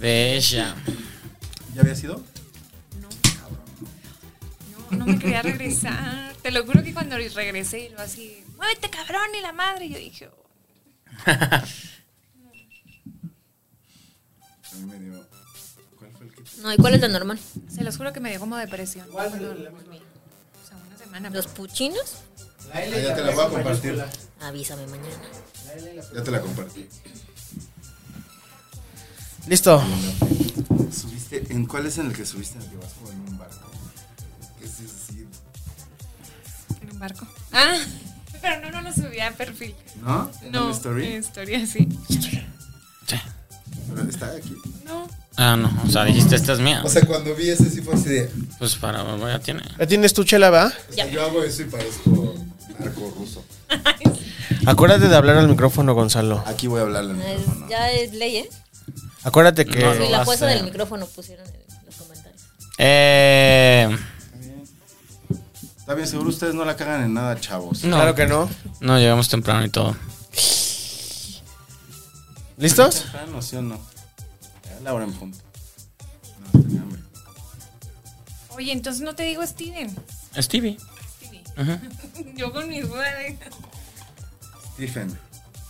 Speaker 2: De ella.
Speaker 1: ¿Ya había sido?
Speaker 4: No, no me quería regresar. Te lo juro que cuando regresé, y lo así, muévete cabrón y la madre. Yo dije, "Oh".
Speaker 1: A mí me dio. ¿Cuál fue el que te
Speaker 5: No, ¿y cuál es la normal?
Speaker 4: se los juro que me dio como depresión. cuando lo comí. O sea, una semana.
Speaker 5: ¿Los
Speaker 4: pues.
Speaker 5: puchinos?
Speaker 3: La
Speaker 1: Ah, ya te la voy a compartir. Ya
Speaker 5: Avísame mañana.
Speaker 1: te la compartí.
Speaker 3: Listo.
Speaker 1: ¿Subiste? ¿En cuál es en el que subiste? ¿En el que vas como en un barco? ¿Qué es decir?
Speaker 4: En un barco. Ah, pero no, no lo subí a perfil.
Speaker 1: ¿No? ¿En
Speaker 4: No,
Speaker 1: una story?
Speaker 4: en historia sí.
Speaker 1: Pero está aquí.
Speaker 4: No,
Speaker 2: Ah, no. O sea, dijiste, esta es mía.
Speaker 1: O sea, cuando vi ese sí fue así de.
Speaker 2: Pues para, bueno, ya tiene.
Speaker 3: ¿Ya tienes tu chela, va?
Speaker 1: o sea, yo hago eso y parezco narco ruso.
Speaker 3: Acuérdate de hablar al micrófono, Gonzalo.
Speaker 1: Aquí voy a hablarle al
Speaker 5: Ah, Es-
Speaker 1: micrófono.
Speaker 5: ya es ley, ¿eh?
Speaker 3: Acuérdate que.
Speaker 2: No,
Speaker 5: Sí,
Speaker 2: no.
Speaker 5: la
Speaker 2: vas
Speaker 5: fuerza
Speaker 2: a-
Speaker 5: del micrófono pusieron en los comentarios.
Speaker 2: Eh.
Speaker 1: Está bien, seguro ustedes no la cagan en nada, chavos.
Speaker 2: No.
Speaker 3: Claro que no.
Speaker 2: No, llegamos temprano y todo.
Speaker 3: ¿Listos?
Speaker 1: Temprano, ¿sí o no? Ya es la hora en punto. No, tenía hambre.
Speaker 4: oye, entonces no te digo Steven.
Speaker 2: Stevie.
Speaker 4: Steven.
Speaker 2: Ajá.
Speaker 4: Yo con mis dudas. de-
Speaker 1: Stephen.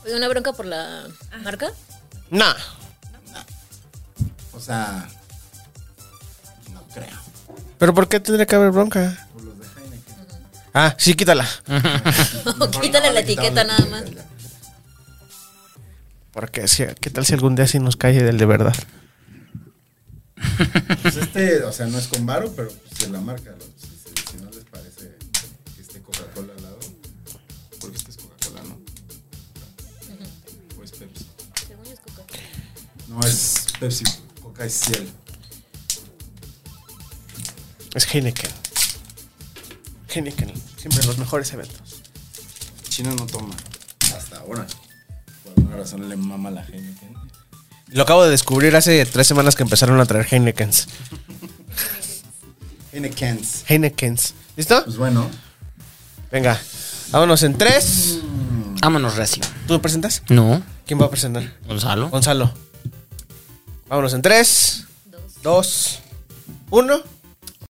Speaker 5: Oye, una bronca por la marca.
Speaker 3: Nah.
Speaker 1: O sea, no creo.
Speaker 3: ¿Pero por qué tendría que haber bronca? Ah, sí, quítala.
Speaker 5: Quítale la etiqueta nada más.
Speaker 3: Porque si- qué tal si algún día sí nos cae del de verdad.
Speaker 1: Pues este, o sea, no es con varo, pero pues, se la marca. lo- Si, si- si no les parece que esté Coca-Cola al lado, porque este es Coca-Cola, ¿no? Pues, O es Pepsi. No, es Pepsi. Coca es cielo.
Speaker 3: Es Heineken. Heineken, siempre los mejores eventos.
Speaker 1: China no toma. Hasta ahora. Por alguna razón le mama la Heineken.
Speaker 3: Lo acabo de descubrir hace tres semanas que empezaron a traer Heinekens.
Speaker 1: Heinekens.
Speaker 3: Heinekens. ¿Listo?
Speaker 1: Pues bueno.
Speaker 3: Venga, vámonos en tres.
Speaker 2: Vámonos, recio.
Speaker 3: ¿Tú me presentas?
Speaker 2: No,
Speaker 3: ¿Quién va a presentar?
Speaker 2: Gonzalo.
Speaker 3: Gonzalo. Vámonos en tres. Dos. Uno.